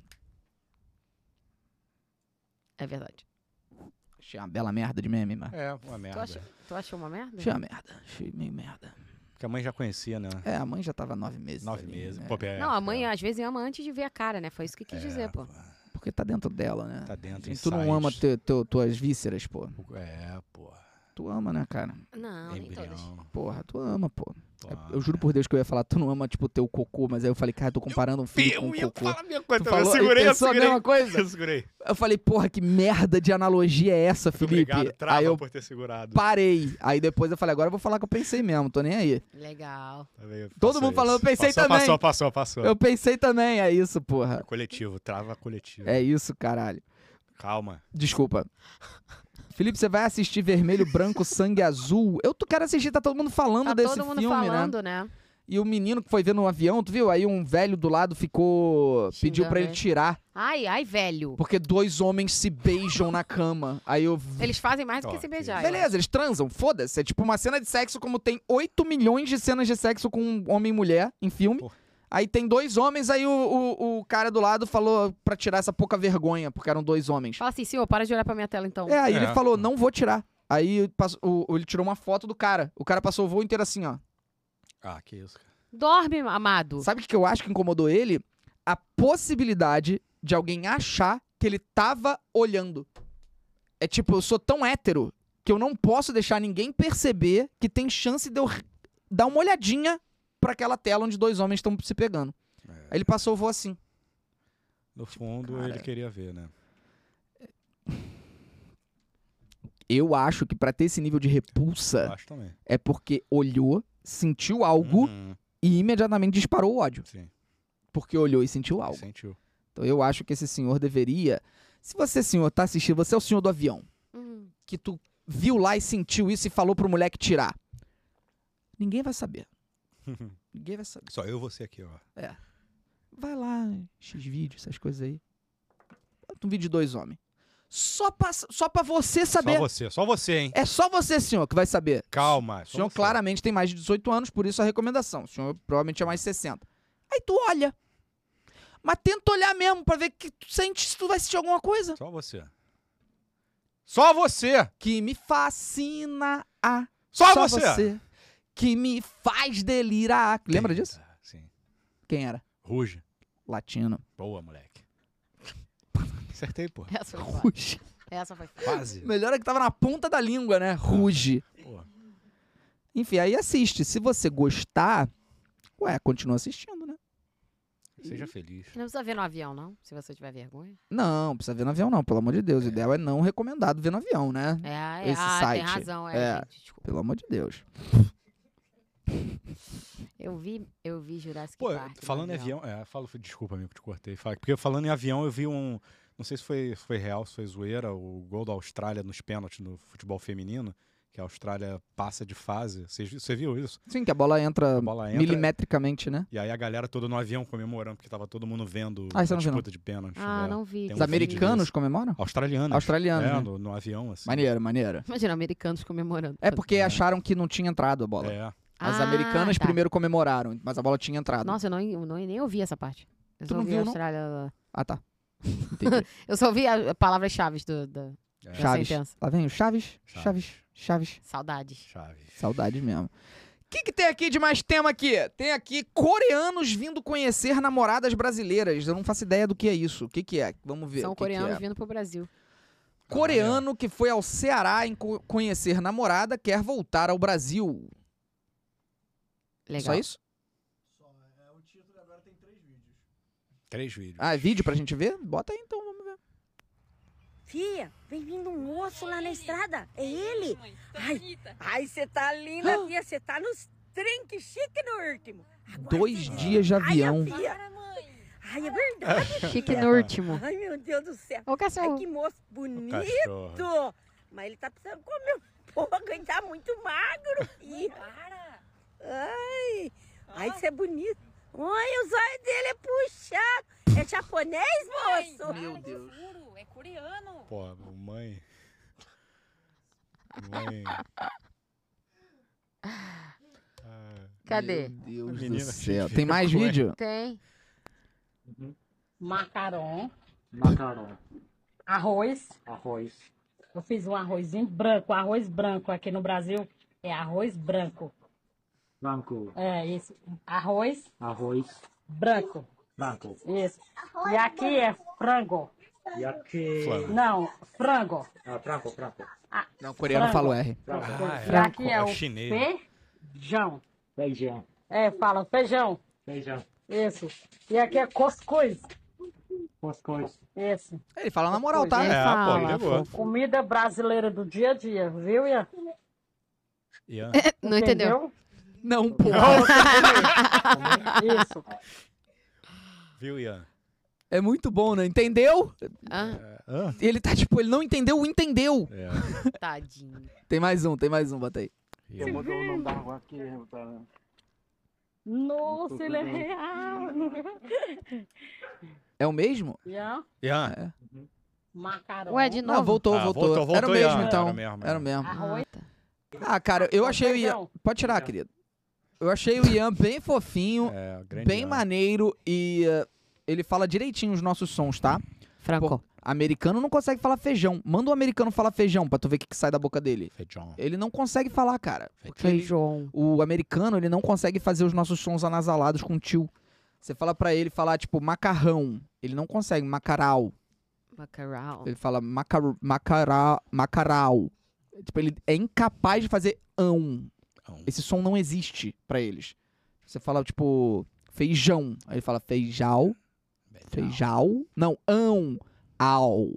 [SPEAKER 3] É verdade.
[SPEAKER 1] Achei uma bela merda de meme, mas.
[SPEAKER 2] É, uma
[SPEAKER 3] Tu,
[SPEAKER 2] merda.
[SPEAKER 3] acha, tu achou uma merda?
[SPEAKER 1] Achei uma merda. Achei meio merda.
[SPEAKER 2] Porque a mãe já conhecia, né?
[SPEAKER 1] É, a mãe já tava nove meses.
[SPEAKER 2] Nove
[SPEAKER 1] ali,
[SPEAKER 2] meses.
[SPEAKER 1] né?
[SPEAKER 2] Pô, é,
[SPEAKER 3] Não, a
[SPEAKER 2] é.
[SPEAKER 3] mãe às vezes ama antes de ver a cara, né? Foi isso que quis dizer, pô.
[SPEAKER 1] Porque tá dentro dela, né?
[SPEAKER 2] Tá dentro,
[SPEAKER 1] Tu não
[SPEAKER 2] insights.
[SPEAKER 1] ama teu- teu- tuas vísceras, pô.
[SPEAKER 2] É, pô.
[SPEAKER 1] Tu ama, né, cara?
[SPEAKER 3] Não, nem todas.
[SPEAKER 2] Embrião.
[SPEAKER 1] Porra, tu ama, pô.
[SPEAKER 2] pô.
[SPEAKER 1] É, Eu juro por Deus que eu ia falar, tu não ama, tipo, teu cocô, mas aí eu falei, cara, eu tô comparando um filho com um
[SPEAKER 2] eu
[SPEAKER 1] cocô.
[SPEAKER 2] falo a minha coisa.
[SPEAKER 1] Tu
[SPEAKER 2] também, Eu
[SPEAKER 1] falou-
[SPEAKER 2] segurei,
[SPEAKER 1] ele
[SPEAKER 2] eu
[SPEAKER 1] pensou a
[SPEAKER 2] segurei.
[SPEAKER 1] mesma coisa?
[SPEAKER 2] Eu segurei. Muito
[SPEAKER 1] Eu falei, porra, que merda de analogia é essa, Felipe?
[SPEAKER 2] obrigado, trava
[SPEAKER 1] aí eu
[SPEAKER 2] por ter segurado.
[SPEAKER 1] parei. Aí depois eu falei, agora eu vou falar que eu pensei mesmo, tô nem aí.
[SPEAKER 3] Legal.
[SPEAKER 2] Tá vendo?
[SPEAKER 1] Todo
[SPEAKER 2] Passou
[SPEAKER 1] mundo
[SPEAKER 2] isso.
[SPEAKER 1] falando, eu pensei
[SPEAKER 2] Passou,
[SPEAKER 1] também.
[SPEAKER 2] Passou, passou, passou.
[SPEAKER 1] Eu pensei também, é isso,
[SPEAKER 2] É
[SPEAKER 1] porra.
[SPEAKER 2] Coletivo, trava coletivo.
[SPEAKER 1] É isso, caralho.
[SPEAKER 2] Calma.
[SPEAKER 1] Desculpa. Felipe, você vai assistir Vermelho, Branco, Sangue Azul? Eu tô- quero assistir, tá todo mundo falando
[SPEAKER 3] Tá
[SPEAKER 1] desse
[SPEAKER 3] todo mundo
[SPEAKER 1] filme, né?
[SPEAKER 3] falando, né?
[SPEAKER 1] E o menino que foi ver no avião, tu viu? Aí um velho do lado ficou. pediu
[SPEAKER 3] Xingando,
[SPEAKER 1] pra ele
[SPEAKER 3] é.
[SPEAKER 1] tirar.
[SPEAKER 3] Ai, ai, velho.
[SPEAKER 1] Porque dois homens se beijam na cama. Aí eu.
[SPEAKER 3] Eles fazem mais do que
[SPEAKER 2] Ó,
[SPEAKER 3] se
[SPEAKER 2] que-
[SPEAKER 3] beijar. eu acho.
[SPEAKER 1] Beleza, eles transam, foda-se. É tipo uma cena de sexo, como tem 8 milhões de cenas de sexo com um homem e mulher em filme.
[SPEAKER 2] Porra.
[SPEAKER 1] Aí tem dois homens, aí o, o, o cara do lado falou pra tirar essa pouca vergonha, porque eram dois homens.
[SPEAKER 3] Fala assim, senhor, para de olhar pra minha tela então.
[SPEAKER 1] É, aí
[SPEAKER 2] É.
[SPEAKER 1] ele falou, não vou tirar. Aí passou- o- o- ele tirou uma foto do cara. O cara passou o voo inteiro assim, ó.
[SPEAKER 2] Ah, que isso. cara.
[SPEAKER 3] Dorme, amado.
[SPEAKER 1] Sabe o que que eu acho que incomodou ele? A possibilidade de alguém achar que ele tava olhando. É tipo, eu sou tão hétero que eu não posso deixar ninguém perceber que tem chance de eu r- dar uma olhadinha pra aquela tela onde dois homens estão se pegando.
[SPEAKER 2] É.
[SPEAKER 1] Aí ele passou o voo assim.
[SPEAKER 2] No fundo,
[SPEAKER 1] cara.
[SPEAKER 2] ele queria ver, né?
[SPEAKER 1] Eu acho que pra ter esse nível de repulsa
[SPEAKER 2] Eu acho também.
[SPEAKER 1] é porque olhou, sentiu algo
[SPEAKER 2] Hum,
[SPEAKER 1] e imediatamente disparou o ódio,
[SPEAKER 2] sim,
[SPEAKER 1] porque olhou e sentiu algo.
[SPEAKER 2] sentiu.
[SPEAKER 1] Então eu acho que esse senhor deveria. Se você, senhor, tá assistindo, você é o senhor do avião,
[SPEAKER 2] Uhum.
[SPEAKER 3] Hum,
[SPEAKER 1] que tu viu lá e sentiu isso e falou pro moleque tirar. Ninguém vai saber. Ninguém vai saber.
[SPEAKER 2] Só eu e você aqui, ó.
[SPEAKER 1] Vai lá, X vídeos, essas coisas aí. Bota Um vídeo de dois homens. Só pra, só pra você saber.
[SPEAKER 2] Só você, só você, hein?
[SPEAKER 1] É só você, senhor, que vai saber.
[SPEAKER 2] Calma.
[SPEAKER 1] O
[SPEAKER 2] só
[SPEAKER 1] senhor
[SPEAKER 2] você.
[SPEAKER 1] claramente tem mais de 18 anos, por isso a recomendação. O senhor provavelmente é mais de 60. Aí tu olha. Mas tenta olhar mesmo pra ver que tu sente se tu vai sentir alguma coisa.
[SPEAKER 2] Só você. Só você!
[SPEAKER 1] Que me fascina a
[SPEAKER 2] Só, você!
[SPEAKER 1] Que me faz delirar. Lembra
[SPEAKER 2] Eita,
[SPEAKER 1] disso?
[SPEAKER 2] Ah, Sim.
[SPEAKER 1] Quem era?
[SPEAKER 2] Ruge.
[SPEAKER 1] Latino.
[SPEAKER 2] Boa, moleque. Acertei, pô.
[SPEAKER 3] Essa foi foda.
[SPEAKER 1] Ruge.
[SPEAKER 3] Essa foi foda.
[SPEAKER 2] Quase.
[SPEAKER 1] Melhor é que tava na ponta da língua,
[SPEAKER 2] Ah.
[SPEAKER 1] né? Ruge.
[SPEAKER 2] Pô.
[SPEAKER 1] Enfim, aí assiste. Se você gostar, ué, continua assistindo, né?
[SPEAKER 2] Seja feliz.
[SPEAKER 3] Não precisa ver no avião, não, se você tiver vergonha.
[SPEAKER 1] Não, precisa ver no avião, não, pelo amor de Deus. O ideal é não recomendado ver no avião, né?
[SPEAKER 3] É, é
[SPEAKER 1] Esse
[SPEAKER 3] ah,
[SPEAKER 1] site.
[SPEAKER 3] tem razão, é,
[SPEAKER 1] É.
[SPEAKER 3] gente, desculpa.
[SPEAKER 1] Pelo amor de Deus.
[SPEAKER 3] Eu vi, eu vi Jurassic
[SPEAKER 2] Pô,
[SPEAKER 3] Park. no
[SPEAKER 2] falando em avião, é, falo, desculpa, amigo, que te cortei. Fala- Porque falando em avião, eu vi um. Não sei se foi, foi real, se foi zoeira, o gol da Austrália nos pênaltis no futebol feminino, que a Austrália passa de fase. Você, você viu isso?
[SPEAKER 1] Sim, que a bola entra,
[SPEAKER 2] A bola entra.
[SPEAKER 1] milimetricamente, né?
[SPEAKER 2] E aí a galera toda no avião comemorando, porque tava todo mundo vendo
[SPEAKER 1] Ah,
[SPEAKER 2] a
[SPEAKER 1] isso eu não vi,
[SPEAKER 2] disputa de pênalti.
[SPEAKER 3] Ah,
[SPEAKER 2] né?
[SPEAKER 3] não vi.
[SPEAKER 2] Tem
[SPEAKER 1] Os
[SPEAKER 2] um vídeo
[SPEAKER 1] americanos
[SPEAKER 2] disso.
[SPEAKER 1] comemoram?
[SPEAKER 2] Australianos.
[SPEAKER 1] Australianos,
[SPEAKER 2] É,
[SPEAKER 1] né?
[SPEAKER 2] no, no avião, assim.
[SPEAKER 1] Maneiro, maneiro.
[SPEAKER 3] Imagina, americanos comemorando.
[SPEAKER 1] É porque acharam que não tinha entrado a bola.
[SPEAKER 2] É.
[SPEAKER 1] As
[SPEAKER 3] Ah,
[SPEAKER 1] americanas
[SPEAKER 3] tá.
[SPEAKER 1] primeiro comemoraram, mas a bola tinha entrado.
[SPEAKER 3] Nossa, eu não, eu não- nem ouvi essa parte. Eu
[SPEAKER 1] Tu
[SPEAKER 3] só
[SPEAKER 1] não
[SPEAKER 3] ouvi
[SPEAKER 1] viu,
[SPEAKER 3] a
[SPEAKER 1] não?
[SPEAKER 3] Austrália. lá.
[SPEAKER 1] Ah, tá. Entendi.
[SPEAKER 3] Eu só ouvi as palavras-chave do, da-
[SPEAKER 2] É.
[SPEAKER 3] Essa
[SPEAKER 1] Chaves.
[SPEAKER 3] sentença.
[SPEAKER 1] Lá vem o Chaves,
[SPEAKER 2] Chaves.
[SPEAKER 1] Chaves, Chaves.
[SPEAKER 3] saudades.
[SPEAKER 2] Chave.
[SPEAKER 1] Saudade mesmo. O que, que tem aqui de mais tema aqui? Tem aqui coreanos vindo conhecer namoradas brasileiras. Eu não faço ideia do que é isso. O que, que é? Vamos ver.
[SPEAKER 3] São
[SPEAKER 1] o que que
[SPEAKER 3] coreanos
[SPEAKER 1] é.
[SPEAKER 3] vindo pro Brasil.
[SPEAKER 1] Coreano que foi ao Ceará em co- conhecer namorada quer voltar ao Brasil.
[SPEAKER 3] Legal.
[SPEAKER 1] Só isso?
[SPEAKER 2] Três vídeos.
[SPEAKER 1] Ah, é vídeo pra gente ver? Bota aí então. vamos ver.
[SPEAKER 4] Fia, vem vindo um moço lá na estrada. É ele. Ai, ai, você tá
[SPEAKER 1] Ah.
[SPEAKER 4] linda, Fia. Você tá nos trinques chique no último. Agora
[SPEAKER 1] Dois
[SPEAKER 4] cê-
[SPEAKER 1] dias de avião.
[SPEAKER 4] Ai, a Fia. Ai, é verdade.
[SPEAKER 3] Chique no último.
[SPEAKER 4] Ai, meu Deus do céu.
[SPEAKER 3] Ô,
[SPEAKER 4] Ai,
[SPEAKER 3] cachorro.
[SPEAKER 4] que moço
[SPEAKER 2] O
[SPEAKER 4] bonito.
[SPEAKER 2] cachorro.
[SPEAKER 4] Mas ele tá precisando comer um pouco. Ele tá muito magro, Fia. Ai, ai, você é bonito. Ai, os olhos dele é puxado. É japonês, moço?
[SPEAKER 1] Meu Deus.
[SPEAKER 5] É coreano.
[SPEAKER 2] Pô, mãe. Mãe. Ah,
[SPEAKER 3] Cadê?
[SPEAKER 1] Meu Deus
[SPEAKER 2] Menina,
[SPEAKER 1] do céu.
[SPEAKER 2] gente,
[SPEAKER 1] Tem mais
[SPEAKER 2] vergonha.
[SPEAKER 1] vídeo?
[SPEAKER 3] Tem.
[SPEAKER 5] Macaron,
[SPEAKER 6] Macarão,
[SPEAKER 5] arroz.
[SPEAKER 6] arroz.
[SPEAKER 5] Eu fiz um arrozinho branco. Arroz branco aqui no Brasil é arroz branco.
[SPEAKER 6] Branco,
[SPEAKER 5] É isso. Arroz
[SPEAKER 6] arroz,
[SPEAKER 5] branco.
[SPEAKER 6] branco.
[SPEAKER 5] Isso. E aqui é frango.
[SPEAKER 6] E aqui.
[SPEAKER 2] Flango.
[SPEAKER 5] Não, frango.
[SPEAKER 6] Ah, franco, franco.
[SPEAKER 1] Não, coreano
[SPEAKER 5] Frango.
[SPEAKER 1] fala o R.
[SPEAKER 6] Franco.
[SPEAKER 5] E aqui é
[SPEAKER 2] É
[SPEAKER 5] o
[SPEAKER 2] chinês.
[SPEAKER 5] feijão.
[SPEAKER 6] Beijão,
[SPEAKER 5] É, fala feijão.
[SPEAKER 6] beijão.
[SPEAKER 5] Isso. E aqui é cuscuz.
[SPEAKER 6] Boas coisas.
[SPEAKER 5] Isso.
[SPEAKER 1] Ele fala na moral, tá?
[SPEAKER 3] Ele
[SPEAKER 2] É, pô,
[SPEAKER 3] fala.
[SPEAKER 2] pegou.
[SPEAKER 5] Comida brasileira do dia a dia, viu, Ian?
[SPEAKER 2] Ian.
[SPEAKER 3] Não entendeu?
[SPEAKER 1] Não, pô.
[SPEAKER 5] entendeu? Isso.
[SPEAKER 2] Viu, Ian?
[SPEAKER 1] É muito bom, né? Entendeu?
[SPEAKER 3] Ah,
[SPEAKER 1] Ele tá tipo, ele não entendeu o entendeu.
[SPEAKER 2] É.
[SPEAKER 3] tadinho.
[SPEAKER 1] Tem mais um, tem mais um, bota aí.
[SPEAKER 6] Você mudou o nome da rua aqui, tá?
[SPEAKER 5] Nossa, ele é real.
[SPEAKER 1] É o mesmo?
[SPEAKER 5] Ian?
[SPEAKER 2] Ian.
[SPEAKER 5] Macarão.
[SPEAKER 3] Ué, de
[SPEAKER 1] Não,
[SPEAKER 3] novo.
[SPEAKER 1] voltou,
[SPEAKER 2] Ah,
[SPEAKER 1] voltou,
[SPEAKER 2] voltou, voltou,
[SPEAKER 1] Era o mesmo,
[SPEAKER 2] Ian.
[SPEAKER 1] então.
[SPEAKER 2] Era o mesmo, é,
[SPEAKER 1] Era o mesmo.
[SPEAKER 3] Ah,
[SPEAKER 5] Arroz.
[SPEAKER 3] tá.
[SPEAKER 1] Ah, cara, eu achei o Ian...
[SPEAKER 5] Feijão.
[SPEAKER 1] Pode tirar, querido. Eu achei o Ian bem fofinho,
[SPEAKER 2] É, grande
[SPEAKER 1] bem
[SPEAKER 2] Ian.
[SPEAKER 1] maneiro e eh, ele fala direitinho os nossos sons, tá?
[SPEAKER 3] Franco.
[SPEAKER 1] Pô, americano não consegue falar feijão. Manda o americano falar feijão pra tu ver o que, que sai da boca dele.
[SPEAKER 2] Feijão.
[SPEAKER 1] Ele não consegue falar, cara. Porque ele-
[SPEAKER 3] Feijão.
[SPEAKER 1] o americano, ele não consegue fazer os nossos sons anasalados com tio. Você fala pra ele falar, tipo, macarrão. Ele não consegue, macarau.
[SPEAKER 3] Macarão.
[SPEAKER 1] Ele fala macar, macará, macarau. Tipo, ele é incapaz de fazer ão.
[SPEAKER 2] Ão.
[SPEAKER 1] Esse som não existe pra eles. Você fala, tipo, feijão. Aí ele fala feijal, feijal. Não, ão, au.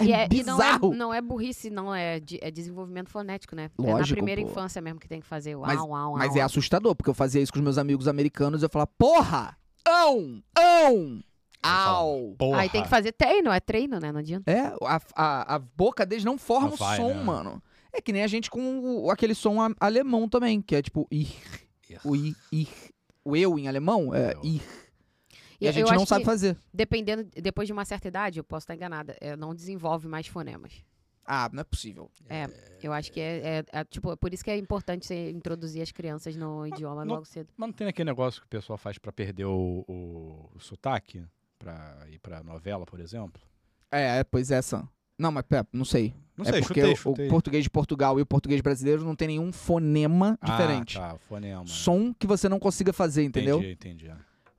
[SPEAKER 3] E, é, e não, é,
[SPEAKER 1] bizarro.
[SPEAKER 3] não é burrice, não, é, de- é desenvolvimento fonético, né? é na
[SPEAKER 1] Lógico,
[SPEAKER 3] primeira
[SPEAKER 1] pô.
[SPEAKER 3] infância mesmo que tem que fazer o
[SPEAKER 1] Mas-
[SPEAKER 3] au, au,
[SPEAKER 1] Mas
[SPEAKER 3] au,
[SPEAKER 1] é
[SPEAKER 3] au.
[SPEAKER 1] assustador, porque eu fazia isso com os meus amigos americanos e eu falava, porra! Ão! Ão! Au!
[SPEAKER 2] Porra.
[SPEAKER 3] Aí tem que fazer treino, é treino, né? Não adianta.
[SPEAKER 1] É, a, a, a boca deles não forma
[SPEAKER 2] Não
[SPEAKER 1] o
[SPEAKER 2] vai,
[SPEAKER 1] som,
[SPEAKER 2] né?
[SPEAKER 1] mano. É que nem a gente com o- aquele som a- alemão também, que é tipo ir, o ir, ir. O eu em alemão é
[SPEAKER 2] Eu.
[SPEAKER 1] ir.
[SPEAKER 3] E
[SPEAKER 1] E a
[SPEAKER 3] eu
[SPEAKER 1] gente
[SPEAKER 3] acho
[SPEAKER 1] não sabe
[SPEAKER 3] que-
[SPEAKER 1] fazer.
[SPEAKER 3] Dependendo, depois de uma certa idade, eu posso estar enganada, é, não desenvolve mais fonemas.
[SPEAKER 1] Ah, não é possível.
[SPEAKER 3] Eu acho que é, é- é, tipo, é por isso que é importante você introduzir as crianças no idioma
[SPEAKER 2] não-
[SPEAKER 3] logo cedo.
[SPEAKER 2] Mas não tem aquele negócio que o pessoal faz pra perder o, o, o sotaque? Pra ir pra novela, por exemplo?
[SPEAKER 1] É, é, pois é, Sam. Não, mas pera, não sei.
[SPEAKER 2] Não
[SPEAKER 1] é
[SPEAKER 2] sei,
[SPEAKER 1] porque
[SPEAKER 2] chutei,
[SPEAKER 1] o-
[SPEAKER 2] chutei.
[SPEAKER 1] o português de Portugal e o português brasileiro não tem nenhum fonema é diferente.
[SPEAKER 2] Ah, tá, fonema.
[SPEAKER 1] Som que você não consiga fazer, entendeu?
[SPEAKER 2] Entendi, entendi.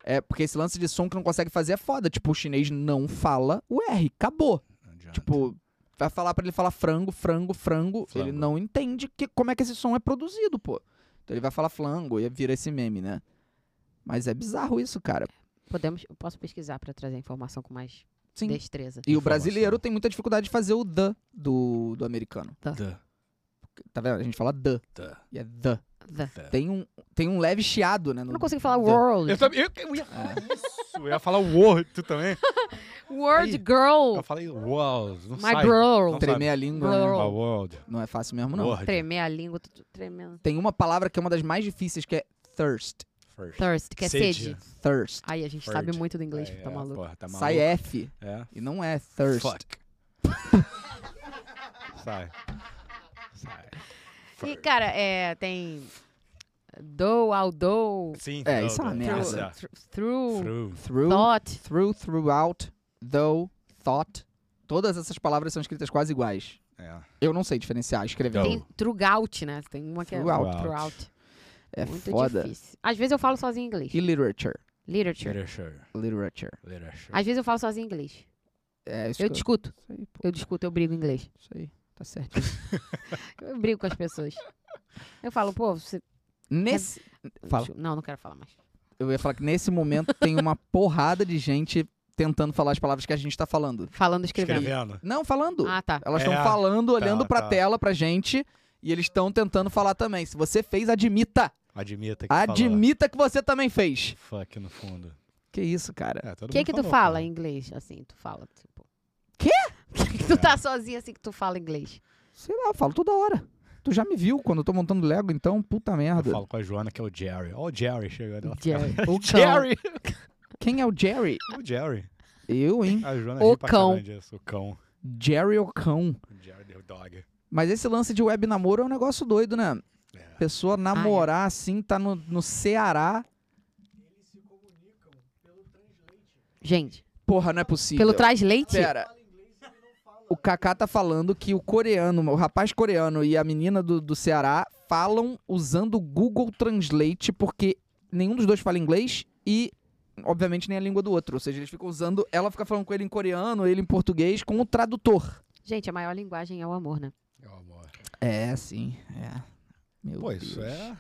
[SPEAKER 2] é.
[SPEAKER 1] É, porque esse lance de som que não consegue fazer é foda. Tipo, o chinês não fala o R, acabou.
[SPEAKER 2] Não adianta.
[SPEAKER 1] Tipo, vai falar pra ele falar frango, frango, frango.
[SPEAKER 2] Flango.
[SPEAKER 1] Ele não entende que, como é que esse som é produzido, pô. Então ele vai falar flango e vira esse meme, né? Mas é bizarro isso, cara.
[SPEAKER 3] Podemos, eu posso pesquisar pra trazer a informação com mais
[SPEAKER 1] Sim.
[SPEAKER 3] destreza.
[SPEAKER 1] E o
[SPEAKER 2] Informação.
[SPEAKER 1] brasileiro tem muita dificuldade de fazer o the do, do americano.
[SPEAKER 2] Duh,
[SPEAKER 1] Tá vendo? A gente fala the
[SPEAKER 2] duh.
[SPEAKER 1] e é the.
[SPEAKER 3] The-
[SPEAKER 1] Tem um, tem um leve chiado, né?
[SPEAKER 3] Eu
[SPEAKER 1] no-
[SPEAKER 3] não consigo falar
[SPEAKER 1] the-
[SPEAKER 3] world.
[SPEAKER 2] Eu, também, eu, eu ia falar isso. Eu ia falar world tu também.
[SPEAKER 3] World
[SPEAKER 2] Aí.
[SPEAKER 3] girl.
[SPEAKER 2] Eu falei world. Não
[SPEAKER 3] My
[SPEAKER 2] sai.
[SPEAKER 3] girl.
[SPEAKER 2] Não
[SPEAKER 1] Tremer a língua né?
[SPEAKER 3] Girl.
[SPEAKER 2] Ah, world.
[SPEAKER 1] não é fácil mesmo, não.
[SPEAKER 2] World.
[SPEAKER 3] Tremer a língua, tô- tô tremendo.
[SPEAKER 1] Tem uma palavra que é uma das mais difíceis, que é thirst.
[SPEAKER 2] First.
[SPEAKER 3] Thirst, que é
[SPEAKER 2] Sede.
[SPEAKER 3] sede.
[SPEAKER 1] Thirst.
[SPEAKER 3] Ai, a gente
[SPEAKER 2] Bird.
[SPEAKER 3] sabe muito do inglês,
[SPEAKER 2] É,
[SPEAKER 3] tá maluco.
[SPEAKER 2] Porra, tá maluco.
[SPEAKER 1] Sai F
[SPEAKER 2] É.
[SPEAKER 1] e não é thirst.
[SPEAKER 2] Fuck. Sai. Sai.
[SPEAKER 3] E, cara, é, tem do, ao do,
[SPEAKER 2] Sim.
[SPEAKER 1] É,
[SPEAKER 2] não,
[SPEAKER 1] isso é uma
[SPEAKER 2] não,
[SPEAKER 1] merda.
[SPEAKER 2] tá certo.
[SPEAKER 3] thr- through,
[SPEAKER 2] Through.
[SPEAKER 1] Through,
[SPEAKER 3] thought.
[SPEAKER 1] through, throughout, though, thought. Todas essas palavras são escritas quase iguais.
[SPEAKER 2] É.
[SPEAKER 1] Eu não sei diferenciar, escrever.
[SPEAKER 2] Então.
[SPEAKER 3] Tem throughout, né? Tem uma que é
[SPEAKER 1] Throughout.
[SPEAKER 3] throughout.
[SPEAKER 1] É
[SPEAKER 3] Muito
[SPEAKER 1] foda.
[SPEAKER 3] difícil. Às vezes eu falo sozinho em inglês.
[SPEAKER 1] E literature.
[SPEAKER 3] Literature.
[SPEAKER 2] Literature.
[SPEAKER 1] Literature.
[SPEAKER 2] Literature.
[SPEAKER 3] Às vezes eu falo sozinho em inglês.
[SPEAKER 1] É isso
[SPEAKER 3] Eu
[SPEAKER 1] que
[SPEAKER 3] discuto.
[SPEAKER 1] Isso aí, pô.
[SPEAKER 3] Eu discuto, eu brigo em inglês.
[SPEAKER 1] Isso aí. Tá certo.
[SPEAKER 3] Eu brigo com as pessoas. Eu falo, pô, você.
[SPEAKER 1] Nesse... Fala.
[SPEAKER 3] Não, não quero falar mais.
[SPEAKER 1] Eu ia falar que nesse momento tem uma porrada de gente tentando falar as palavras que a gente tá falando.
[SPEAKER 3] Falando, escrevendo.
[SPEAKER 2] Escrevendo.
[SPEAKER 1] Não, falando.
[SPEAKER 3] Ah, tá.
[SPEAKER 1] Elas estão
[SPEAKER 2] É,
[SPEAKER 1] falando, olhando pra
[SPEAKER 2] tá.
[SPEAKER 1] tela, pra gente, e eles estão tentando falar também. Se você fez, admita.
[SPEAKER 2] Admita que
[SPEAKER 1] Admita que você também fez.
[SPEAKER 2] falou. Fuck no fundo.
[SPEAKER 1] Que isso, cara.
[SPEAKER 2] É, todo
[SPEAKER 3] O que
[SPEAKER 2] mundo
[SPEAKER 3] que tu
[SPEAKER 2] falou,
[SPEAKER 3] fala
[SPEAKER 2] cara.
[SPEAKER 3] em inglês, assim? Tu fala, tipo...
[SPEAKER 1] Quê?
[SPEAKER 3] Que que tu tá sozinha, assim, que tu fala inglês?
[SPEAKER 1] Sei lá, eu falo toda hora. Tu já me viu quando eu tô montando Lego, então, puta merda.
[SPEAKER 2] Eu falo com a Joana, que é o Jerry. Ó o Jerry chegando. ela fica-
[SPEAKER 3] Jerry. O cão.
[SPEAKER 2] Jerry!
[SPEAKER 1] Quem é o Jerry?
[SPEAKER 2] O Jerry.
[SPEAKER 1] Eu, hein?
[SPEAKER 2] A Joana
[SPEAKER 3] O
[SPEAKER 2] ri pra
[SPEAKER 3] cão.
[SPEAKER 2] caralho disso. O cão.
[SPEAKER 1] Jerry o cão.
[SPEAKER 2] O Jerry the dog.
[SPEAKER 1] Mas esse lance de web namoro é um negócio doido, né?
[SPEAKER 2] É.
[SPEAKER 1] Pessoa namorar assim, tá no, no Ceará.
[SPEAKER 3] Gente,
[SPEAKER 1] Porra, não é possível.
[SPEAKER 3] pelo traz leite?
[SPEAKER 1] Pera. O Kaká tá falando que o coreano, o rapaz coreano e a menina do, do Ceará falam usando o Google Translate, porque nenhum dos dois fala inglês e, obviamente, nem a língua do outro. Ou seja, eles ficam usando. Ela fica falando com ele em coreano, ele em português, com o tradutor.
[SPEAKER 3] Gente, a maior linguagem é o amor, né?
[SPEAKER 2] Meu amor.
[SPEAKER 1] É, sim. É. Meu
[SPEAKER 2] Pô, isso
[SPEAKER 1] Deus.
[SPEAKER 2] é...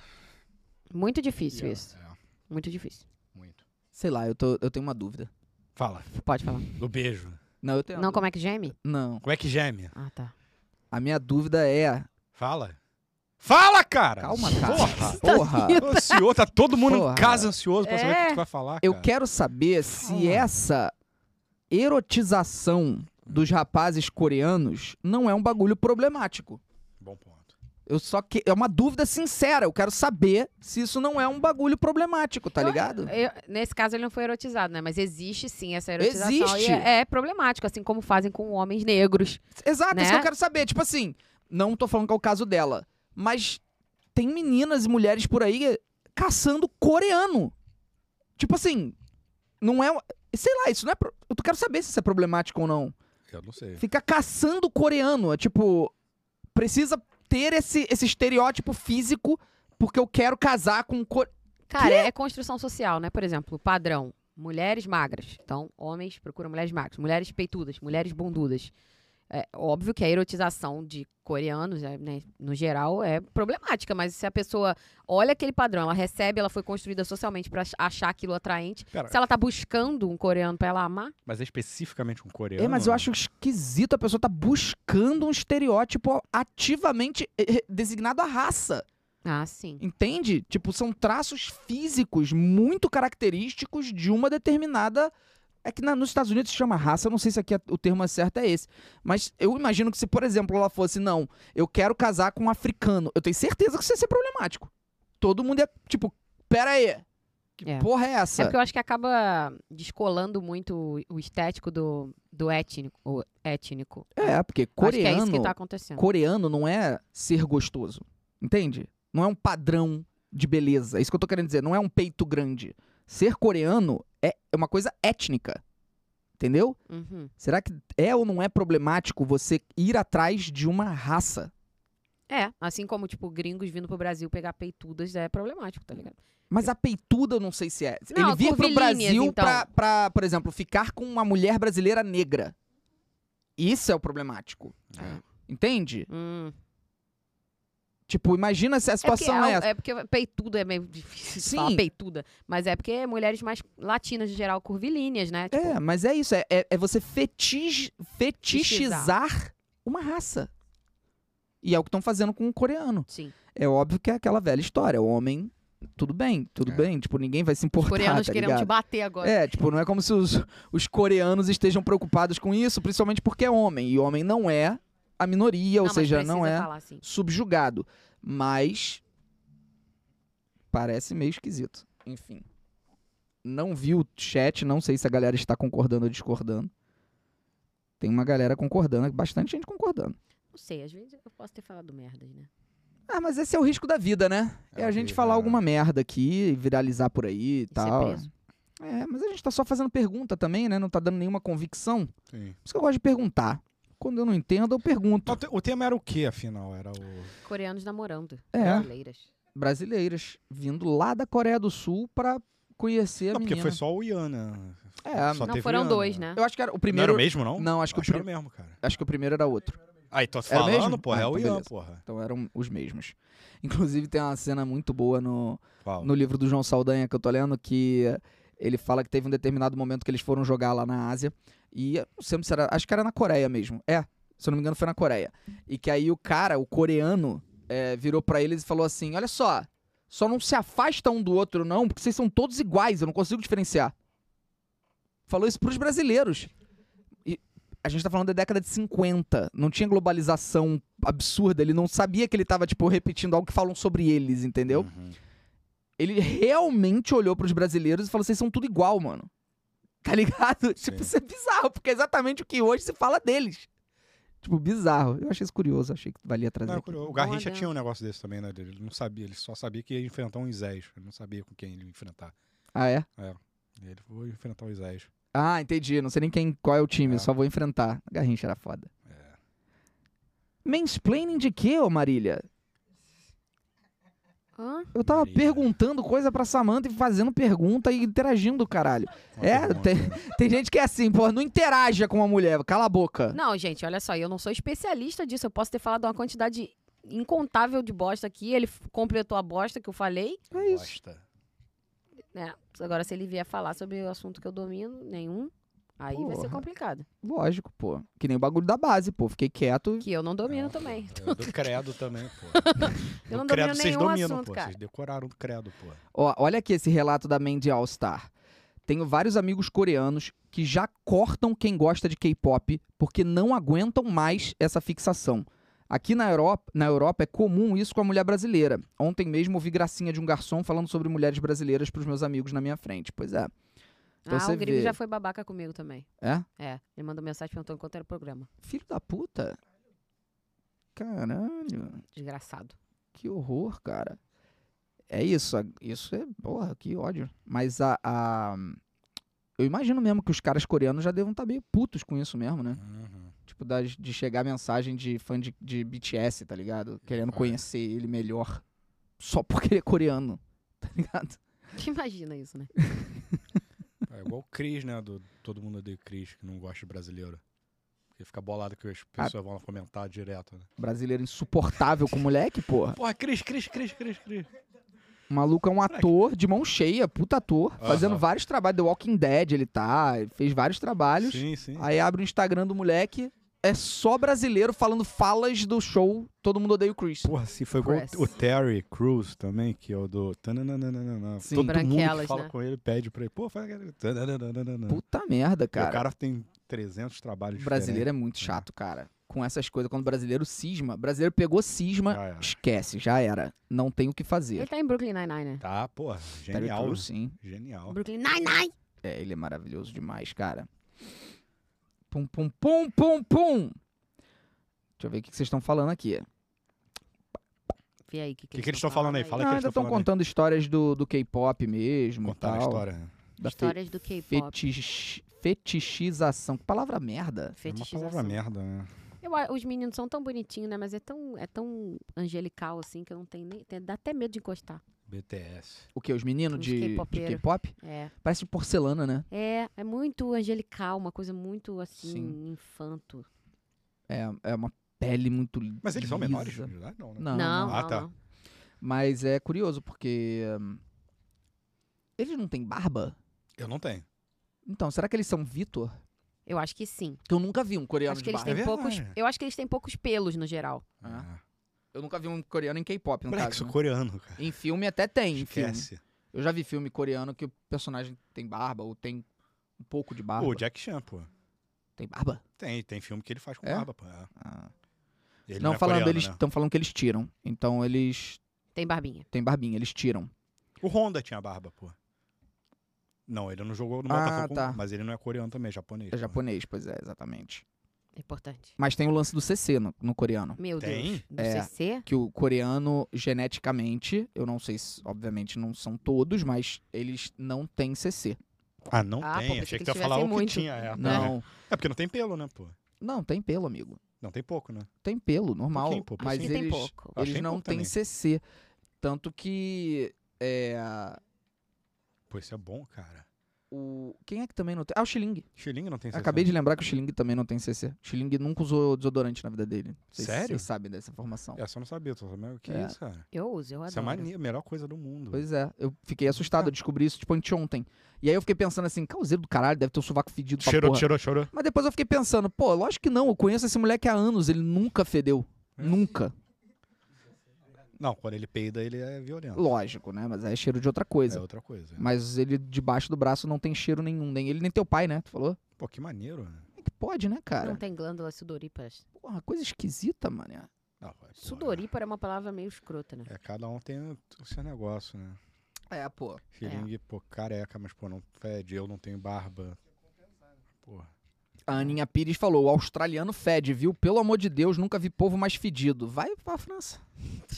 [SPEAKER 3] Muito difícil
[SPEAKER 2] Yeah,
[SPEAKER 3] isso.
[SPEAKER 2] É,
[SPEAKER 3] Muito difícil.
[SPEAKER 2] muito.
[SPEAKER 1] Sei lá, eu, tô, eu tenho uma dúvida.
[SPEAKER 2] Fala.
[SPEAKER 3] Pode falar.
[SPEAKER 2] Do beijo.
[SPEAKER 1] Não, eu tenho.
[SPEAKER 3] Não, como é que geme?
[SPEAKER 1] Não.
[SPEAKER 2] Como é que geme?
[SPEAKER 3] Ah, tá.
[SPEAKER 1] A minha dúvida é.
[SPEAKER 2] Fala. Fala, cara!
[SPEAKER 1] Calma, cara.
[SPEAKER 2] Porra!
[SPEAKER 1] Porra!
[SPEAKER 2] Tô ansioso, tá todo mundo
[SPEAKER 1] Porra.
[SPEAKER 2] em casa ansioso pra saber o
[SPEAKER 3] É.
[SPEAKER 2] que tu vai falar,
[SPEAKER 1] Eu
[SPEAKER 2] cara.
[SPEAKER 1] quero saber se
[SPEAKER 2] Fala.
[SPEAKER 1] essa erotização dos rapazes coreanos não é um bagulho problemático.
[SPEAKER 2] Bom ponto.
[SPEAKER 1] Eu só que é uma dúvida sincera, eu quero saber se isso não é um bagulho problemático, tá ligado?
[SPEAKER 3] Eu- nesse caso, ele não foi erotizado, né? Mas existe, sim, essa erotização. e
[SPEAKER 1] Existe.
[SPEAKER 3] é, é problemático, assim como fazem com homens negros.
[SPEAKER 1] Exato,
[SPEAKER 3] Né?
[SPEAKER 1] isso que eu quero saber, tipo assim, não tô falando que é o caso dela, mas tem meninas e mulheres por aí caçando coreano. Tipo assim, não é, um- sei lá, isso não é, pro- eu quero saber se isso é problemático ou não.
[SPEAKER 2] Eu não sei.
[SPEAKER 1] fica caçando o coreano. É tipo, precisa ter esse, esse estereótipo físico porque eu quero casar com um core...
[SPEAKER 3] Cara, é construção social, né? Por exemplo, padrão. Mulheres magras. Então, homens procuram mulheres magras. Mulheres peitudas, mulheres bundudas. É óbvio que a erotização de coreanos, né, né, no geral, é problemática, mas se a pessoa olha aquele padrão, ela recebe, ela foi construída socialmente pra ach- achar aquilo atraente.
[SPEAKER 2] Pera.
[SPEAKER 3] Se ela tá buscando um coreano pra ela amar,
[SPEAKER 2] Mas é especificamente um coreano.
[SPEAKER 1] É, mas eu acho esquisito a pessoa tá buscando um estereótipo ativamente eh, eh, designado à raça.
[SPEAKER 3] ah, sim.
[SPEAKER 1] Entende? Tipo, são traços físicos muito característicos de uma determinada. É que na- nos Estados Unidos se chama raça, eu não sei se aqui é- o termo é certo é esse. Mas eu imagino que se, por exemplo, ela fosse, não, eu quero casar com um africano, eu tenho certeza que isso ia ser problemático. Todo mundo é, tipo, pera aí. Que
[SPEAKER 3] É.
[SPEAKER 1] porra é essa?
[SPEAKER 3] É porque eu acho que acaba descolando muito o- o estético do, do étnico. O étnico.
[SPEAKER 1] É, porque
[SPEAKER 3] Acho que é isso
[SPEAKER 1] coreano.
[SPEAKER 3] que tá acontecendo.
[SPEAKER 1] coreano não é ser gostoso. Entende? Não é um padrão de beleza. É isso que eu tô querendo dizer. Não é um peito grande. Ser coreano é é uma coisa étnica. Entendeu?
[SPEAKER 3] Uhum.
[SPEAKER 1] Será que é ou não é problemático você ir atrás de uma raça?
[SPEAKER 3] É, assim como, tipo, gringos vindo pro Brasil pegar peitudas é problemático, tá ligado?
[SPEAKER 1] Mas a peituda, eu não sei se é.
[SPEAKER 3] Não,
[SPEAKER 1] Ele vir pro
[SPEAKER 3] curvilíneas,
[SPEAKER 1] Brasil
[SPEAKER 3] então.
[SPEAKER 1] pra, pra, por exemplo, ficar com uma mulher brasileira negra. Isso é o problemático.
[SPEAKER 3] É.
[SPEAKER 1] Entende?
[SPEAKER 3] Hum.
[SPEAKER 1] Tipo, imagina se a
[SPEAKER 3] É, porque,
[SPEAKER 1] situação é,
[SPEAKER 3] al-
[SPEAKER 1] essa.
[SPEAKER 3] é porque peituda é meio difícil de
[SPEAKER 1] Sim.
[SPEAKER 3] falar peituda. Mas é porque mulheres mais latinas, em geral, curvilíneas, né? Tipo,
[SPEAKER 1] É, mas é isso. É, é- é você fetiche- fetichizar uma raça. E é o que estão fazendo com o coreano.
[SPEAKER 3] Sim.
[SPEAKER 1] É óbvio que é aquela velha história. O homem, tudo bem, tudo
[SPEAKER 2] É.
[SPEAKER 1] bem. Tipo, ninguém vai se
[SPEAKER 3] Os
[SPEAKER 1] importar,
[SPEAKER 3] coreanos
[SPEAKER 1] tá
[SPEAKER 3] querendo te
[SPEAKER 1] ligado?
[SPEAKER 3] bater agora.
[SPEAKER 1] É, tipo, não é como se os, os coreanos estejam preocupados com isso, principalmente porque é homem. E homem não é a minoria, ou
[SPEAKER 3] mas
[SPEAKER 1] seja, não
[SPEAKER 3] precisa
[SPEAKER 1] é
[SPEAKER 3] falar assim.
[SPEAKER 1] subjugado. Mas parece meio esquisito. Enfim. Não vi o chat, não sei se a galera está concordando ou discordando. Tem uma galera concordando, bastante gente concordando.
[SPEAKER 3] Não sei, às vezes eu posso ter falado merdas, né?
[SPEAKER 1] Ah, mas esse é o risco da vida, né? É,
[SPEAKER 2] É
[SPEAKER 1] a
[SPEAKER 2] o
[SPEAKER 1] gente
[SPEAKER 2] risco,
[SPEAKER 1] falar
[SPEAKER 2] é.
[SPEAKER 1] alguma merda aqui, viralizar por aí e
[SPEAKER 3] ser
[SPEAKER 1] tal.
[SPEAKER 3] preso.
[SPEAKER 1] É, mas a gente tá só fazendo pergunta também, né? Não tá dando nenhuma convicção. Por
[SPEAKER 2] Sim.
[SPEAKER 1] isso que eu gosto de perguntar. Quando eu não entendo, eu pergunto.
[SPEAKER 2] Mas o te- O tema era o que, afinal? Era o.
[SPEAKER 3] Coreanos namorando.
[SPEAKER 1] É.
[SPEAKER 3] Brasileiras.
[SPEAKER 1] Brasileiras vindo lá da Coreia do Sul pra conhecer a
[SPEAKER 2] Não, porque
[SPEAKER 1] menina.
[SPEAKER 2] foi só o Ian, né?
[SPEAKER 1] É,
[SPEAKER 2] Só
[SPEAKER 3] não,
[SPEAKER 2] teve
[SPEAKER 3] foram
[SPEAKER 2] Ian,
[SPEAKER 3] dois, né?
[SPEAKER 1] Eu acho que era o
[SPEAKER 2] Primeiro...
[SPEAKER 1] primeiro.
[SPEAKER 2] Não era o mesmo, não?
[SPEAKER 1] Não, acho que, o
[SPEAKER 2] Acho que
[SPEAKER 1] pri-
[SPEAKER 2] era o mesmo, cara.
[SPEAKER 1] acho que o primeiro era outro.
[SPEAKER 2] Aí, tô
[SPEAKER 1] Era o
[SPEAKER 2] falando,
[SPEAKER 1] mesmo?
[SPEAKER 2] porra.
[SPEAKER 1] Ah,
[SPEAKER 2] é o
[SPEAKER 1] então
[SPEAKER 2] Ian,
[SPEAKER 1] beleza.
[SPEAKER 2] porra.
[SPEAKER 1] Então eram os mesmos. Inclusive tem uma cena muito boa no,
[SPEAKER 2] Qual?
[SPEAKER 1] no livro do João Saldanha que eu tô lendo que ele fala que teve um determinado momento que eles foram jogar lá na Ásia e eu não sei se era, acho que era na Coreia mesmo. É, se eu não me engano foi na Coreia. E que aí o cara, o coreano, é, virou pra eles e falou assim: "Olha só, só não se afasta um do outro não, porque vocês são todos iguais, eu não consigo diferenciar". Falou isso pros brasileiros. E a gente tá falando da década de 50, não tinha globalização absurda, ele não sabia que ele tava tipo repetindo algo que falam sobre eles, entendeu?
[SPEAKER 2] Uhum.
[SPEAKER 1] ele realmente olhou pros brasileiros e falou: vocês são tudo igual, mano. Tá ligado? Tipo,
[SPEAKER 2] Sim.
[SPEAKER 1] isso é bizarro, porque é exatamente o que hoje se fala deles. Tipo, bizarro. Eu achei isso curioso, achei que valia trazer.
[SPEAKER 2] Não, é
[SPEAKER 1] aqui.
[SPEAKER 2] curioso. o Garrincha
[SPEAKER 3] Olha.
[SPEAKER 2] tinha um negócio desse também, né? dele? Ele não sabia, ele só sabia que ia enfrentar um Isés. Ele não sabia com quem ele ia enfrentar.
[SPEAKER 1] Ah, é?
[SPEAKER 2] E Ele vou enfrentar o Isés.
[SPEAKER 1] Ah, entendi. Não sei nem quem, qual é o time,
[SPEAKER 2] É.
[SPEAKER 1] só vou enfrentar. Garrincha era foda. Mansplaining de quê, ô Marília?
[SPEAKER 3] Hã?
[SPEAKER 1] Eu tava
[SPEAKER 2] Marília.
[SPEAKER 1] perguntando coisa pra Samanta e fazendo pergunta e interagindo, caralho.
[SPEAKER 2] Uma
[SPEAKER 1] É,
[SPEAKER 2] pergunta. né?
[SPEAKER 1] tem- Tem gente que é assim, porra, não interaja com uma mulher, cala a
[SPEAKER 2] Tá.
[SPEAKER 1] boca.
[SPEAKER 3] Não, gente, olha só, eu não sou especialista disso. Eu posso ter falado uma quantidade incontável de bosta aqui. Ele f- completou a bosta que eu falei.
[SPEAKER 1] é isso.
[SPEAKER 2] Bosta.
[SPEAKER 3] né? Agora, se ele vier falar sobre o assunto que eu domino, nenhum, aí vai ser
[SPEAKER 1] Porra.
[SPEAKER 3] complicado.
[SPEAKER 1] Lógico, pô. Que nem o bagulho da base, pô. Fiquei quieto.
[SPEAKER 3] Que eu não domino
[SPEAKER 2] É,
[SPEAKER 3] também.
[SPEAKER 2] pô. É, do credo também, pô.
[SPEAKER 3] Eu não
[SPEAKER 2] Do credo
[SPEAKER 3] domino
[SPEAKER 2] vocês
[SPEAKER 3] nenhum
[SPEAKER 2] dominam,
[SPEAKER 3] assunto,
[SPEAKER 2] pô.
[SPEAKER 3] cara.
[SPEAKER 2] Vocês decoraram do credo, pô.
[SPEAKER 1] Ó, olha aqui esse relato da Mandy All Star. Tenho vários amigos coreanos que já cortam quem gosta de K-pop porque não aguentam mais essa fixação. Aqui na Europa, na Europa é comum isso com a mulher brasileira. Ontem mesmo ouvi gracinha de um garçom falando sobre mulheres brasileiras pros meus amigos na minha frente. Pois é. Então
[SPEAKER 3] ah,
[SPEAKER 1] você
[SPEAKER 3] o gringo
[SPEAKER 1] vê.
[SPEAKER 3] já foi babaca comigo também.
[SPEAKER 1] É?
[SPEAKER 3] É, ele mandou mensagem perguntando quanto era o programa.
[SPEAKER 1] Filho da puta. Caralho.
[SPEAKER 3] Desgraçado.
[SPEAKER 1] Que horror, cara. É isso, a- isso é. Porra, que ódio. Mas a. a- eu imagino mesmo que os caras coreanos já devam estar meio putos com isso mesmo, né?
[SPEAKER 2] Uhum.
[SPEAKER 1] Tipo, das, de chegar mensagem de fã de, de BTS, tá ligado? Querendo
[SPEAKER 2] Vai.
[SPEAKER 1] conhecer ele melhor. Só porque ele é coreano, tá ligado?
[SPEAKER 3] Imagina isso, né?
[SPEAKER 2] É igual o Cris, né? Do Todo Mundo Odeia o Cris, que não gosta de brasileiro. Porque fica bolado que as
[SPEAKER 1] Ah.
[SPEAKER 2] pessoas vão comentar direto, né?
[SPEAKER 1] Brasileiro insuportável com moleque, porra.
[SPEAKER 2] Porra, Cris, Cris, Cris, Cris, Cris.
[SPEAKER 1] O maluco é um ator de mão cheia, puta ator, fazendo
[SPEAKER 2] Aham.
[SPEAKER 1] vários trabalhos. The Walking Dead, ele tá, ele fez vários trabalhos.
[SPEAKER 2] Sim, sim.
[SPEAKER 1] Aí abre o Instagram do moleque, é só brasileiro falando falas do show Todo Mundo Odeia o Chris.
[SPEAKER 2] Porra, se foi igual
[SPEAKER 3] Press.
[SPEAKER 2] o Terry Crews também, que é o do. tananana.
[SPEAKER 1] Sim.
[SPEAKER 2] Todo mundo
[SPEAKER 3] Branquelas,
[SPEAKER 2] que fala
[SPEAKER 3] né?
[SPEAKER 2] com ele pede pra ele, pô, faz aquele. tananana.
[SPEAKER 1] Puta merda,
[SPEAKER 2] E O
[SPEAKER 1] cara.
[SPEAKER 2] cara tem 300 trabalhos
[SPEAKER 1] O brasileiro é muito chato, cara. Com essas coisas, quando o brasileiro cisma, o brasileiro pegou cisma,
[SPEAKER 2] Já era.
[SPEAKER 1] esquece, já era. Não tem o que
[SPEAKER 3] Ele
[SPEAKER 1] fazer.
[SPEAKER 3] tá em Brooklyn Nine-Nine, né?
[SPEAKER 2] diferentes. Tá, porra,
[SPEAKER 1] Terry
[SPEAKER 2] genial.
[SPEAKER 1] Crews, sim.
[SPEAKER 2] Genial.
[SPEAKER 3] Brooklyn Nine-Nine!
[SPEAKER 1] É, ele é maravilhoso demais, cara. Pum, pum, pum, pum, pum. Deixa eu ver o que que vocês estão falando aqui.
[SPEAKER 3] Vê aí o que,
[SPEAKER 2] Que que eles tão falando aí? Fala
[SPEAKER 1] Não,
[SPEAKER 2] que eles
[SPEAKER 1] Ah, ainda
[SPEAKER 2] tão
[SPEAKER 1] estão
[SPEAKER 2] falando aí.
[SPEAKER 1] contando histórias do, do K-pop mesmo e
[SPEAKER 2] Contar a
[SPEAKER 1] tal.
[SPEAKER 2] história. né?
[SPEAKER 1] Da fe-
[SPEAKER 3] Histórias do K-pop.
[SPEAKER 1] fetich- fetichização. Que palavra merda.
[SPEAKER 2] É uma
[SPEAKER 3] Fetichização.
[SPEAKER 2] palavra merda, né?
[SPEAKER 3] Eu a- os meninos são tão bonitinhos, né? Mas é tão, é tão angelical, assim, que eu não tenho nem... tem- dá até medo de encostar.
[SPEAKER 2] BTS.
[SPEAKER 1] O que? Os meninos
[SPEAKER 3] Os
[SPEAKER 1] de de
[SPEAKER 3] K-popeiro.
[SPEAKER 1] K-pop?
[SPEAKER 3] É.
[SPEAKER 1] Parece de porcelana, né?
[SPEAKER 3] É, é muito angelical, uma coisa muito, assim,
[SPEAKER 1] Sim.
[SPEAKER 3] infanto.
[SPEAKER 1] É, é uma pele muito lisa.
[SPEAKER 2] Mas eles são menores de idade, não, né?
[SPEAKER 1] Não,
[SPEAKER 3] não,
[SPEAKER 1] não.
[SPEAKER 2] Ah,
[SPEAKER 3] não,
[SPEAKER 2] tá.
[SPEAKER 3] não.
[SPEAKER 1] Mas é curioso, porque... hum, eles não têm barba?
[SPEAKER 2] Eu não tenho.
[SPEAKER 1] Então, será que eles são Vitor?
[SPEAKER 3] Eu acho que sim.
[SPEAKER 1] Que eu nunca vi um coreano
[SPEAKER 3] Acho
[SPEAKER 1] de
[SPEAKER 3] que eles
[SPEAKER 1] barba.
[SPEAKER 3] têm
[SPEAKER 2] É
[SPEAKER 3] poucos...
[SPEAKER 2] verdade.
[SPEAKER 3] Eu acho que eles têm poucos pelos, no geral.
[SPEAKER 1] Ah. Eu nunca vi um coreano em K-pop, no
[SPEAKER 2] Moleque,
[SPEAKER 1] caso.
[SPEAKER 2] sou
[SPEAKER 1] né?
[SPEAKER 2] coreano, cara.
[SPEAKER 1] Em filme até tem, em filme.
[SPEAKER 2] Esquece.
[SPEAKER 1] Eu já vi filme coreano que o personagem tem barba ou tem um pouco de barba.
[SPEAKER 2] O Jack Chan, pô.
[SPEAKER 1] Tem barba?
[SPEAKER 2] Tem, tem filme que ele faz com
[SPEAKER 1] É?
[SPEAKER 2] barba, pô. É.
[SPEAKER 1] Ah.
[SPEAKER 2] Ele
[SPEAKER 1] não,
[SPEAKER 2] é
[SPEAKER 1] falando,
[SPEAKER 2] coreano,
[SPEAKER 1] eles
[SPEAKER 2] né?
[SPEAKER 1] estão falando que eles tiram. Então eles
[SPEAKER 3] Tem barbinha.
[SPEAKER 1] têm barbinha, eles tiram. É
[SPEAKER 2] O Honda tinha barba, pô. Não, ele não jogou no
[SPEAKER 1] Ah,
[SPEAKER 2] Botafogo,
[SPEAKER 1] tá.
[SPEAKER 2] mas ele não é coreano também, é japonês.
[SPEAKER 1] É
[SPEAKER 2] pô.
[SPEAKER 1] japonês, pois é, exatamente.
[SPEAKER 3] É importante.
[SPEAKER 1] Mas tem o lance do CC no, no coreano.
[SPEAKER 3] Meu
[SPEAKER 2] Tem?
[SPEAKER 3] Deus. Do
[SPEAKER 1] É.
[SPEAKER 3] CC?
[SPEAKER 1] Que o coreano, geneticamente, eu não sei se, obviamente, não são todos, mas eles não têm CC.
[SPEAKER 2] Ah, não
[SPEAKER 3] Ah, pô,
[SPEAKER 2] tem.
[SPEAKER 3] pensei
[SPEAKER 2] Achei
[SPEAKER 3] que
[SPEAKER 2] que tu ia
[SPEAKER 3] eles
[SPEAKER 2] falar o que
[SPEAKER 3] tivessem muito.
[SPEAKER 2] tinha. É, pô.
[SPEAKER 1] Não,
[SPEAKER 2] É porque não tem pelo, né, pô?
[SPEAKER 1] não, tem pelo, amigo.
[SPEAKER 2] Não, tem pouco, né?
[SPEAKER 1] Tem pelo, normal.
[SPEAKER 2] Pouquinho, pô,
[SPEAKER 1] mas
[SPEAKER 2] pouquinho.
[SPEAKER 3] Aqui tem
[SPEAKER 1] eles,
[SPEAKER 3] pouco.
[SPEAKER 2] Achei
[SPEAKER 1] eles não
[SPEAKER 2] pouco
[SPEAKER 1] têm
[SPEAKER 2] também.
[SPEAKER 1] CC. Tanto que. É,
[SPEAKER 2] Pô, isso é bom, cara.
[SPEAKER 1] o... Quem é que também não tem? Ah, o Xiling.
[SPEAKER 2] Xilingue não tem sensação.
[SPEAKER 1] Acabei de lembrar que o Xiling também não tem CC. O Xiling nunca usou desodorante na vida dele. Vocês,
[SPEAKER 2] Sério?
[SPEAKER 1] Vocês sabem dessa informação.
[SPEAKER 2] É, só não sabia, tô sabendo. Que
[SPEAKER 1] É.
[SPEAKER 2] isso, cara?
[SPEAKER 3] Eu uso, eu adoro.
[SPEAKER 2] Isso é mania, a melhor coisa do mundo.
[SPEAKER 1] Pois é, eu fiquei assustado,
[SPEAKER 2] Tá.
[SPEAKER 1] eu descobri isso tipo anteontem. E aí eu fiquei pensando assim, causeiro do caralho, deve ter um sovaco fedido pra
[SPEAKER 2] Cheirou,
[SPEAKER 1] porra.
[SPEAKER 2] cheirou, cheirou.
[SPEAKER 1] Mas depois eu fiquei pensando, pô, lógico que não, eu conheço esse moleque há anos, ele nunca fedeu.
[SPEAKER 2] É.
[SPEAKER 1] Nunca.
[SPEAKER 2] Não, quando ele peida, ele é violento.
[SPEAKER 1] Lógico, né? Mas aí é cheiro de outra coisa.
[SPEAKER 2] É outra coisa.
[SPEAKER 1] Mas ele debaixo do braço não tem cheiro nenhum, nem ele nem teu pai, né? Tu falou?
[SPEAKER 2] Pô, que maneiro, né?
[SPEAKER 1] Como é que pode, né, cara?
[SPEAKER 3] Não tem glândulas sudoríparas.
[SPEAKER 1] Porra, coisa esquisita, mané.
[SPEAKER 2] Não, é, pô,
[SPEAKER 3] Sudorípara é uma palavra meio escrota, né?
[SPEAKER 2] É, cada um tem o o seu negócio, né?
[SPEAKER 1] É, pô.
[SPEAKER 2] Xilingue, pô, careca, mas, pô, não fede, eu não tenho barba. Porra.
[SPEAKER 1] A Aninha Pires falou: o australiano fede, viu? Pelo amor de Deus, nunca vi povo mais fedido. Vai pra França.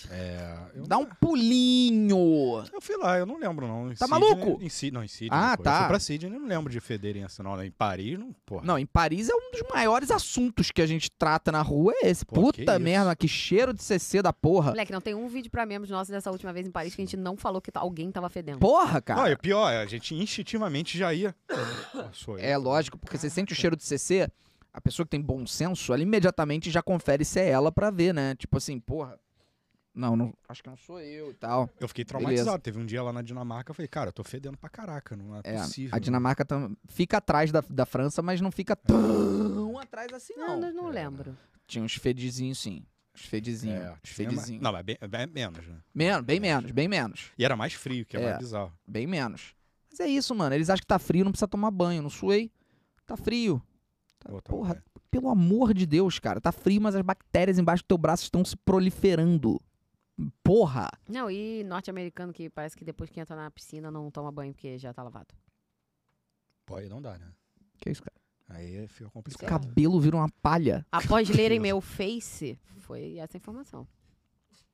[SPEAKER 2] É. Eu,
[SPEAKER 1] Dá um pulinho.
[SPEAKER 2] um- eu fui lá, eu não lembro, não. Em
[SPEAKER 1] Tá
[SPEAKER 2] Sydney-
[SPEAKER 1] maluco?
[SPEAKER 2] Em Sydney, não, em Sydney.
[SPEAKER 1] Ah,
[SPEAKER 2] pô.
[SPEAKER 1] tá.
[SPEAKER 2] Eu fui pra Sydney, eu não lembro de federem assim, não. né? Em Paris, não, porra.
[SPEAKER 1] Não, em Paris é um dos maiores assuntos que a gente trata na rua, é esse.
[SPEAKER 2] Pô, que
[SPEAKER 1] Puta
[SPEAKER 2] isso.
[SPEAKER 1] merda, que cheiro de CC da porra.
[SPEAKER 3] Moleque, não tem um vídeo pra membros nossos dessa última vez em Paris que a gente não falou que t- alguém tava fedendo.
[SPEAKER 1] Porra,
[SPEAKER 2] Não,
[SPEAKER 1] cara.
[SPEAKER 2] é pior, a gente instintivamente já ia. Pô, sou eu.
[SPEAKER 1] É lógico, porque você sente o cheiro de CC, a pessoa que tem bom senso, ela imediatamente já confere se é ela pra ver, né? Tipo assim, porra. Não, não acho que não sou eu e tal.
[SPEAKER 2] Eu fiquei
[SPEAKER 1] Beleza.
[SPEAKER 2] traumatizado. Teve um dia lá na Dinamarca, eu falei, cara, eu tô fedendo pra caraca, não é,
[SPEAKER 1] É,
[SPEAKER 2] possível.
[SPEAKER 1] a Dinamarca tam- fica atrás da, da França, mas não fica tão atrás assim,
[SPEAKER 3] Não,
[SPEAKER 1] não.
[SPEAKER 3] não, não lembro.
[SPEAKER 1] Tinha uns fedizinhos, sim. Uns fedizinhos.
[SPEAKER 2] É,
[SPEAKER 1] uns
[SPEAKER 2] tinha ma-
[SPEAKER 1] fedizinhos.
[SPEAKER 2] Não, mas bem, bem menos, né?
[SPEAKER 1] Menos, bem
[SPEAKER 2] É.
[SPEAKER 1] menos, bem menos.
[SPEAKER 2] E era mais frio, que é,
[SPEAKER 1] É.
[SPEAKER 2] mais bizarro.
[SPEAKER 1] Bem menos. Mas é isso, mano. Eles acham que tá frio, não precisa tomar banho. Não suei. Tá frio. Tá-
[SPEAKER 2] Pô, tá
[SPEAKER 1] Porra,
[SPEAKER 2] bom,
[SPEAKER 1] pelo amor de Deus, cara. Tá frio, mas as bactérias embaixo do teu braço estão se proliferando. Porra!
[SPEAKER 3] Não, e norte-americano que parece que depois que entra na piscina não toma banho porque já tá lavado.
[SPEAKER 2] Pô, aí não dá, né?
[SPEAKER 1] Que isso, cara?
[SPEAKER 2] Aí fica
[SPEAKER 1] Esse
[SPEAKER 2] complicado.
[SPEAKER 1] cabelo vira uma palha.
[SPEAKER 3] Após lerem meu face, foi essa informação.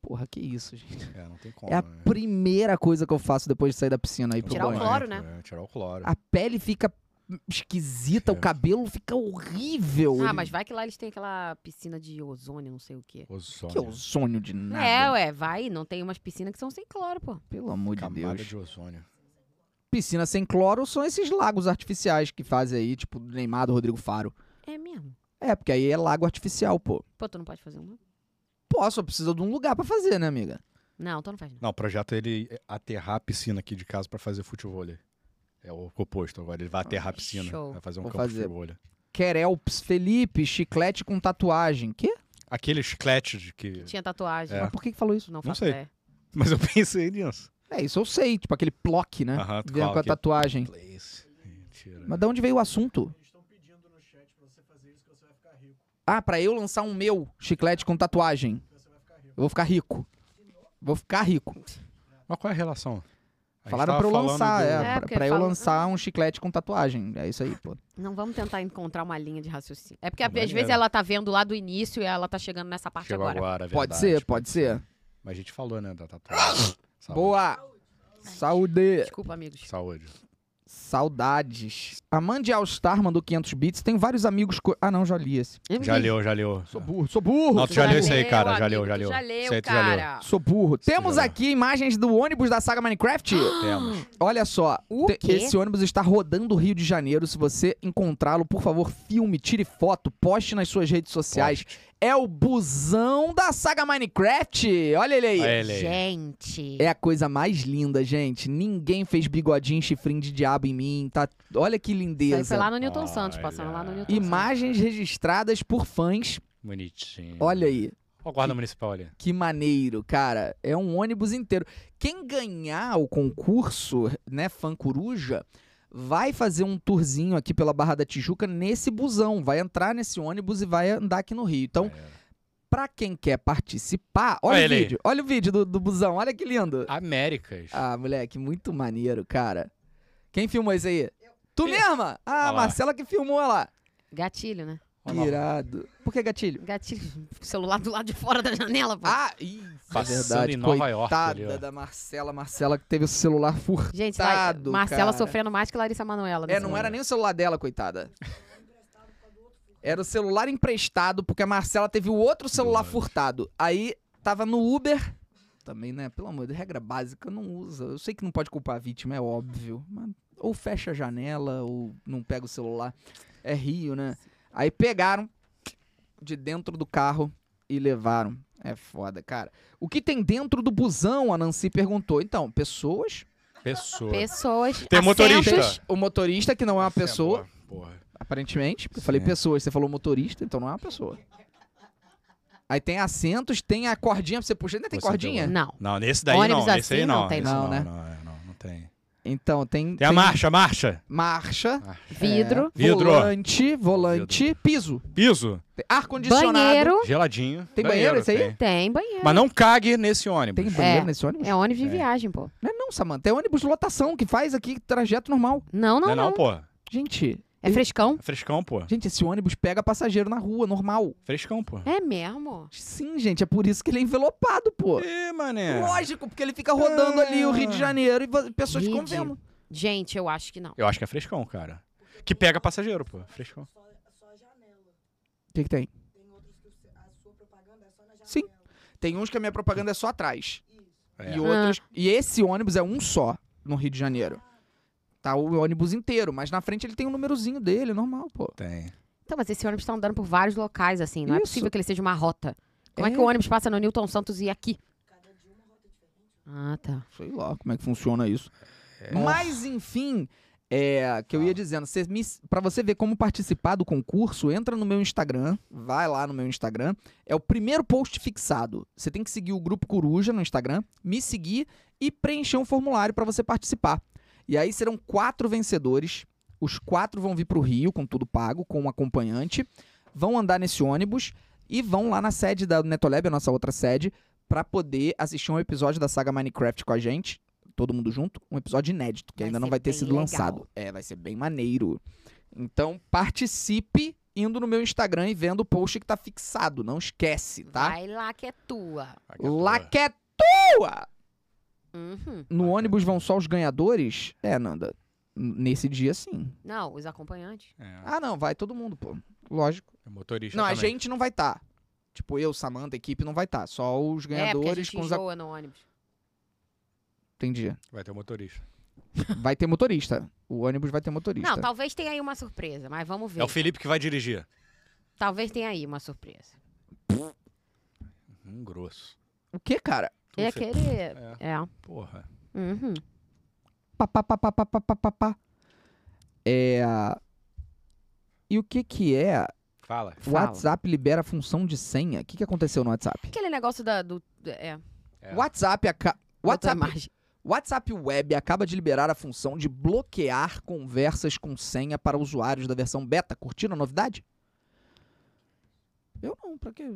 [SPEAKER 1] Porra, que isso, gente.
[SPEAKER 2] É, não tem como.
[SPEAKER 1] É a
[SPEAKER 2] né?
[SPEAKER 1] primeira coisa que eu faço depois de sair da piscina aí pro
[SPEAKER 3] Tirar o
[SPEAKER 1] banho.
[SPEAKER 3] cloro,
[SPEAKER 2] banho,
[SPEAKER 3] né?
[SPEAKER 2] pô, é, tirar o cloro.
[SPEAKER 1] A pele fica esquisita, o
[SPEAKER 2] É.
[SPEAKER 1] cabelo fica horrível.
[SPEAKER 3] Ah,
[SPEAKER 1] Ele-
[SPEAKER 3] mas vai que lá eles têm aquela piscina de ozônio, não sei o quê.
[SPEAKER 2] Ozônio.
[SPEAKER 1] Que ozônio de nada.
[SPEAKER 3] É, ué, vai, não tem umas piscinas que são sem cloro, pô.
[SPEAKER 1] Pelo amor de
[SPEAKER 2] Camada
[SPEAKER 1] Deus.
[SPEAKER 2] de ozônio.
[SPEAKER 1] Piscina sem cloro são esses lagos artificiais que fazem aí, tipo, do Neymar do Rodrigo Faro.
[SPEAKER 3] É mesmo.
[SPEAKER 1] É, porque aí é lago artificial, pô.
[SPEAKER 3] Pô, tu não pode fazer uma?
[SPEAKER 1] Posso, eu preciso de um lugar pra fazer, né, amiga?
[SPEAKER 3] Não, tu não faz não.
[SPEAKER 2] Não, o projeto é ele aterrar a piscina aqui de casa pra fazer futebol. É o oposto agora. Ele vai aterrar a piscina.
[SPEAKER 3] Ah, show.
[SPEAKER 2] Vai fazer um
[SPEAKER 1] Vou
[SPEAKER 2] campo
[SPEAKER 1] fazer.
[SPEAKER 2] de futebol.
[SPEAKER 1] Querelps, Felipe, chiclete com tatuagem. Quê?
[SPEAKER 2] Aquele chiclete de que.
[SPEAKER 3] Tinha tatuagem.
[SPEAKER 1] Mas por que que falou isso?
[SPEAKER 3] Não,
[SPEAKER 2] É.
[SPEAKER 3] é.
[SPEAKER 2] Não
[SPEAKER 3] faço
[SPEAKER 2] sei.
[SPEAKER 3] ideia.
[SPEAKER 2] Mas eu pensei nisso.
[SPEAKER 1] É, isso eu sei, tipo aquele plock, né?
[SPEAKER 2] Aham,
[SPEAKER 1] Vem
[SPEAKER 2] claro
[SPEAKER 1] com a
[SPEAKER 2] que- é.
[SPEAKER 1] tatuagem.
[SPEAKER 2] Place. Mentira.
[SPEAKER 1] Mas de onde veio o assunto? Ah, pra eu lançar um meu chiclete com tatuagem. Eu vou ficar rico. Vou ficar rico.
[SPEAKER 2] Mas qual é a relação? A gente
[SPEAKER 1] Falaram
[SPEAKER 2] tava
[SPEAKER 1] pra eu
[SPEAKER 2] falando
[SPEAKER 1] lançar,
[SPEAKER 2] do-
[SPEAKER 1] é,
[SPEAKER 3] É,
[SPEAKER 1] pra,
[SPEAKER 3] porque
[SPEAKER 1] pra eu
[SPEAKER 3] fala-
[SPEAKER 1] lançar um chiclete com tatuagem. É isso aí, pô.
[SPEAKER 3] Não vamos tentar encontrar uma linha de raciocínio. É porque
[SPEAKER 2] É
[SPEAKER 3] às vezes
[SPEAKER 2] maneiro.
[SPEAKER 3] ela tá vendo lá do início e ela tá chegando nessa parte
[SPEAKER 2] Chegou
[SPEAKER 3] agora.
[SPEAKER 2] agora, é
[SPEAKER 1] Pode
[SPEAKER 2] verdade.
[SPEAKER 1] ser, pode ser. Tá
[SPEAKER 2] Mas a gente falou, né, da tatuagem. Saúde.
[SPEAKER 1] Boa! Saúde!
[SPEAKER 3] Desculpa, amigos.
[SPEAKER 2] Saúde.
[SPEAKER 1] Saudades. A Mandy All-Star mandou 500 bits. Tem vários amigos. co- Ah, não, já li esse.
[SPEAKER 2] Já leu, já leu.
[SPEAKER 1] Sou burro, sou burro!
[SPEAKER 2] Não, tu já
[SPEAKER 1] sou
[SPEAKER 2] leu
[SPEAKER 1] burro.
[SPEAKER 2] isso aí, cara,
[SPEAKER 3] amigo,
[SPEAKER 2] já leu, já
[SPEAKER 3] tu
[SPEAKER 2] leu.
[SPEAKER 3] Já leu,
[SPEAKER 2] Isso aí tu já leu.
[SPEAKER 3] cara.
[SPEAKER 1] Sou burro. Temos
[SPEAKER 2] já-
[SPEAKER 1] aqui imagens do ônibus da saga Minecraft.
[SPEAKER 2] Temos.
[SPEAKER 1] Olha só,
[SPEAKER 3] O
[SPEAKER 1] te-
[SPEAKER 3] quê?
[SPEAKER 1] esse ônibus está rodando o Rio de Janeiro. Se você encontrá-lo, por favor, filme, tire foto, poste nas suas redes sociais. É o busão da saga Minecraft. Olha ele aí.
[SPEAKER 2] Olha ele aí.
[SPEAKER 3] Gente.
[SPEAKER 1] É a coisa mais linda, gente. Ninguém fez bigodinho, chifrinho de diabo em mim. Tá... Olha que
[SPEAKER 3] Isso aí foi
[SPEAKER 1] lindeza.
[SPEAKER 3] lá no Newton Santos, passando lá no
[SPEAKER 2] Olha.
[SPEAKER 3] Newton
[SPEAKER 1] Imagens registradas por fãs.
[SPEAKER 2] Bonitinho.
[SPEAKER 1] Olha aí.
[SPEAKER 2] Olha o guarda municipal ali.
[SPEAKER 1] Que maneiro, cara. É um ônibus inteiro. Quem ganhar o concurso, né, Fã Coruja, vai fazer um tourzinho aqui pela Barra da Tijuca nesse busão. Vai entrar nesse ônibus e vai andar aqui no Rio. Então, pra quem quer participar, olha,
[SPEAKER 2] Olha
[SPEAKER 1] o
[SPEAKER 2] ele aí.
[SPEAKER 1] vídeo. Olha o vídeo do, do busão. Olha que lindo.
[SPEAKER 2] Américas.
[SPEAKER 1] Ah, moleque, muito maneiro, cara. Quem filmou isso aí? Tu mesma? Ah,
[SPEAKER 2] Olha lá.
[SPEAKER 1] a Marcela que filmou olha lá.
[SPEAKER 3] Santos. Gatilho, né?
[SPEAKER 2] Olha lá.
[SPEAKER 1] Irado. Por que gatilho?
[SPEAKER 3] Gatilho. Celular do lado de fora da janela, pô.
[SPEAKER 1] Ah, isso,
[SPEAKER 2] Passando
[SPEAKER 1] é verdade.
[SPEAKER 2] em Nova York
[SPEAKER 1] Coitada
[SPEAKER 2] ali, ó.
[SPEAKER 1] da Marcela. Marcela que teve o celular furtado.
[SPEAKER 3] Gente, vai, Marcela
[SPEAKER 1] cara.
[SPEAKER 3] sofrendo mais que Larissa Manoela.
[SPEAKER 1] É,
[SPEAKER 3] nesse
[SPEAKER 1] não
[SPEAKER 3] momento.
[SPEAKER 1] era nem o celular dela, coitada. Era o celular emprestado, porque a Marcela teve o outro celular
[SPEAKER 2] Doido.
[SPEAKER 1] furtado. Aí tava no Uber. Também, né? Pelo amor de Deus, regra básica, não usa. Eu sei que não pode culpar a vítima, é óbvio. Mas ou fecha a janela, ou não pega o celular. É Rio, né? Aí pegaram de dentro do carro e levaram. É foda, cara. O que tem dentro do busão? A Nancy perguntou. Então, pessoas.
[SPEAKER 2] Pessoa.
[SPEAKER 3] Pessoas.
[SPEAKER 2] Tem um motorista.
[SPEAKER 3] assentos-
[SPEAKER 1] O motorista, que não é uma
[SPEAKER 2] Essa é
[SPEAKER 1] pessoa.
[SPEAKER 2] boa, porra.
[SPEAKER 1] Aparentemente. Eu falei
[SPEAKER 2] Sim.
[SPEAKER 1] pessoas, você falou motorista, então não é uma pessoa. Aí tem assentos, tem a cordinha pra você puxar. Ainda tem
[SPEAKER 2] Você
[SPEAKER 1] cordinha?
[SPEAKER 3] Não.
[SPEAKER 2] Não, nesse daí
[SPEAKER 3] Ônibus
[SPEAKER 2] não. Nesse
[SPEAKER 3] assim
[SPEAKER 2] aí não.
[SPEAKER 3] não tem,
[SPEAKER 2] Esse
[SPEAKER 1] não,
[SPEAKER 2] não,
[SPEAKER 1] né?
[SPEAKER 2] Não, é, não, não tem.
[SPEAKER 1] Então, tem.
[SPEAKER 2] Tem a marcha, marcha.
[SPEAKER 1] Marcha,
[SPEAKER 3] Vidro.
[SPEAKER 1] É.
[SPEAKER 2] Vidro.
[SPEAKER 1] volante, volante, piso.
[SPEAKER 2] Piso.
[SPEAKER 1] Tem ar-condicionado.
[SPEAKER 3] Banheiro.
[SPEAKER 2] Geladinho.
[SPEAKER 1] Tem banheiro esse aí?
[SPEAKER 2] tem.
[SPEAKER 3] Tem banheiro.
[SPEAKER 2] Mas não cague nesse ônibus.
[SPEAKER 1] Tem banheiro
[SPEAKER 3] É.
[SPEAKER 1] nesse ônibus?
[SPEAKER 3] É ônibus de
[SPEAKER 2] É.
[SPEAKER 3] viagem, pô.
[SPEAKER 1] Não é não, Samanta. É ônibus de lotação que faz aqui trajeto normal.
[SPEAKER 3] Não,
[SPEAKER 2] Não
[SPEAKER 3] não,
[SPEAKER 2] é
[SPEAKER 3] não.
[SPEAKER 2] não, pô. É
[SPEAKER 1] Gente,
[SPEAKER 3] É frescão?
[SPEAKER 2] frescão, pô.
[SPEAKER 1] gente, esse ônibus pega passageiro na rua, normal.
[SPEAKER 2] Frescão, pô.
[SPEAKER 3] É mesmo?
[SPEAKER 1] Sim, gente, é por isso que ele é envelopado, pô.
[SPEAKER 2] Ih, mané.
[SPEAKER 1] Lógico, porque ele fica rodando
[SPEAKER 2] É.
[SPEAKER 1] ali o Rio de Janeiro e vo- pessoas ficam
[SPEAKER 3] Ridículo.
[SPEAKER 1] vendo.
[SPEAKER 3] Gente, eu acho que não.
[SPEAKER 2] Eu acho que é frescão, cara. Que pega passageiro, pô. Frescão.
[SPEAKER 1] O que, que tem? é Sim. Tem uns que a minha propaganda é só atrás.
[SPEAKER 2] É.
[SPEAKER 1] E outros. E esse ônibus é um só no Rio de Janeiro. Tá o ônibus inteiro, mas na frente ele tem um númerozinho dele, normal, pô.
[SPEAKER 2] Tem.
[SPEAKER 3] Então, mas esse ônibus tá andando por vários locais, assim. Não é
[SPEAKER 1] Isso.
[SPEAKER 3] possível que ele seja uma rota. Como é, que
[SPEAKER 1] É.
[SPEAKER 3] o ônibus passa no Newton Santos e aqui? Ah, tá.
[SPEAKER 1] Sei lá como é que funciona isso. Mas, enfim, é, que eu ia dizendo, você me, pra você ver como participar do concurso, entra no meu Instagram, vai lá no meu Instagram, é o primeiro post fixado. Você tem que seguir o Grupo Coruja no Instagram, me seguir e preencher um formulário pra você participar. E aí serão quatro vencedores, os quatro vão vir pro Rio com tudo pago, com um acompanhante, vão andar nesse ônibus e vão lá na sede da Netolab, a nossa outra sede, pra poder assistir um episódio da saga Minecraft com a gente, todo mundo junto, um episódio inédito, que
[SPEAKER 3] Vai
[SPEAKER 1] ainda não
[SPEAKER 3] ser
[SPEAKER 1] vai ter
[SPEAKER 3] bem
[SPEAKER 1] sido
[SPEAKER 3] legal.
[SPEAKER 1] lançado. É, vai ser bem maneiro. Então, participe indo no meu Instagram e vendo o post que tá fixado, não esquece, tá?
[SPEAKER 3] Vai lá que é tua.
[SPEAKER 1] Lá que é tua!
[SPEAKER 3] Uhum.
[SPEAKER 1] No
[SPEAKER 2] Vai,
[SPEAKER 1] ônibus
[SPEAKER 2] cara.
[SPEAKER 1] vão só os ganhadores? É, Nanda. N- Nesse dia, sim.
[SPEAKER 3] Não, os acompanhantes.
[SPEAKER 2] É,
[SPEAKER 1] Ah, não, vai todo mundo, pô. Lógico.
[SPEAKER 2] é motorista
[SPEAKER 1] Não, a
[SPEAKER 2] também.
[SPEAKER 1] gente não vai estar. Tá. Tipo, eu, Samanta, a equipe não vai estar. Tá. Só os
[SPEAKER 3] é, porque a
[SPEAKER 1] ganhadores
[SPEAKER 3] gente
[SPEAKER 1] com os. ac-
[SPEAKER 3] enjoa no ônibus.
[SPEAKER 1] Entendi.
[SPEAKER 2] Vai ter o motorista.
[SPEAKER 1] Vai ter motorista. O ônibus vai ter motorista.
[SPEAKER 3] tá. Não, talvez tenha aí uma surpresa, mas vamos ver.
[SPEAKER 2] É o Felipe que vai dirigir.
[SPEAKER 3] Talvez tenha aí uma surpresa.
[SPEAKER 2] Hum, grosso.
[SPEAKER 1] O que, cara?
[SPEAKER 2] Tu
[SPEAKER 3] é
[SPEAKER 2] fe-
[SPEAKER 3] aquele.
[SPEAKER 2] É,
[SPEAKER 3] É.
[SPEAKER 2] porra.
[SPEAKER 3] Uhum.
[SPEAKER 1] Pá, pá, pá, pá, pá, pá, pá, pá, pá. É. E o que que é?
[SPEAKER 2] Fala.
[SPEAKER 1] O
[SPEAKER 3] Fala.
[SPEAKER 1] WhatsApp libera a função de senha. O que que aconteceu no WhatsApp?
[SPEAKER 3] Aquele negócio da, do. É.
[SPEAKER 2] É.
[SPEAKER 1] WhatsApp aca...
[SPEAKER 3] outra
[SPEAKER 1] WhatsApp
[SPEAKER 3] imagem.
[SPEAKER 1] WhatsApp Web acaba de liberar a função de bloquear conversas com senha para usuários da versão beta. Curtiram a novidade? Eu não, pra quê?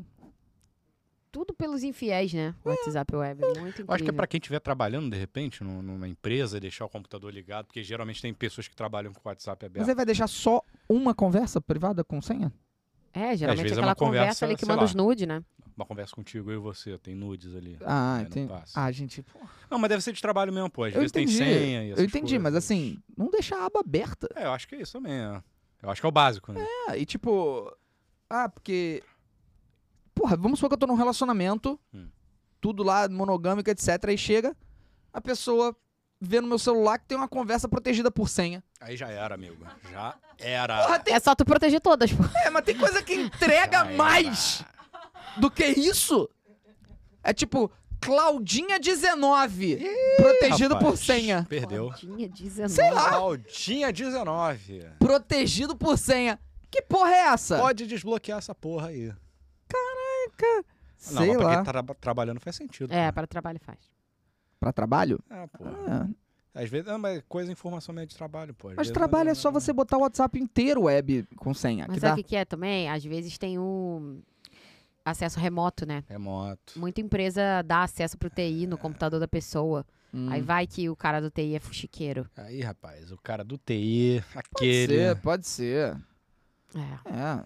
[SPEAKER 3] Tudo pelos infiéis, né?
[SPEAKER 1] É.
[SPEAKER 3] WhatsApp Web. Muito incrível.
[SPEAKER 2] Eu acho que é pra quem estiver trabalhando, de repente, num- numa empresa, e deixar o computador ligado, porque geralmente tem pessoas que trabalham com o WhatsApp aberto.
[SPEAKER 1] Mas aí vai deixar só uma conversa privada com senha?
[SPEAKER 3] É, geralmente é
[SPEAKER 2] vezes é
[SPEAKER 3] aquela
[SPEAKER 2] uma
[SPEAKER 3] conversa,
[SPEAKER 2] conversa,
[SPEAKER 3] ali que
[SPEAKER 2] sei
[SPEAKER 3] manda
[SPEAKER 2] lá.
[SPEAKER 3] os nude, né?
[SPEAKER 2] Uma conversa contigo, eu e você, tem nudes ali.
[SPEAKER 1] é Ah,
[SPEAKER 2] Aí É, não
[SPEAKER 1] entendi.
[SPEAKER 2] passa.
[SPEAKER 1] Ah, gente.
[SPEAKER 2] Não, mas deve ser de trabalho mesmo, pô. Às
[SPEAKER 1] Eu
[SPEAKER 2] vezes
[SPEAKER 1] entendi.
[SPEAKER 2] tem senha e
[SPEAKER 1] Eu
[SPEAKER 2] essas
[SPEAKER 1] entendi, mas
[SPEAKER 2] coisas.
[SPEAKER 1] assim, não deixar a aba aberta.
[SPEAKER 2] É, eu acho que é isso também. É. Eu acho que é o básico, né?
[SPEAKER 1] Ah, e tipo. Ah, porque. Porra, vamos supor que eu tô num relacionamento,
[SPEAKER 2] Hum.
[SPEAKER 1] tudo lá, monogâmico, etc. Aí chega, a pessoa vê no meu celular que tem uma conversa protegida por senha.
[SPEAKER 2] Aí já era, amigo. Já era.
[SPEAKER 1] Porra, tem,
[SPEAKER 3] É só tu proteger todas, pô.
[SPEAKER 1] é, mas tem coisa que entrega
[SPEAKER 2] Já
[SPEAKER 1] mais do que isso. É tipo, Claudinha19, protegido por
[SPEAKER 2] Rapaz,
[SPEAKER 1] senha. Ah!
[SPEAKER 2] Perdeu.
[SPEAKER 3] Tinha 19.
[SPEAKER 1] Sei lá.
[SPEAKER 2] Claudinha 19.
[SPEAKER 1] Protegido por senha. Que porra é essa?
[SPEAKER 2] Pode desbloquear essa porra aí. Não,
[SPEAKER 1] Sei
[SPEAKER 2] mas pra
[SPEAKER 1] lá.
[SPEAKER 2] quem tá tra- trabalhando faz sentido.
[SPEAKER 3] É,
[SPEAKER 2] pô.
[SPEAKER 3] para trabalho faz.
[SPEAKER 1] Pra trabalho?
[SPEAKER 2] Ah, pô.
[SPEAKER 1] Ah,
[SPEAKER 2] Às vezes, ah, mas coisa, informação meio de trabalho, pô. Às
[SPEAKER 1] mas
[SPEAKER 2] vezes
[SPEAKER 1] trabalho
[SPEAKER 2] não-
[SPEAKER 1] é só você botar o WhatsApp inteiro web com senha.
[SPEAKER 3] Mas
[SPEAKER 1] que
[SPEAKER 3] sabe
[SPEAKER 1] dá.
[SPEAKER 3] o que, que é também? Às vezes tem o acesso remoto, né?
[SPEAKER 2] Remoto.
[SPEAKER 3] Muita empresa dá acesso pro TI no computador da pessoa.
[SPEAKER 1] Hum.
[SPEAKER 3] Aí vai que o cara do TI é fuxiqueiro.
[SPEAKER 2] Aí, rapaz, o cara do TI,
[SPEAKER 1] Pode
[SPEAKER 2] aquele. né?
[SPEAKER 1] ser, pode ser.
[SPEAKER 3] É.
[SPEAKER 1] É.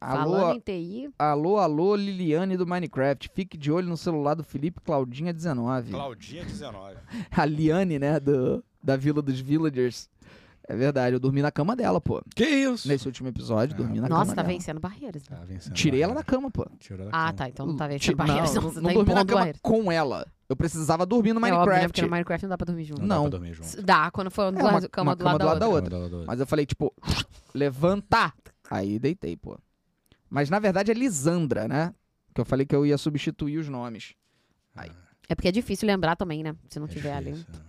[SPEAKER 3] Falando
[SPEAKER 1] Alô,
[SPEAKER 3] em TI,
[SPEAKER 1] alô, alô, Liliane do Minecraft. Fique de olho no celular do Felipe Claudinha19.
[SPEAKER 2] Claudinha 19.
[SPEAKER 1] A Liane, né, do, da Vila dos Villagers. É verdade, eu dormi na cama dela, pô.
[SPEAKER 2] Que isso?
[SPEAKER 1] Nesse último episódio, dormi na
[SPEAKER 3] nossa,
[SPEAKER 1] cama
[SPEAKER 3] tá
[SPEAKER 1] dela.
[SPEAKER 3] vencendo barreiras. né?
[SPEAKER 2] Tá vencendo.
[SPEAKER 1] Tirei ela da
[SPEAKER 2] barreira.
[SPEAKER 1] cama, pô.
[SPEAKER 2] Tirou da
[SPEAKER 3] Ah,
[SPEAKER 2] cama.
[SPEAKER 3] tá. Então não tá
[SPEAKER 1] Ti-
[SPEAKER 3] vencendo barreiras.
[SPEAKER 1] Ah, Tipo, não,
[SPEAKER 3] Não, você
[SPEAKER 1] não
[SPEAKER 3] tá
[SPEAKER 1] dormi na
[SPEAKER 3] impondo
[SPEAKER 1] cama
[SPEAKER 3] barreiras.
[SPEAKER 1] com ela. Eu precisava dormir no
[SPEAKER 3] É óbvio, né? Porque
[SPEAKER 1] Minecraft.
[SPEAKER 3] no Minecraft não dá pra dormir junto.
[SPEAKER 2] Não, dá
[SPEAKER 1] Não.
[SPEAKER 2] pra dormir junto.
[SPEAKER 3] Dá, quando for do
[SPEAKER 1] É, uma-
[SPEAKER 3] lado- cama
[SPEAKER 1] uma
[SPEAKER 3] do lado
[SPEAKER 1] cama
[SPEAKER 3] da
[SPEAKER 1] do lado da
[SPEAKER 3] outra.
[SPEAKER 1] outra.
[SPEAKER 2] É
[SPEAKER 1] Mas eu falei, tipo, levanta! Aí deitei, pô. Mas na verdade é Lisandra, né? Que eu falei que eu ia substituir os nomes.
[SPEAKER 3] É porque é difícil lembrar também, né? Se não
[SPEAKER 2] É
[SPEAKER 3] tiver ali.
[SPEAKER 2] difícil,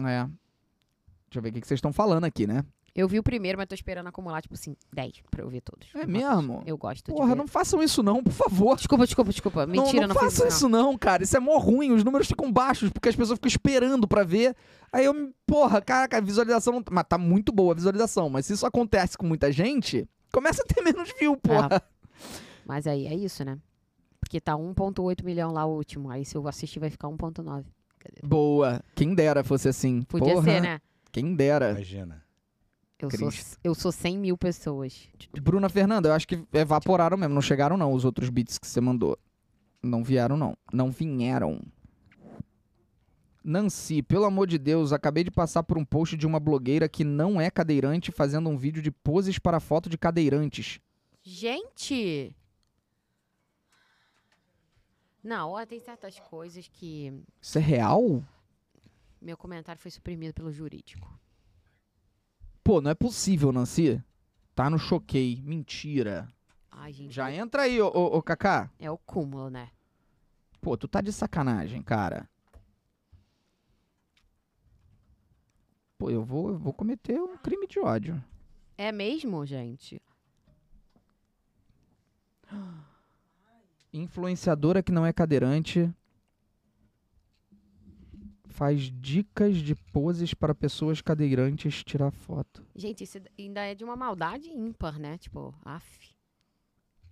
[SPEAKER 2] né?
[SPEAKER 1] É. Deixa eu ver o que que vocês estão falando aqui, né?
[SPEAKER 3] Eu vi o primeiro, mas tô esperando acumular, tipo assim, 10 pra eu ver todos.
[SPEAKER 1] É
[SPEAKER 3] Eu
[SPEAKER 1] mesmo?
[SPEAKER 3] gosto- Eu gosto de
[SPEAKER 1] Porra,
[SPEAKER 3] ver.
[SPEAKER 1] não façam isso não, por favor.
[SPEAKER 3] Desculpa, desculpa, desculpa.
[SPEAKER 1] Não-
[SPEAKER 3] Mentira,
[SPEAKER 1] não,
[SPEAKER 3] não, fiz
[SPEAKER 1] façam
[SPEAKER 3] isso.
[SPEAKER 1] isso não, cara. Isso é mó ruim. Os números ficam baixos porque as pessoas ficam esperando pra ver. Aí eu, me- porra, caraca, a visualização não... Mas tá muito boa a visualização. Mas se isso acontece com muita gente, começa a ter menos view, porra.
[SPEAKER 3] Ah, não. Mas aí é isso, né? Porque tá 1.8 milhão lá o último. Aí se eu assistir vai ficar 1.9. Cadê?
[SPEAKER 1] Boa. Quem dera fosse assim.
[SPEAKER 3] Podia
[SPEAKER 1] Porra,
[SPEAKER 3] ser, né?
[SPEAKER 1] Quem dera.
[SPEAKER 2] Imagina.
[SPEAKER 3] Eu sou,
[SPEAKER 1] Cristo.
[SPEAKER 3] eu sou 100 mil pessoas.
[SPEAKER 1] Bruna Fernanda, eu acho que evaporaram mesmo. Não chegaram, não, os outros beats que você mandou. Não vieram, não. Não vieram. Nancy, pelo amor de Deus, acabei de passar por um post de uma blogueira que não é cadeirante fazendo um vídeo de poses para foto de cadeirantes.
[SPEAKER 3] Gente! Não, ó, tem certas coisas que
[SPEAKER 1] Isso é real?
[SPEAKER 3] meu comentário foi suprimido pelo jurídico.
[SPEAKER 1] Pô, não é possível, Nancy. Tá no choquei. Mentira.
[SPEAKER 3] Ai, gente.
[SPEAKER 1] Já entra aí, ô, ô, ô Kaká.
[SPEAKER 3] É o cúmulo, né?
[SPEAKER 1] Pô, tu tá de sacanagem, cara. Pô, eu vou, eu vou cometer um crime de ódio.
[SPEAKER 3] É mesmo, gente?
[SPEAKER 1] Influenciadora que não é cadeirante faz dicas de poses para pessoas cadeirantes tirar foto.
[SPEAKER 3] Gente, isso ainda é de uma maldade ímpar, né? Tipo, af.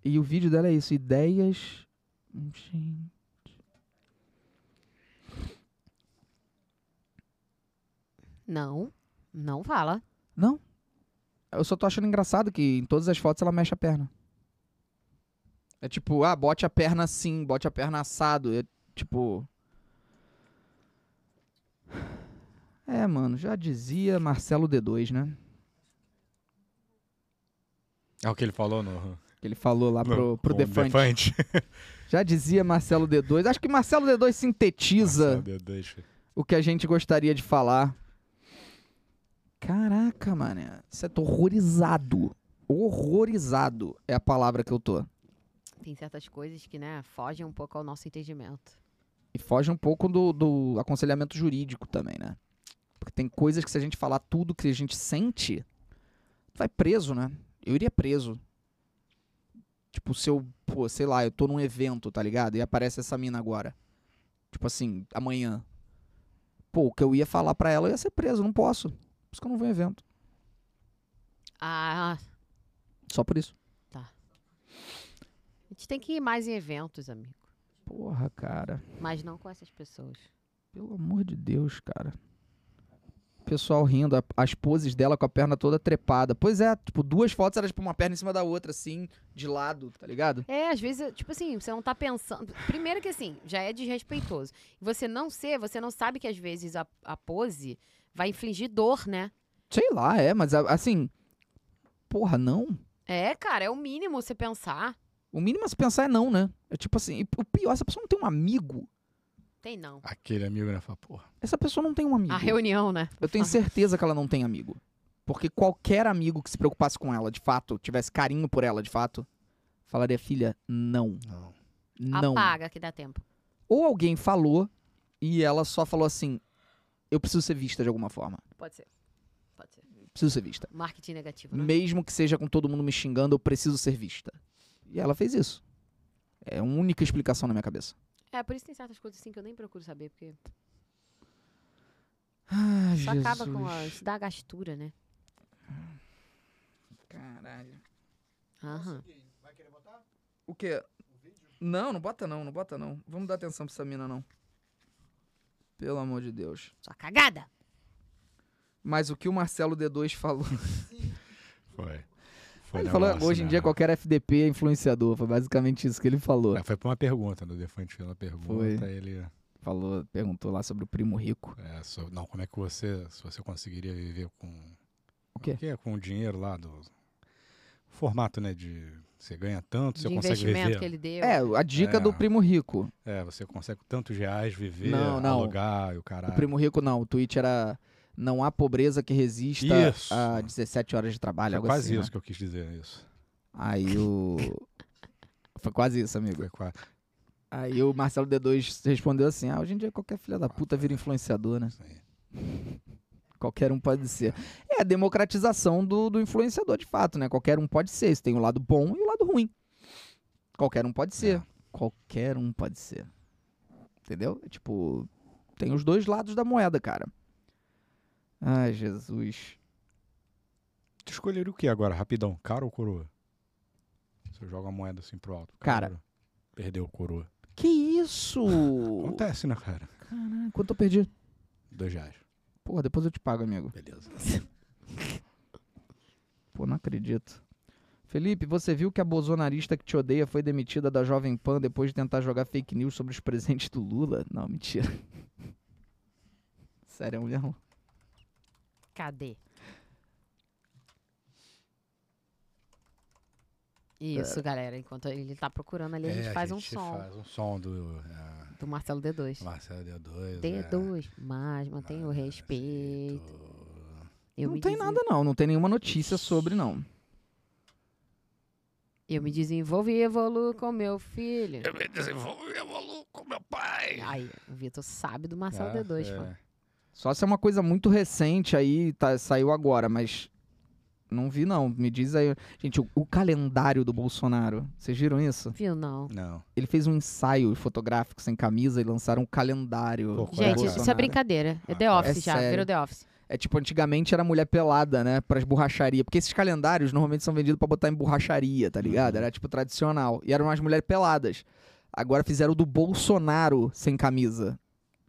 [SPEAKER 1] E o vídeo dela é isso, ideias. Gente.
[SPEAKER 3] Não, não fala.
[SPEAKER 1] Não. Eu só tô achando engraçado que em todas as fotos ela mexe a perna. É tipo, ah, bote a perna assim, bote a perna assado. É tipo. É, mano, já dizia Marcelo D2, né?
[SPEAKER 2] É o que ele falou no.
[SPEAKER 1] Que ele falou lá pro, pro
[SPEAKER 2] no
[SPEAKER 1] Defante.
[SPEAKER 2] Tá Defante.
[SPEAKER 1] Já dizia Marcelo D2. Acho que Marcelo D2 sintetiza
[SPEAKER 2] Meu Deus.
[SPEAKER 1] o que a gente gostaria de falar. Caraca, mano. Você tá é horrorizado. horrorizado é a palavra que eu tô.
[SPEAKER 3] Tem certas coisas que, né, fogem um pouco ao nosso entendimento.
[SPEAKER 1] E foge um pouco do, do aconselhamento jurídico também, né? Porque tem coisas que se a gente falar tudo que a gente sente, tu vai preso, né? Eu iria preso. Tipo, se eu, pô, sei lá, eu tô num evento, tá ligado? E aparece essa mina agora. Tipo assim, amanhã. Pô, o que eu ia falar pra ela, eu ia ser preso, não posso. Por isso que eu não vou em evento.
[SPEAKER 3] Ah, a
[SPEAKER 1] Só por isso.
[SPEAKER 3] gente tem que ir mais em eventos, amigo.
[SPEAKER 1] Porra, cara.
[SPEAKER 3] Mas não com essas pessoas.
[SPEAKER 1] Pelo amor de Deus, cara. O pessoal rindo, a- as poses dela com a perna toda trepada. Pois é, tipo, duas fotos era tipo uma perna em cima da outra, assim, de lado, tá ligado?
[SPEAKER 3] É, às vezes, eu- tipo assim, você não tá pensando. Primeiro que assim, já é desrespeitoso. E você não ser, você não sabe que às vezes a, a pose vai infligir dor, né?
[SPEAKER 1] Sei lá, é, mas a- assim. Porra, não.
[SPEAKER 3] É, cara, é o mínimo você pensar.
[SPEAKER 1] O mínimo a se pensar é não, né? É tipo assim, e o pior, essa pessoa não tem um amigo.
[SPEAKER 3] Tem não.
[SPEAKER 2] Aquele amigo, né? Fala, porra.
[SPEAKER 1] Essa pessoa não tem um amigo.
[SPEAKER 3] A reunião, né?
[SPEAKER 1] Eu tenho certeza que ela não tem amigo. Porque qualquer amigo que se preocupasse com ela, de fato, tivesse carinho por ela, de fato, falaria, filha, não.
[SPEAKER 2] Não.
[SPEAKER 1] Não.
[SPEAKER 3] Apaga que dá tempo.
[SPEAKER 1] ou alguém falou e ela só falou assim: eu preciso ser vista de alguma forma.
[SPEAKER 3] Pode ser. Pode ser.
[SPEAKER 1] Preciso ser vista.
[SPEAKER 3] Marketing negativo, né?
[SPEAKER 1] Mesmo que seja com todo mundo me xingando, eu preciso ser vista. E ela fez isso. É a única explicação na minha cabeça.
[SPEAKER 3] É, por isso tem certas coisas assim que eu nem procuro saber, porque
[SPEAKER 1] Ai,
[SPEAKER 3] isso acaba com a. Isso dá gastura, né?
[SPEAKER 1] Caralho.
[SPEAKER 3] Aham.
[SPEAKER 1] O quê? Não, não bota não, não bota não. Vamos dar atenção pra essa mina, não. Pelo amor de Deus.
[SPEAKER 3] Sua cagada!
[SPEAKER 1] Mas o que o Marcelo D2 falou.
[SPEAKER 2] Foi. Foi
[SPEAKER 1] Ele falou,
[SPEAKER 2] negócio,
[SPEAKER 1] hoje em
[SPEAKER 2] né?
[SPEAKER 1] dia qualquer FDP é influenciador. Foi basicamente isso que ele falou.
[SPEAKER 2] É, foi pra uma pergunta, né? o Defante fez uma pergunta,
[SPEAKER 1] Foi.
[SPEAKER 2] ele...
[SPEAKER 1] Falou, perguntou lá sobre o primo rico.
[SPEAKER 2] É, so- não, como é que você, se você conseguiria viver com...
[SPEAKER 1] O quê?
[SPEAKER 2] é? Com o dinheiro lá do... Formato, né, de... Você ganha tanto, você
[SPEAKER 3] De
[SPEAKER 2] consegue
[SPEAKER 3] investimento
[SPEAKER 2] viver...
[SPEAKER 3] que ele deu.
[SPEAKER 1] É, a dica
[SPEAKER 2] É.
[SPEAKER 1] do primo rico.
[SPEAKER 2] É, você consegue com tantos reais viver,
[SPEAKER 1] Não, não.
[SPEAKER 2] alugar e o caralho.
[SPEAKER 1] O primo rico não, o tweet era não há pobreza que resista
[SPEAKER 2] Isso.
[SPEAKER 1] a 17 horas de trabalho,
[SPEAKER 2] Foi
[SPEAKER 1] algo
[SPEAKER 2] É quase
[SPEAKER 1] assim, né?
[SPEAKER 2] isso que eu quis dizer, isso.
[SPEAKER 1] Aí o Foi quase isso, amigo.
[SPEAKER 2] Foi quase...
[SPEAKER 1] Aí o Marcelo D2 respondeu assim: "Ah, hoje em dia qualquer filha da puta vira influenciador, né?
[SPEAKER 2] isso aí.
[SPEAKER 1] Qualquer um pode ser". É a democratização do, do influenciador de fato, né? Qualquer um pode ser. Isso tem o lado bom e o lado ruim. Qualquer um pode ser.
[SPEAKER 2] É.
[SPEAKER 1] Qualquer um pode ser. Entendeu? É Tipo, tem os dois lados da moeda, cara. Ai, Jesus.
[SPEAKER 2] Tu escolheria o que agora, rapidão? Cara ou coroa? Você joga a moeda assim pro alto.
[SPEAKER 1] Cara.
[SPEAKER 2] ou coroa? Perdeu o coroa.
[SPEAKER 1] Que isso?
[SPEAKER 2] Acontece, né, cara?
[SPEAKER 1] Caralho, quanto eu perdi?
[SPEAKER 2] Dois reais.
[SPEAKER 1] Porra, depois eu te pago, amigo.
[SPEAKER 2] Beleza.
[SPEAKER 1] Pô, não acredito. Felipe, você viu que a bolsonarista que te odeia foi demitida da Jovem Pan depois de tentar jogar fake news sobre os presentes do Lula? Não, mentira. Sério, é um leão.
[SPEAKER 3] Cadê? Isso, galera. Enquanto ele tá procurando ali, a gente faz um som
[SPEAKER 2] É, faz um som do é,
[SPEAKER 3] do Marcelo D2.
[SPEAKER 2] Marcelo é. D2.
[SPEAKER 3] D2, mas mantém o respeito. Eu
[SPEAKER 1] não
[SPEAKER 3] me
[SPEAKER 1] tem
[SPEAKER 3] desen-
[SPEAKER 1] nada, não. Não tem nenhuma notícia sobre, não.
[SPEAKER 3] Eu me desenvolvo e evoluo com meu filho.
[SPEAKER 2] me desenvolvi, eu maluco, meu pai.
[SPEAKER 3] Aí, o Vitor sabe do
[SPEAKER 2] Ah,
[SPEAKER 3] Marcelo
[SPEAKER 2] é.
[SPEAKER 3] D2, pô.
[SPEAKER 1] Só se é uma coisa muito recente aí, tá- saiu agora, mas. Não vi, não. Me diz aí. Gente, o, o calendário do Bolsonaro. Vocês viram isso?
[SPEAKER 3] Viu, não.
[SPEAKER 2] Não.
[SPEAKER 1] Ele fez um ensaio fotográfico sem camisa e lançaram um calendário.
[SPEAKER 2] Pô,
[SPEAKER 1] do
[SPEAKER 2] Qual é a
[SPEAKER 3] Gente, isso é
[SPEAKER 1] Bolsonaro.
[SPEAKER 3] brincadeira. É
[SPEAKER 2] Ah,
[SPEAKER 3] The
[SPEAKER 2] tá.
[SPEAKER 3] Office
[SPEAKER 1] É
[SPEAKER 3] já,
[SPEAKER 1] sério.
[SPEAKER 3] virou The Office.
[SPEAKER 1] É tipo, antigamente era mulher pelada, né? Pras borracharias. Porque esses calendários normalmente são vendidos pra botar em borracharia, tá ligado?
[SPEAKER 2] Uhum.
[SPEAKER 1] Era tipo tradicional. E eram umas mulheres peladas. Agora fizeram o do Bolsonaro sem camisa.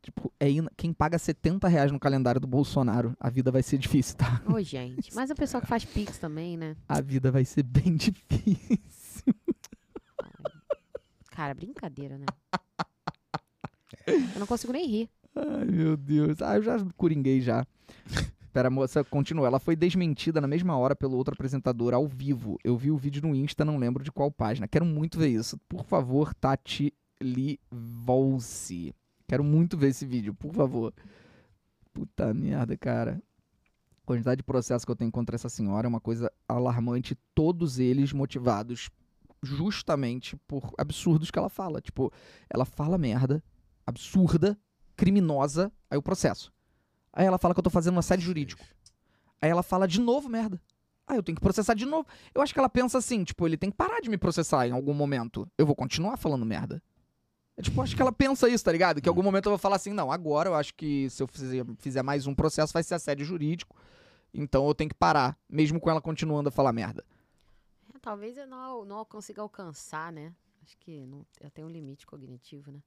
[SPEAKER 1] Tipo, é ina- quem paga 70 reais no calendário do Bolsonaro, a vida vai ser difícil, tá?
[SPEAKER 3] Ô, gente. Mas o pessoal que faz Pix também, né?
[SPEAKER 1] A vida vai ser bem difícil.
[SPEAKER 3] Cara, brincadeira, né? Eu não consigo nem rir.
[SPEAKER 1] Ai, meu Deus. Ah, eu já coringuei já. Pera, a moça, continua. Ela foi desmentida na mesma hora pelo outro apresentador ao vivo. Eu vi o vídeo no Insta, não lembro de qual página. Quero muito ver isso. Por favor, Tati Livolse. Quero muito ver esse vídeo, por favor. Puta merda, cara. quantidade de processo que eu tenho contra essa senhora é uma coisa alarmante, todos eles motivados justamente por absurdos que ela fala. Tipo, ela fala merda, absurda, criminosa, aí o processo. Aí ela fala que eu tô fazendo um assédio jurídico. Aí ela fala de novo merda. Aí eu tenho que processar de novo. Eu acho que ela pensa assim, tipo, ele tem que parar de me processar em algum momento. Eu vou continuar falando merda. É, tipo, acho que ela pensa isso, tá ligado? Que em algum momento eu vou falar assim, não, agora eu acho que se eu fizer, fizer mais um processo vai ser assédio jurídico. Então eu tenho que parar, mesmo com ela continuando a falar merda.
[SPEAKER 3] É, Talvez eu não, não consiga alcançar, né? Acho que não, eu tenho um limite cognitivo, né?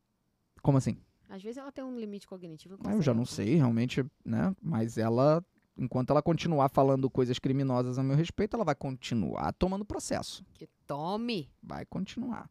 [SPEAKER 1] Como assim?
[SPEAKER 3] Às vezes ela tem um limite cognitivo. e
[SPEAKER 1] Ah, Eu já
[SPEAKER 3] consegue
[SPEAKER 1] não sei, realmente, né? Mas ela, enquanto ela continuar falando coisas criminosas a meu respeito, ela vai continuar tomando processo.
[SPEAKER 3] alcançar. Que tome!
[SPEAKER 1] Vai continuar.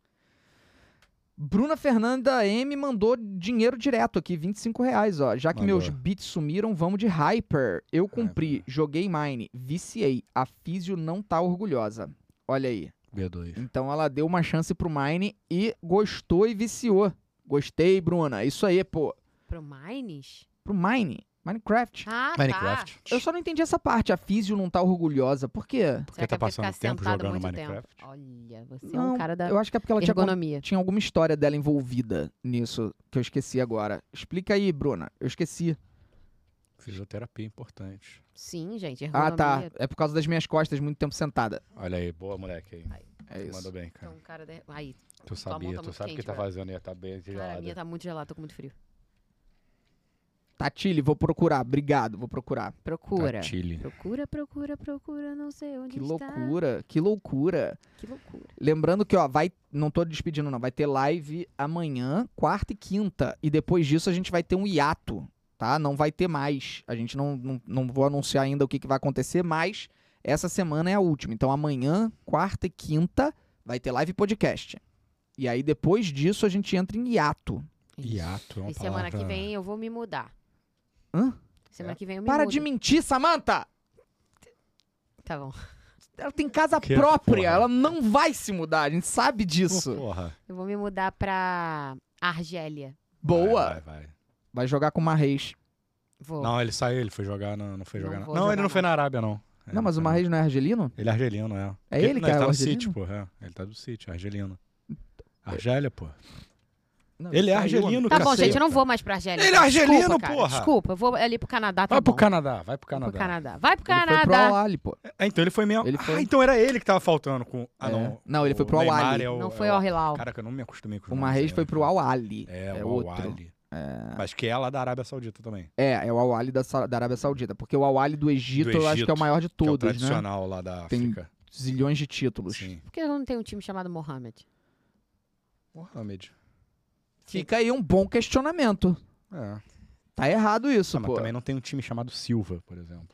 [SPEAKER 1] Bruna Fernanda M mandou dinheiro direto aqui, 25 reais, ó. Já que
[SPEAKER 2] Mandou.
[SPEAKER 1] meus bits sumiram, vamos de Hyper. Eu cumpri, joguei Mine, viciei. A Físio não tá orgulhosa. Olha aí.
[SPEAKER 3] Ah,
[SPEAKER 2] B2.
[SPEAKER 1] Então ela deu uma chance pro Mine e gostou e viciou. Gostei, Bruna. Isso aí, pô.
[SPEAKER 3] Pro Mines?
[SPEAKER 1] Pro Mine. Minecraft.
[SPEAKER 3] Ah,
[SPEAKER 2] Minecraft.
[SPEAKER 1] Eu só não entendi essa parte. A Físio não tá orgulhosa. Por quê?
[SPEAKER 3] tá.
[SPEAKER 2] Porque tá passando tempo jogando Minecraft.
[SPEAKER 3] Olha, você é
[SPEAKER 1] Não,
[SPEAKER 3] um cara da
[SPEAKER 1] Eu acho que é porque ela tinha, con-
[SPEAKER 3] ergonomia.
[SPEAKER 1] tinha alguma história dela envolvida nisso que eu esqueci agora. Explica aí, Bruna. Eu esqueci.
[SPEAKER 2] Fisioterapia é importante.
[SPEAKER 3] Sim, gente,
[SPEAKER 1] Ah,
[SPEAKER 3] ergonomia.
[SPEAKER 1] tá. É por causa das minhas costas, muito tempo sentada.
[SPEAKER 2] Olha aí, boa moleque aí.
[SPEAKER 1] É
[SPEAKER 2] Tu
[SPEAKER 1] isso.
[SPEAKER 2] Mandou bem, cara.
[SPEAKER 3] Então, um cara da... Aí,
[SPEAKER 2] Tu
[SPEAKER 3] mão
[SPEAKER 2] sabia,
[SPEAKER 3] tá
[SPEAKER 2] tu
[SPEAKER 3] muito
[SPEAKER 2] sabe o que
[SPEAKER 3] quente,
[SPEAKER 2] tá
[SPEAKER 3] Bruna.
[SPEAKER 2] fazendo e tá bem
[SPEAKER 3] cara, a minha
[SPEAKER 2] gelada.
[SPEAKER 3] tá muito gelada, tô com muito frio.
[SPEAKER 1] Tatile, Tá, vou procurar. Obrigado, vou procurar.
[SPEAKER 3] Procura.
[SPEAKER 2] Chile.
[SPEAKER 3] Procura, procura, procura, não sei onde
[SPEAKER 1] Que
[SPEAKER 3] está.
[SPEAKER 1] loucura, que loucura.
[SPEAKER 3] Que loucura.
[SPEAKER 1] Lembrando que, ó, vai. Não tô despedindo, não. Vai ter live amanhã, quarta e quinta. E depois disso a gente vai ter um hiato, tá? Não vai ter mais. A gente não, não, não vou anunciar ainda o que, que vai acontecer, mas essa semana é a última. Então amanhã, quarta e quinta, vai ter live e podcast. E aí depois disso a gente entra em hiato.
[SPEAKER 2] Hiato é uma
[SPEAKER 3] E semana que
[SPEAKER 2] palavra-
[SPEAKER 3] vem eu vou me mudar.
[SPEAKER 1] Hã?
[SPEAKER 3] Semana que vem eu me
[SPEAKER 1] Para
[SPEAKER 3] mudo.
[SPEAKER 1] de mentir, Samantha!
[SPEAKER 3] Tá bom.
[SPEAKER 1] Ela tem casa
[SPEAKER 2] Que
[SPEAKER 1] própria,
[SPEAKER 2] porra.
[SPEAKER 1] ela não vai se mudar, a gente sabe
[SPEAKER 2] Pô,
[SPEAKER 1] disso.
[SPEAKER 2] Porra.
[SPEAKER 3] Eu vou me mudar pra Argélia.
[SPEAKER 1] Boa!
[SPEAKER 2] Vai, vai, vai.
[SPEAKER 1] Vai jogar com o Marreis.
[SPEAKER 3] Vou.
[SPEAKER 2] Não, ele saiu, ele foi jogar, na- não foi
[SPEAKER 3] Não
[SPEAKER 2] jogar. na- Não,
[SPEAKER 3] vou jogar,
[SPEAKER 2] ele não
[SPEAKER 3] não.
[SPEAKER 2] foi na Arábia, não. Ele
[SPEAKER 1] Não, mas o
[SPEAKER 2] foi, não.
[SPEAKER 1] Marreis não é argelino?
[SPEAKER 2] Ele é argelino, é.
[SPEAKER 1] É ele
[SPEAKER 2] não,
[SPEAKER 1] que é
[SPEAKER 2] tá
[SPEAKER 1] o
[SPEAKER 2] do City,
[SPEAKER 1] argelino?
[SPEAKER 2] pô. É. Ele tá do City, argelino. Argélia, pô.
[SPEAKER 1] Tá Não,
[SPEAKER 2] Ele é
[SPEAKER 1] saiu,
[SPEAKER 2] argelino,
[SPEAKER 3] Tá
[SPEAKER 2] caceta.
[SPEAKER 3] bom, gente, eu não vou mais pra Argélia.
[SPEAKER 2] Ele é
[SPEAKER 3] Desculpa,
[SPEAKER 2] argelino,
[SPEAKER 3] cara.
[SPEAKER 2] porra!
[SPEAKER 3] Desculpa, eu vou ali pro Canadá, tá
[SPEAKER 2] Vai
[SPEAKER 3] bom.
[SPEAKER 2] pro Canadá, vai pro
[SPEAKER 3] Vou
[SPEAKER 2] Canadá.
[SPEAKER 3] Pro Canadá. Vai pro
[SPEAKER 1] Ele foi pro
[SPEAKER 3] Canadá!
[SPEAKER 1] Al-Ahly, pô.
[SPEAKER 2] É, então ele foi mesmo.
[SPEAKER 1] Ele foi.
[SPEAKER 2] Ah, então era ele que tava faltando com. Ah,
[SPEAKER 1] É.
[SPEAKER 2] não.
[SPEAKER 1] Não, ele foi
[SPEAKER 2] O
[SPEAKER 1] pro
[SPEAKER 2] Neymar
[SPEAKER 1] Al-Ahly.
[SPEAKER 2] é o-
[SPEAKER 3] Não
[SPEAKER 2] é
[SPEAKER 3] foi
[SPEAKER 2] o-
[SPEAKER 3] ao Hilal.
[SPEAKER 2] Caraca, eu não me acostumei com os
[SPEAKER 1] O
[SPEAKER 2] nomes
[SPEAKER 1] Marreis
[SPEAKER 2] ainda.
[SPEAKER 1] foi pro Al-Ali.
[SPEAKER 2] É,
[SPEAKER 1] É
[SPEAKER 2] o
[SPEAKER 1] outro.
[SPEAKER 2] Al-Ali. Mas que é lá da Arábia Saudita também.
[SPEAKER 1] É, é o Al-Ali da, Sa- da Arábia Saudita. Porque o Al-Ali do Egito, eu acho
[SPEAKER 2] Egito,
[SPEAKER 1] que é o maior de
[SPEAKER 2] que é o
[SPEAKER 1] todos, né?
[SPEAKER 2] tradicional lá da
[SPEAKER 1] Tem
[SPEAKER 2] África.
[SPEAKER 1] Zilhões de títulos.
[SPEAKER 2] Sim.
[SPEAKER 3] Por que não tem um time chamado Mohamed?
[SPEAKER 2] Mohamed.
[SPEAKER 1] Fica aí um bom questionamento.
[SPEAKER 2] É.
[SPEAKER 1] Tá errado isso,
[SPEAKER 2] Ah, mas
[SPEAKER 1] pô.
[SPEAKER 2] também não tem um time chamado Silva, por exemplo.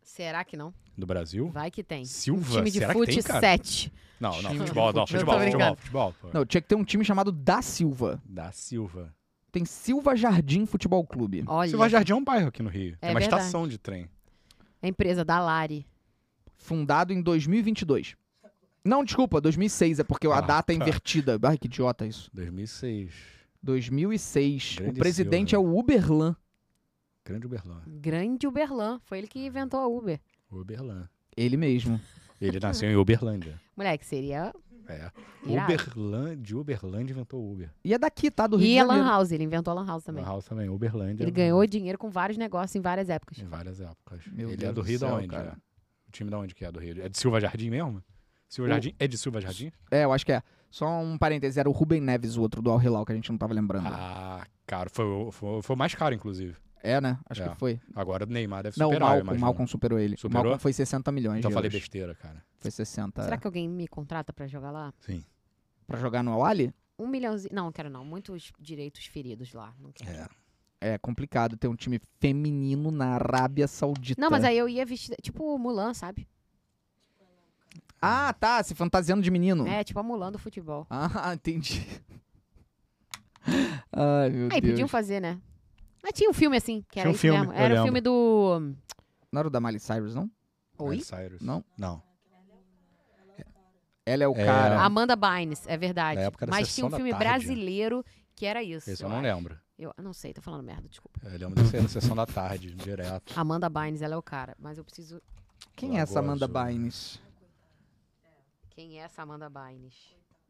[SPEAKER 3] Será que não?
[SPEAKER 2] Do Brasil?
[SPEAKER 3] Vai que tem.
[SPEAKER 2] Silva?
[SPEAKER 3] um time de
[SPEAKER 2] Será que
[SPEAKER 3] fute
[SPEAKER 2] tem, cara?
[SPEAKER 3] 7.
[SPEAKER 2] Não, não,
[SPEAKER 1] Time de
[SPEAKER 2] futebol,
[SPEAKER 1] futebol.
[SPEAKER 2] não, futebol,
[SPEAKER 3] Eu tô
[SPEAKER 2] futebol,
[SPEAKER 3] brincando.
[SPEAKER 2] futebol, pô.
[SPEAKER 1] Não, tinha que ter um time chamado Da Silva.
[SPEAKER 2] Da Silva.
[SPEAKER 1] Tem Silva Jardim Futebol Clube.
[SPEAKER 3] Olha,
[SPEAKER 2] Silva Jardim é um bairro aqui no Rio.
[SPEAKER 3] É
[SPEAKER 2] tem uma
[SPEAKER 3] verdade.
[SPEAKER 2] estação de trem.
[SPEAKER 3] a empresa da Lari.
[SPEAKER 1] Fundado em 2022. Não, desculpa, 2006. É porque
[SPEAKER 2] Ah,
[SPEAKER 1] a data é
[SPEAKER 2] tá.
[SPEAKER 1] invertida. Ai, que idiota isso.
[SPEAKER 2] 2006.
[SPEAKER 1] 2006.
[SPEAKER 2] Grande
[SPEAKER 1] o presidente
[SPEAKER 2] né?
[SPEAKER 1] é o Uberlan.
[SPEAKER 2] Grande Uberlândia.
[SPEAKER 3] Grande Uberlan. Foi ele que inventou a Uber.
[SPEAKER 2] Uberlândia.
[SPEAKER 1] Ele mesmo.
[SPEAKER 2] Ele nasceu em Uberlândia.
[SPEAKER 3] Moleque, seria
[SPEAKER 2] É.
[SPEAKER 3] irado.
[SPEAKER 2] Uberlândia, de Uberlândia inventou o Uber.
[SPEAKER 1] E é daqui, tá? Do Rio
[SPEAKER 3] E
[SPEAKER 1] de
[SPEAKER 3] a
[SPEAKER 1] Janeiro.
[SPEAKER 3] Lan House. Ele inventou a Lan House também.
[SPEAKER 2] House também, Uberlândia.
[SPEAKER 3] Ele ganhou dinheiro com vários negócios em várias épocas.
[SPEAKER 2] Em várias épocas.
[SPEAKER 1] Meu
[SPEAKER 2] ele é
[SPEAKER 1] Deus
[SPEAKER 2] do
[SPEAKER 1] do
[SPEAKER 2] Rio
[SPEAKER 1] céu,
[SPEAKER 2] da onde?
[SPEAKER 1] cara.
[SPEAKER 2] é? O time da onde que é do Rio? É de Silva Jardim mesmo? Silva
[SPEAKER 1] O-
[SPEAKER 2] Jardim? É de Silva Jardim?
[SPEAKER 1] É, eu acho que é. Só um parêntese, era o Rubem Neves, o outro do Al Hilal, que a gente não tava lembrando.
[SPEAKER 2] Ah, caro. Foi, o- foi, foi o mais caro, inclusive.
[SPEAKER 1] É, né? Acho
[SPEAKER 2] É.
[SPEAKER 1] que foi.
[SPEAKER 2] Agora o Neymar deve
[SPEAKER 1] não, o,
[SPEAKER 2] superar,
[SPEAKER 1] Mal,
[SPEAKER 2] eu
[SPEAKER 1] o
[SPEAKER 2] imagino.
[SPEAKER 1] Malcom superou ele.
[SPEAKER 2] Superou?
[SPEAKER 1] O Malcom foi 60 milhões
[SPEAKER 2] Então eu
[SPEAKER 1] de
[SPEAKER 2] falei
[SPEAKER 1] euros.
[SPEAKER 2] besteira, cara.
[SPEAKER 1] Foi 60.
[SPEAKER 2] é.
[SPEAKER 3] Será que alguém me contrata pra jogar lá?
[SPEAKER 2] Sim.
[SPEAKER 1] Pra jogar no Al-Ali?
[SPEAKER 3] Um milhãozinho. Não, quero não. Muitos direitos feridos lá. Não, quero.
[SPEAKER 2] É.
[SPEAKER 1] É complicado ter um time feminino na Arábia Saudita.
[SPEAKER 3] não mas aí eu ia vestir. Tipo Mulan, sabe?
[SPEAKER 1] Ah, tá, se fantasiando de
[SPEAKER 2] Hum.
[SPEAKER 1] menino.
[SPEAKER 3] É, tipo a Mulan do futebol.
[SPEAKER 1] Ah, entendi. Ai, meu
[SPEAKER 3] Aí
[SPEAKER 1] Deus.
[SPEAKER 3] podiam fazer, né? Mas tinha um filme assim, que era
[SPEAKER 2] Tinha um
[SPEAKER 3] isso
[SPEAKER 2] filme,
[SPEAKER 3] mesmo.
[SPEAKER 2] eu
[SPEAKER 3] Era o
[SPEAKER 2] lembro.
[SPEAKER 3] filme do.
[SPEAKER 1] Não era o da Miley Cyrus, não?
[SPEAKER 3] Oi?
[SPEAKER 2] Miley Cyrus.
[SPEAKER 1] Não?
[SPEAKER 2] Não.
[SPEAKER 1] Ela é o
[SPEAKER 2] É.
[SPEAKER 1] cara.
[SPEAKER 3] Amanda Bynes, é verdade.
[SPEAKER 2] Na época era
[SPEAKER 3] Mas
[SPEAKER 2] Sessão
[SPEAKER 3] tinha um
[SPEAKER 2] da
[SPEAKER 3] filme
[SPEAKER 2] Tarde.
[SPEAKER 3] brasileiro que era isso.
[SPEAKER 2] Esse
[SPEAKER 3] eu
[SPEAKER 2] eu não
[SPEAKER 3] acho.
[SPEAKER 2] lembro.
[SPEAKER 3] Eu não sei, tô falando merda, desculpa.
[SPEAKER 2] É, lembro dessa na sessão da tarde, direto.
[SPEAKER 3] Amanda Bynes, ela é o cara, mas eu preciso.
[SPEAKER 1] Quem é essa Amanda
[SPEAKER 2] Lagoa Azul.
[SPEAKER 1] Bynes?
[SPEAKER 3] Quem é essa Amanda Bynes?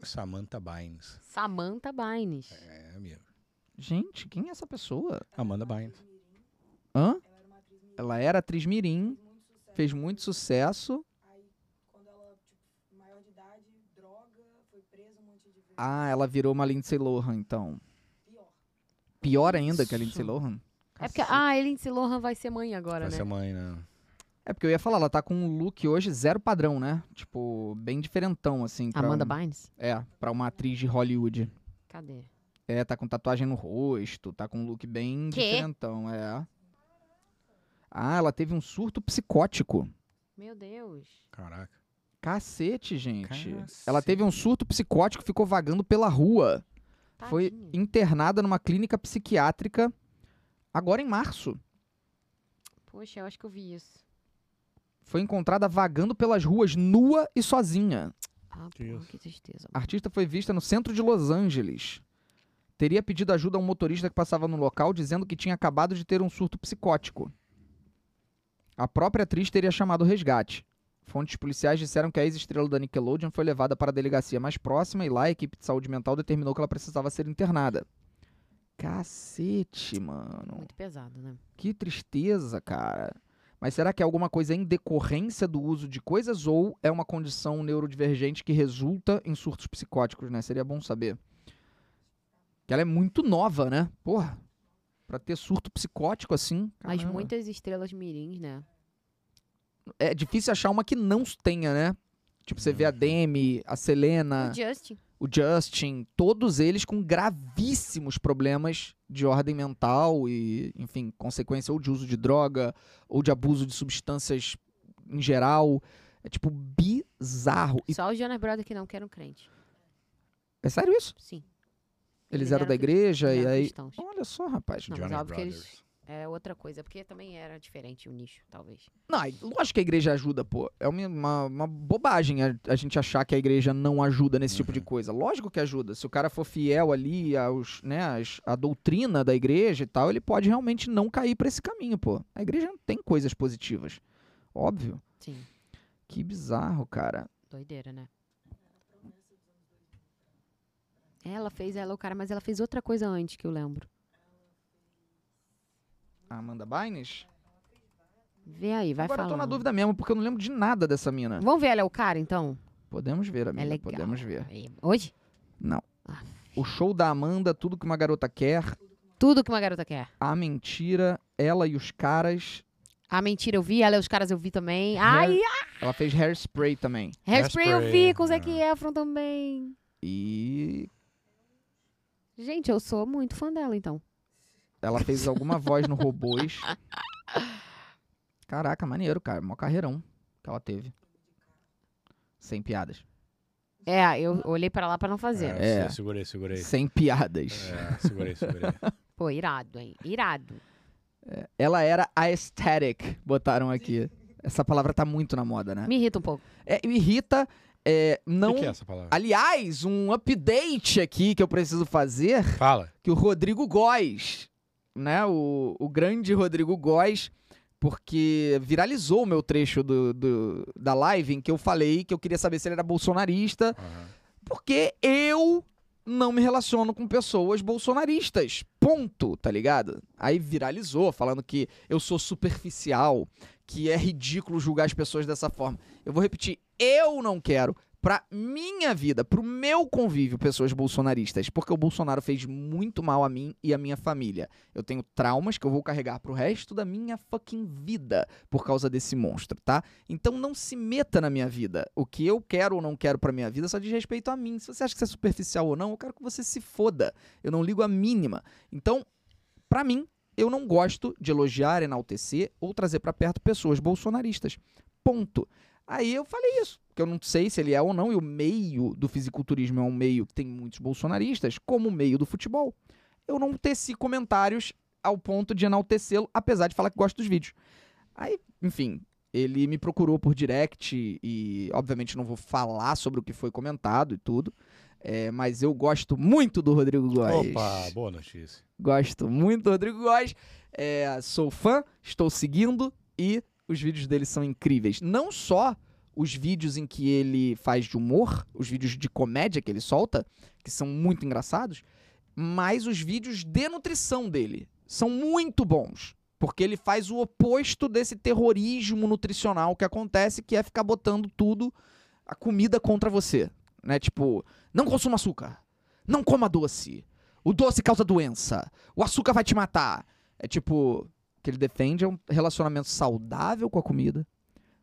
[SPEAKER 2] Samantha Bynes.
[SPEAKER 3] Samantha Bynes.
[SPEAKER 2] É, amigo.
[SPEAKER 1] Gente, quem é essa pessoa?
[SPEAKER 2] Amanda Bynes.
[SPEAKER 1] Hã? Ela era atriz mirim, fez muito sucesso. Ah, ela virou uma Lindsay Lohan, então. Pior ainda que a Lindsay
[SPEAKER 3] Isso.
[SPEAKER 1] Lohan?
[SPEAKER 3] É
[SPEAKER 1] Cacete.
[SPEAKER 3] porque. Ah, a Lindsay Lohan vai ser mãe agora,
[SPEAKER 2] Vai
[SPEAKER 3] né?
[SPEAKER 2] ser mãe, né?
[SPEAKER 1] É porque eu ia falar, ela tá com um look hoje zero padrão, né? Tipo, bem diferentão, assim. pra
[SPEAKER 3] Amanda
[SPEAKER 1] um-
[SPEAKER 3] Bynes?
[SPEAKER 1] É, pra uma atriz de Hollywood.
[SPEAKER 3] Cadê?
[SPEAKER 1] É, tá com tatuagem no rosto, tá com um look bem
[SPEAKER 3] Quê?
[SPEAKER 1] diferentão, é. Ah, ela teve um surto psicótico.
[SPEAKER 3] Meu Deus.
[SPEAKER 2] Caraca.
[SPEAKER 1] Cacete, gente. Ela
[SPEAKER 2] Cacete.
[SPEAKER 1] teve um surto psicótico, e ficou vagando pela rua. Foi
[SPEAKER 3] Tadinha.
[SPEAKER 1] internada numa clínica psiquiátrica agora em março.
[SPEAKER 3] Poxa, eu acho que eu vi isso.
[SPEAKER 1] Foi encontrada vagando pelas ruas nua e sozinha.
[SPEAKER 3] Ah,
[SPEAKER 2] Que
[SPEAKER 3] porra,
[SPEAKER 2] isso?
[SPEAKER 3] que tristeza.
[SPEAKER 1] A artista foi vista no centro de Los Angeles. Teria pedido ajuda a um motorista que passava no local, dizendo que tinha acabado de ter um surto psicótico. A própria atriz teria chamado o resgate. Fontes policiais disseram que a ex-estrela da Nickelodeon foi levada para a delegacia mais próxima e lá a equipe de saúde mental determinou que ela precisava ser internada. Cacete, mano.
[SPEAKER 3] Muito pesado, né?
[SPEAKER 1] Que tristeza, cara. Mas será que é alguma coisa em decorrência do uso de coisas ou é uma condição neurodivergente que resulta em surtos psicóticos, né? Seria bom saber. Que ela é muito nova, né? Porra. Pra ter surto psicótico assim.
[SPEAKER 3] Mas
[SPEAKER 1] caramba.
[SPEAKER 3] muitas estrelas mirins, né?
[SPEAKER 1] É difícil achar uma que não tenha, né? Tipo, você vê a Demi, a Selena,
[SPEAKER 3] O Justin.
[SPEAKER 1] o Justin, todos eles com gravíssimos problemas de ordem mental e, enfim, consequência ou de uso de droga ou de abuso de substâncias em geral. É tipo bizarro. E-
[SPEAKER 3] Só o Jonas Brother que não, que eram crente.
[SPEAKER 1] é sério isso?
[SPEAKER 3] Sim.
[SPEAKER 1] Eles eram da
[SPEAKER 3] cri-
[SPEAKER 1] igreja e
[SPEAKER 3] eram
[SPEAKER 1] aí.
[SPEAKER 3] cristãos.
[SPEAKER 1] Olha só, rapaz.
[SPEAKER 3] Não, mas
[SPEAKER 2] Jonas
[SPEAKER 3] óbvio que eles-
[SPEAKER 2] Brothers.
[SPEAKER 3] É outra coisa, porque também era diferente o nicho, talvez.
[SPEAKER 1] Não, aí, lógico que a igreja ajuda, pô. É uma, uma, uma bobagem a, a gente achar que a igreja não ajuda nesse tipo de coisa. Lógico que ajuda. Se o cara for fiel ali aos, né, às- à doutrina da igreja e tal, ele pode realmente não cair pra esse caminho, pô. A igreja tem coisas positivas. Óbvio.
[SPEAKER 3] Sim,
[SPEAKER 1] Que bizarro, cara.
[SPEAKER 3] doideira, né? Ela fez ela o cara, mas ela fez outra coisa antes que eu lembro.
[SPEAKER 1] A Amanda Bynes?
[SPEAKER 3] Vê aí, vai
[SPEAKER 1] Agora
[SPEAKER 3] falando.
[SPEAKER 1] eu tô na dúvida mesmo, porque eu não lembro de nada dessa mina.
[SPEAKER 3] Vamos ver ela é o cara, então?
[SPEAKER 1] Podemos ver, amiga.
[SPEAKER 3] é legal.
[SPEAKER 1] Podemos ver.
[SPEAKER 3] Aí, Hoje?
[SPEAKER 1] Não.
[SPEAKER 3] Ah.
[SPEAKER 1] O show da Amanda, tudo que uma garota quer,
[SPEAKER 3] Tudo que uma garota quer.
[SPEAKER 1] a mentira, ela e os caras.
[SPEAKER 3] A mentira eu vi, ela e os caras eu vi
[SPEAKER 1] É.
[SPEAKER 3] também. Ai,
[SPEAKER 1] Ela fez hairspray também.
[SPEAKER 3] Hairspray eu
[SPEAKER 2] Hairspray,
[SPEAKER 3] vi com o Zac
[SPEAKER 2] é.
[SPEAKER 3] Efron também.
[SPEAKER 1] E
[SPEAKER 3] Gente, eu sou muito fã dela, então.
[SPEAKER 1] ela fez alguma voz no Robôs. Caraca, maneiro, cara. Mó carreirão que ela teve. Sem piadas.
[SPEAKER 3] É, eu olhei pra lá pra não fazer.
[SPEAKER 2] É,
[SPEAKER 1] É.
[SPEAKER 2] se- Segurei, segurei.
[SPEAKER 1] Sem piadas.
[SPEAKER 2] É, segurei, segurei.
[SPEAKER 3] Pô, irado, hein? Irado.
[SPEAKER 1] Ela era aesthetic, botaram aqui. Essa palavra tá muito na moda, né?
[SPEAKER 3] Me irrita um pouco.
[SPEAKER 1] É, me irrita. é, não.
[SPEAKER 2] O que, que é essa palavra?
[SPEAKER 1] Aliás, um update aqui que eu preciso fazer.
[SPEAKER 2] Fala.
[SPEAKER 1] que o Rodrigo Góes, né? O, o grande Rodrigo Góes, porque viralizou o meu trecho do, do- da live em que eu falei que eu queria saber se ele era bolsonarista,
[SPEAKER 2] Aham.
[SPEAKER 1] porque eu não me relaciono com pessoas bolsonaristas. Ponto, tá ligado? Aí viralizou, falando que eu sou superficial, que é ridículo julgar as pessoas dessa forma. Eu vou repetir, eu não quero pra minha vida, pro meu convívio, pessoas bolsonaristas, porque o Bolsonaro fez muito mal a mim e a minha família. Eu tenho traumas que eu vou carregar pro resto da minha fucking vida por causa desse monstro, tá? Então não se meta na minha vida. O que eu quero ou não quero pra minha vida só diz respeito a mim. Se você acha que isso é superficial ou não, eu quero que você se foda. Eu não ligo a mínima. Então, pra mim, eu não gosto de elogiar, enaltecer ou trazer pra perto pessoas bolsonaristas. Ponto. Aí eu falei isso, que eu não sei se ele é ou não, e o meio do fisiculturismo é um meio que tem muitos bolsonaristas, como o meio do futebol. Eu não teci comentários ao ponto de enaltecê-lo, apesar de falar que gosto dos vídeos. Aí, enfim, ele me procurou por direct e, obviamente, não vou falar sobre o que foi comentado e tudo. É, mas eu gosto muito do Rodrigo Góes.
[SPEAKER 2] Opa, boa notícia.
[SPEAKER 1] Gosto muito do Rodrigo Góes. É, sou fã, estou seguindo e os vídeos dele são incríveis. Não só os vídeos em que ele faz de humor, os vídeos de comédia que ele solta, que são muito engraçados, mas os vídeos de nutrição dele são muito bons. Porque ele faz o oposto desse terrorismo nutricional que acontece, que é ficar botando tudo, a comida contra você. Né? Tipo, não consuma açúcar. Não coma doce. O doce causa doença. O açúcar vai te matar. É tipo, o que ele defende é um relacionamento saudável com a comida.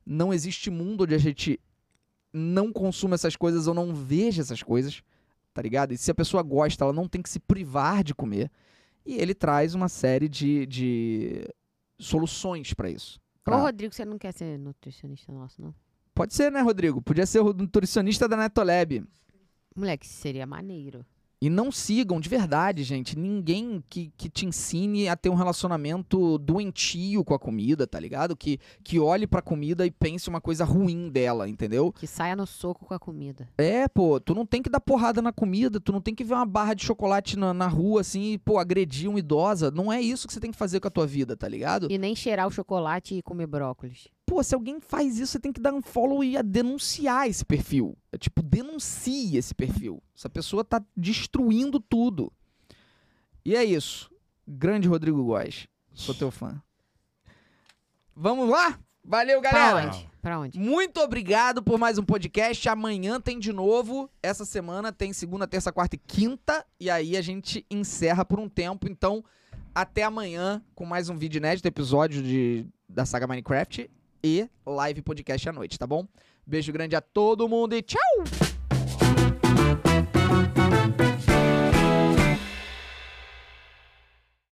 [SPEAKER 1] Não existe mundo onde a gente não consuma essas coisas ou não veja essas coisas, tá ligado? E se a pessoa gosta, ela não tem que se privar de comer. E ele traz uma série de, de soluções pra isso.
[SPEAKER 3] Ô,
[SPEAKER 1] Pra-
[SPEAKER 3] Rodrigo, você não quer ser nutricionista nosso, não?
[SPEAKER 1] Pode ser, né, Rodrigo? Podia ser o nutricionista da Netolab.
[SPEAKER 3] Moleque, seria maneiro.
[SPEAKER 1] E não sigam, de verdade, gente, ninguém que, que te ensine a ter um relacionamento doentio com a comida, tá ligado? Que, que olhe pra comida e pense uma coisa ruim dela, entendeu?
[SPEAKER 3] Que saia no soco com a comida.
[SPEAKER 1] É, pô, tu não tem que dar porrada na comida, tu não tem que ver uma barra de chocolate na, na rua assim e, pô, agredir uma idosa. Não é isso que você tem que fazer com a tua vida, tá ligado?
[SPEAKER 3] E nem cheirar o chocolate e comer brócolis.
[SPEAKER 1] pô, se alguém faz isso, você tem que dar um follow e a denunciar esse perfil. É tipo, denuncie esse perfil. Essa pessoa tá destruindo tudo. E é isso. Grande Rodrigo Góes. Sou teu fã. Vamos lá? Valeu, galera!
[SPEAKER 3] Pra onde? Pra onde?
[SPEAKER 1] Muito obrigado por mais um podcast. Amanhã tem de novo. Essa semana tem segunda, terça, quarta e quinta. E aí a gente encerra por um tempo. Então, até amanhã com mais um vídeo inédito, episódio de, da saga Minecraft e live podcast à noite, tá bom? Beijo grande a todo mundo e tchau!